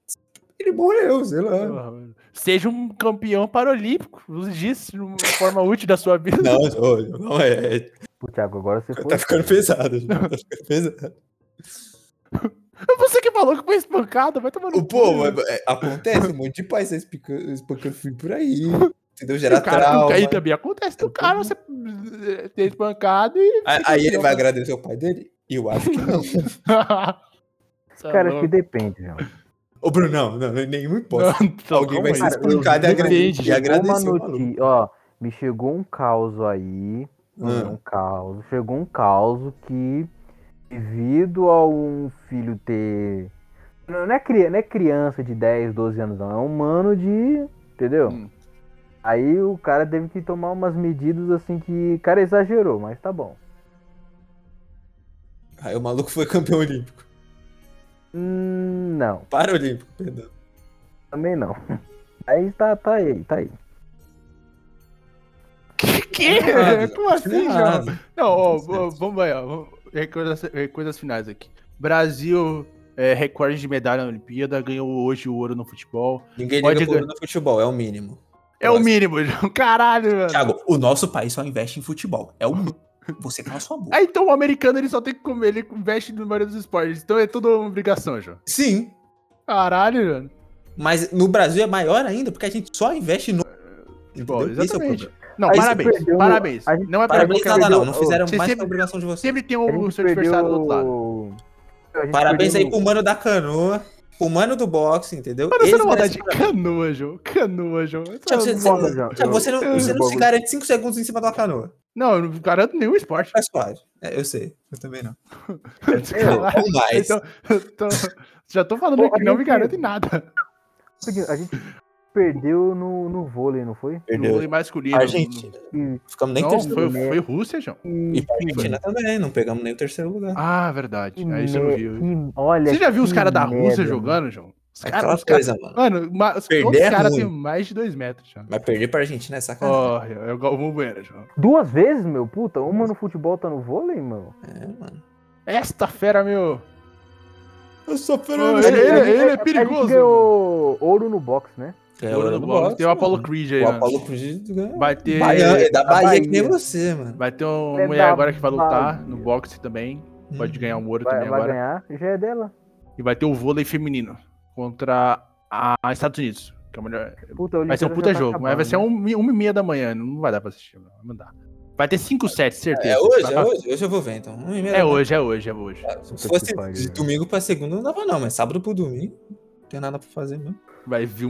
D: ele morreu, sei lá.
B: Seja um campeão paralímpico, use disso de uma forma útil da sua vida.
D: Não, não, não é.
C: Pô, Thiago, agora você foi.
D: Tá ficando
B: é.
D: pesado, já. tá ficando pesado.
B: Você que falou que foi espancado, vai tomar no
D: O pô,
B: cu.
D: mas- é, acontece um monte de pai sai espancando, espancando filho por aí. Entendeu? Gera
B: O cara, o
D: é trauma. É
B: cara- e também acontece do cara você eh, ter espancado e.
D: Aí- Aí ele vai agradecer o pai dele? Eu acho que não.
B: Tá
C: Cara, acho
B: louco.
C: que depende, João.
D: Ô, Bruno, não, não, nenhuma
B: Não,
D: hipótese.
B: então,
D: Alguém vai
B: calma aí.
D: ser espancado e
B: eu- depende,
D: agradecer. E
B: chegou
D: agradecer o
C: uma
D: maluco.
C: notícia. Ó, me chegou um caos aí.
D: Ah.
C: Um caos. Chegou um caos que, devido a um filho ter. Não, não é, cri... não é criança de 10, 12 anos, não. É um humano de. Entendeu?
B: Hum.
C: Aí o cara teve que tomar umas medidas assim que. O cara exagerou, mas tá bom.
D: Aí o maluco foi campeão olímpico.
C: Hum, não,
D: Paralímpico, perdão.
C: também não. Aí tá, tá aí, tá aí.
B: Que?
D: Errado.
B: Como assim, João?
D: Errado.
B: Não, ó,
D: Tá certo.
B: ó, vamos aí, ó. vamos- Recordas, coisas finais aqui. Brasil, é, recorde de medalha na Olimpíada, ganhou hoje o ouro no futebol.
D: Ninguém
B: Pode
D: liga pro
B: ganhar.
D: Bruno no futebol, é o mínimo.
B: É o
D: Nossa.
B: mínimo, João. Caralho, mano.
D: Thiago, o nosso país só investe em futebol. É o mínimo. Você cala sua boca.
B: Ah, então o americano ele só tem que comer, ele investe no maioria dos esportes. Então é tudo uma obrigação, João.
D: Sim,
B: Caralho, mano.
D: mas no Brasil é maior ainda, porque a gente só investe no.
B: Futebol,
D: Entendeu? Esse é o
B: exatamente.
D: problema.
B: Não,
C: Aí você
B: parabéns.
C: perdeu-
B: Parabéns.
C: a gente-
B: Não é
D: Parabéns
B: pra
D: nada
B: qualquer
D: não,
B: um.
D: não fizeram
B: Você
D: mais que
B: sempre-
D: a obrigação de você.
B: Sempre tem
C: A
B: o
C: gente
B: seu adversário do
C: perdeu-
B: outro lado.
C: A gente
D: Parabéns
C: perdeu-
D: aí pro mano da canoa, pro mano do boxe, entendeu?
B: Mano, você
D: Eles
B: não manda de
D: merecem parabéns.
B: canoa, João. Canoa, João. é um
D: Thiago, você-
C: Foda,
D: você-
C: João.
D: Thiago, você
B: Eu-
D: não, você
C: eu-
D: não se garante 5 segundos em cima da canoa.
B: Não, eu não garanto nenhum esporte.
D: Faz parte. É, eu sei. Eu também não. É,
B: Caralho.
D: Ou mais.
B: Então, eu tô- já tô falando
C: Porra,
B: que não me
C: mentira.
B: garante nada.
C: A gente perdeu no, no vôlei, não foi?
B: No vôlei masculino.
D: A gente.
C: Hum.
D: Ficamos nem em
B: Não,
D: terceiro
B: foi,
D: lugar.
B: foi Rússia, João.
D: E pra Argentina também, não pegamos nem o terceiro lugar.
B: Ah, verdade.
C: Que
B: Aí você não
C: me-
B: viu.
C: que- olha,
B: Você já viu os
C: que
B: caras da Rússia
C: merda,
B: jogando, João? Os
D: É
B: caras.
D: Aquela
B: os caras-
D: coisa, mano.
B: Mano, ma- os-
D: Perder
B: todos os
D: é
B: caras
D: ruim.
B: têm mais de dois metros, João.
D: Mas perder pra Argentina é sacanagem.
B: Oh, é igual o Mumbuera, João.
C: mano. Duas vezes, meu puta? Uma no futebol, outra no vôlei, mano?
D: É, mano.
B: Esta fera, meu.
D: Eu sou
B: fera- Ele- ele- ele é
C: A
B: perigoso,
C: gente ganhou ouro no box, né?
B: Ouro no boxe. Tem o Apollo Creed né? aí,
D: O
B: mano.
D: Apollo Creed ganhou.
B: Vai ter.
D: Baiano, é da
C: da
D: Bahia que nem
C: Bahia.
D: você, mano.
B: Vai ter uma
C: É
B: mulher
C: da
B: agora que vai lutar
C: Bahia.
B: no boxe também. Pode ganhar um ouro
C: Uhum. Vai,
B: também
C: vai
B: agora.
C: ganhar, já é dela.
B: E vai ter o vôlei feminino contra a a Estados Unidos. Que é a melhor,
C: Puta, a
B: Vai ser um
C: Olimpíada
B: puta
C: já tá
B: jogo, mas vai ser
C: acabando, né?
B: um, uma e meia da manhã. Não vai dar pra assistir, mano, não dá. Vai ter cinco sets, certeza.
D: É hoje, é
B: Vai-
D: hoje. Hoje eu vou ver, então. Um e meia
B: Tá É
D: da
B: hoje, é hoje, é hoje.
D: manhã. Se
C: Puta
D: fosse
C: que pariu,
D: de
C: velho.
D: domingo pra segunda, não dava não, mas sábado pro domingo, não tem nada pra fazer mesmo.
B: Vai vir um,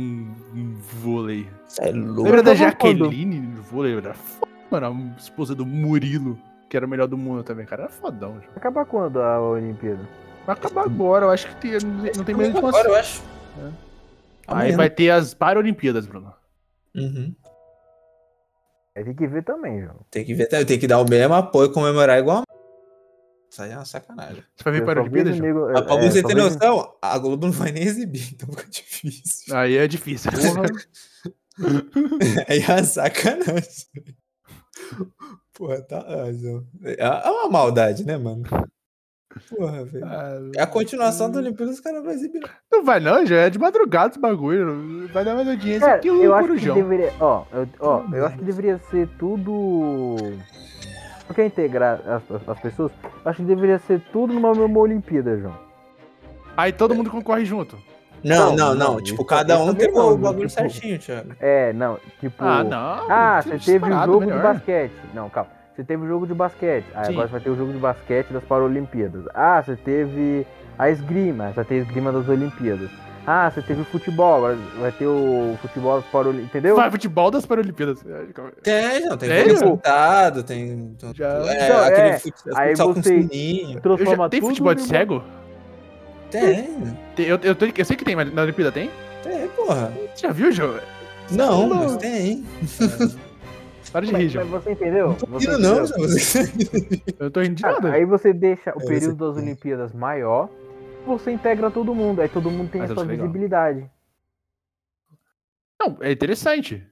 B: um vôlei.
D: Isso é louco.
B: Lembra da
C: tava falando.
B: Jaqueline no vôlei? Era foda, mano, a esposa do Murilo, que era o melhor do mundo também, cara. Era fodão. já.
C: Vai acabar quando a Olimpíada?
B: Vai acabar agora, eu acho que tem- não tem menos de uma
D: Agora eu acho.
B: É. Aí
D: Amanhã.
B: vai ter as Paralimpíadas, Bruno.
D: Uhum.
C: Aí tem que ver também, João.
D: Tem que ver, tem que dar o mesmo apoio e comemorar igual a... Isso aí é uma sacanagem.
B: Você vai
C: Eu
B: ver
C: só
B: Paralimpíadas?
C: vejo
B: João?
C: nego-
D: Mas pra
C: é,
D: você
C: só
D: ter
C: vejo-
D: noção, a Globo não vai nem exibir, então fica difícil.
B: Aí é difícil.
D: Aí é uma sacanagem. Porra, tá. ah, João. É é uma maldade, né, mano? Porra, velho.
B: Ah,
D: É a continuação da Olimpíada, os caras vão exibir.
B: não vai não, já é de madrugada esse bagulho. Vai dar mais audiência
C: Cara,
B: que o
C: É, eu acho
B: Corujão.
C: que deveria. Ó, eu, ó, eu acho que deveria ser tudo. Eu quero integrar as, as- as pessoas. Eu acho que deveria ser tudo numa mesma Olimpíada, João.
B: Aí todo mundo concorre junto.
D: Não,
C: Não,
D: não,
C: não,
D: não.
C: isso-
D: Tipo, cada
C: isso
D: um
C: também
D: tem
C: não,
D: o bagulho
C: tipo-
D: certinho, Thiago.
C: É, não, tipo.
B: Ah, não.
C: Ah, você teve o
B: disparado
C: jogo de
B: melhor.
C: basquete. Não, calma. Você teve o jogo de basquete. Ah,
B: Sim.
C: agora você vai ter o jogo de basquete das Paralimpíadas. Ah, você teve a esgrima. Você vai ter a esgrima das Olimpíadas. Ah, você teve o futebol. Agora vai ter o futebol das Paralimpíadas. Entendeu?
B: Vai, futebol das Paralimpíadas.
D: Tem, não, tem
B: Sério?
D: jogo sentado, tem. tem-
B: Já-
D: É,
C: Então,
D: aquele
C: é,
D: fut-
C: aí
D: futsal com
C: você-
D: sininho.
B: Eu
C: Transforma
B: já, tem
C: tudo
B: futebol de
C: numa-
B: cego?
D: Tem,
B: Tem- Eu, eu, tô- eu sei que tem, mas na Olimpíada tem?
D: tem, porra.
B: Você já viu, João?
D: Não,
C: Não.
D: mas tem.
B: Para de rir,
C: Mas,
B: João.
C: mas você entendeu?
D: Não,
C: Você
D: não,
C: entendeu?
D: você-
B: Eu tô rindo de
C: Cara,
B: nada.
C: aí você deixa o
D: É,
C: período
D: você-
C: das Olimpíadas maior, você integra todo mundo, aí todo mundo tem
B: Mas
C: a
B: eu
C: sua
B: acho legal.
C: visibilidade.
B: Não, é interessante.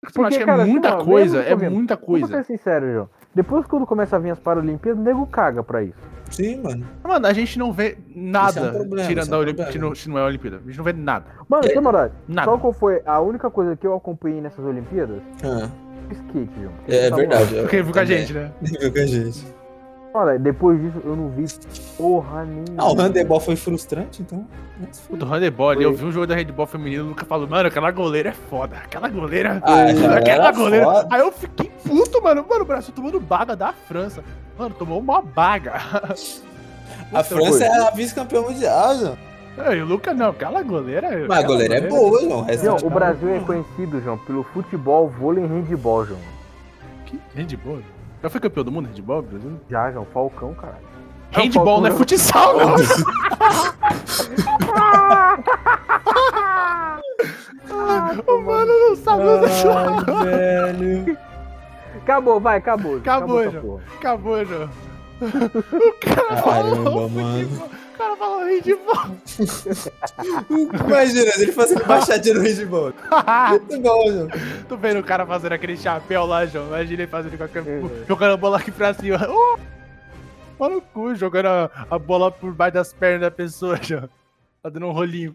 B: Porque,
C: Porque,
B: acho que
C: cara,
B: é
C: assim,
B: muita
C: ó,
B: coisa,
C: mesmo
B: é
C: correndo,
B: muita
C: Vou ser
B: coisa.
C: sincero, João. Depois quando começa a vir as Paralimpíadas, o nego caga pra isso.
D: Sim, mano.
B: Mano, a gente não vê nada
D: Isso é um problema,
B: tirando
D: isso é
B: a
D: um
B: Olimpíada,
D: problema.
B: se não é a Olimpíada. A gente não vê nada.
C: Mano, na moral,
B: Nada.
C: sabe qual foi a única coisa que eu acompanhei nessas Olimpíadas?
D: Ah,
C: Skate, Tá João. Porque,
D: é
C: na moral,
D: verdade. eu
B: Porque viu com a
D: também.
B: gente, né?
D: Viu com a gente.
C: Olha, depois disso eu não vi porra nenhuma.
D: Ah, o handebol foi frustrante, então. Mas foi.
B: Do handebol, eu vi um jogo da handebol feminino, o Lucas falou, mano, aquela goleira é foda. Aquela goleira.
D: Ah, já
B: aquela
D: era
B: goleira.
D: foda.
B: Aí eu fiquei puto, mano. Mano, o Brasil tomando baga da França. Mano, tomou uma baga.
D: A França é a vice-campeã mundial, João.
B: Não, E o Lucas não, aquela goleira.
D: Mas a
B: aquela
D: goleira é boa, João. O resto
C: João,
D: de
C: o
D: cara-
C: Brasil é conhecido, João, pelo futebol, vôlei e handball, João.
B: Que handball? Já foi campeão do mundo handball, Brasil?
C: Já, João, Falcão, cara.
B: Handball não é futsal, não. O mano não sabe onde achou.
D: Ai, velho.
C: Acabou, vai, acabou.
B: Acabou,
C: essa
B: João.
C: porra.
B: Acabou, João. O cara falou
D: Caramba, mano.
B: futebol. O cara falou handball.
D: Imagina, se ele fazendo baixadinha no handball. Muito bom, João.
B: tu vendo o cara fazendo aquele chapéu lá, João. Imagina ele fazendo com a
C: Uhum.
B: câmera. Jogando a bola aqui pra cima. Oh! Olha o cu, jogando a, a bola por baixo das pernas da pessoa, João. Tá dando um rolinho.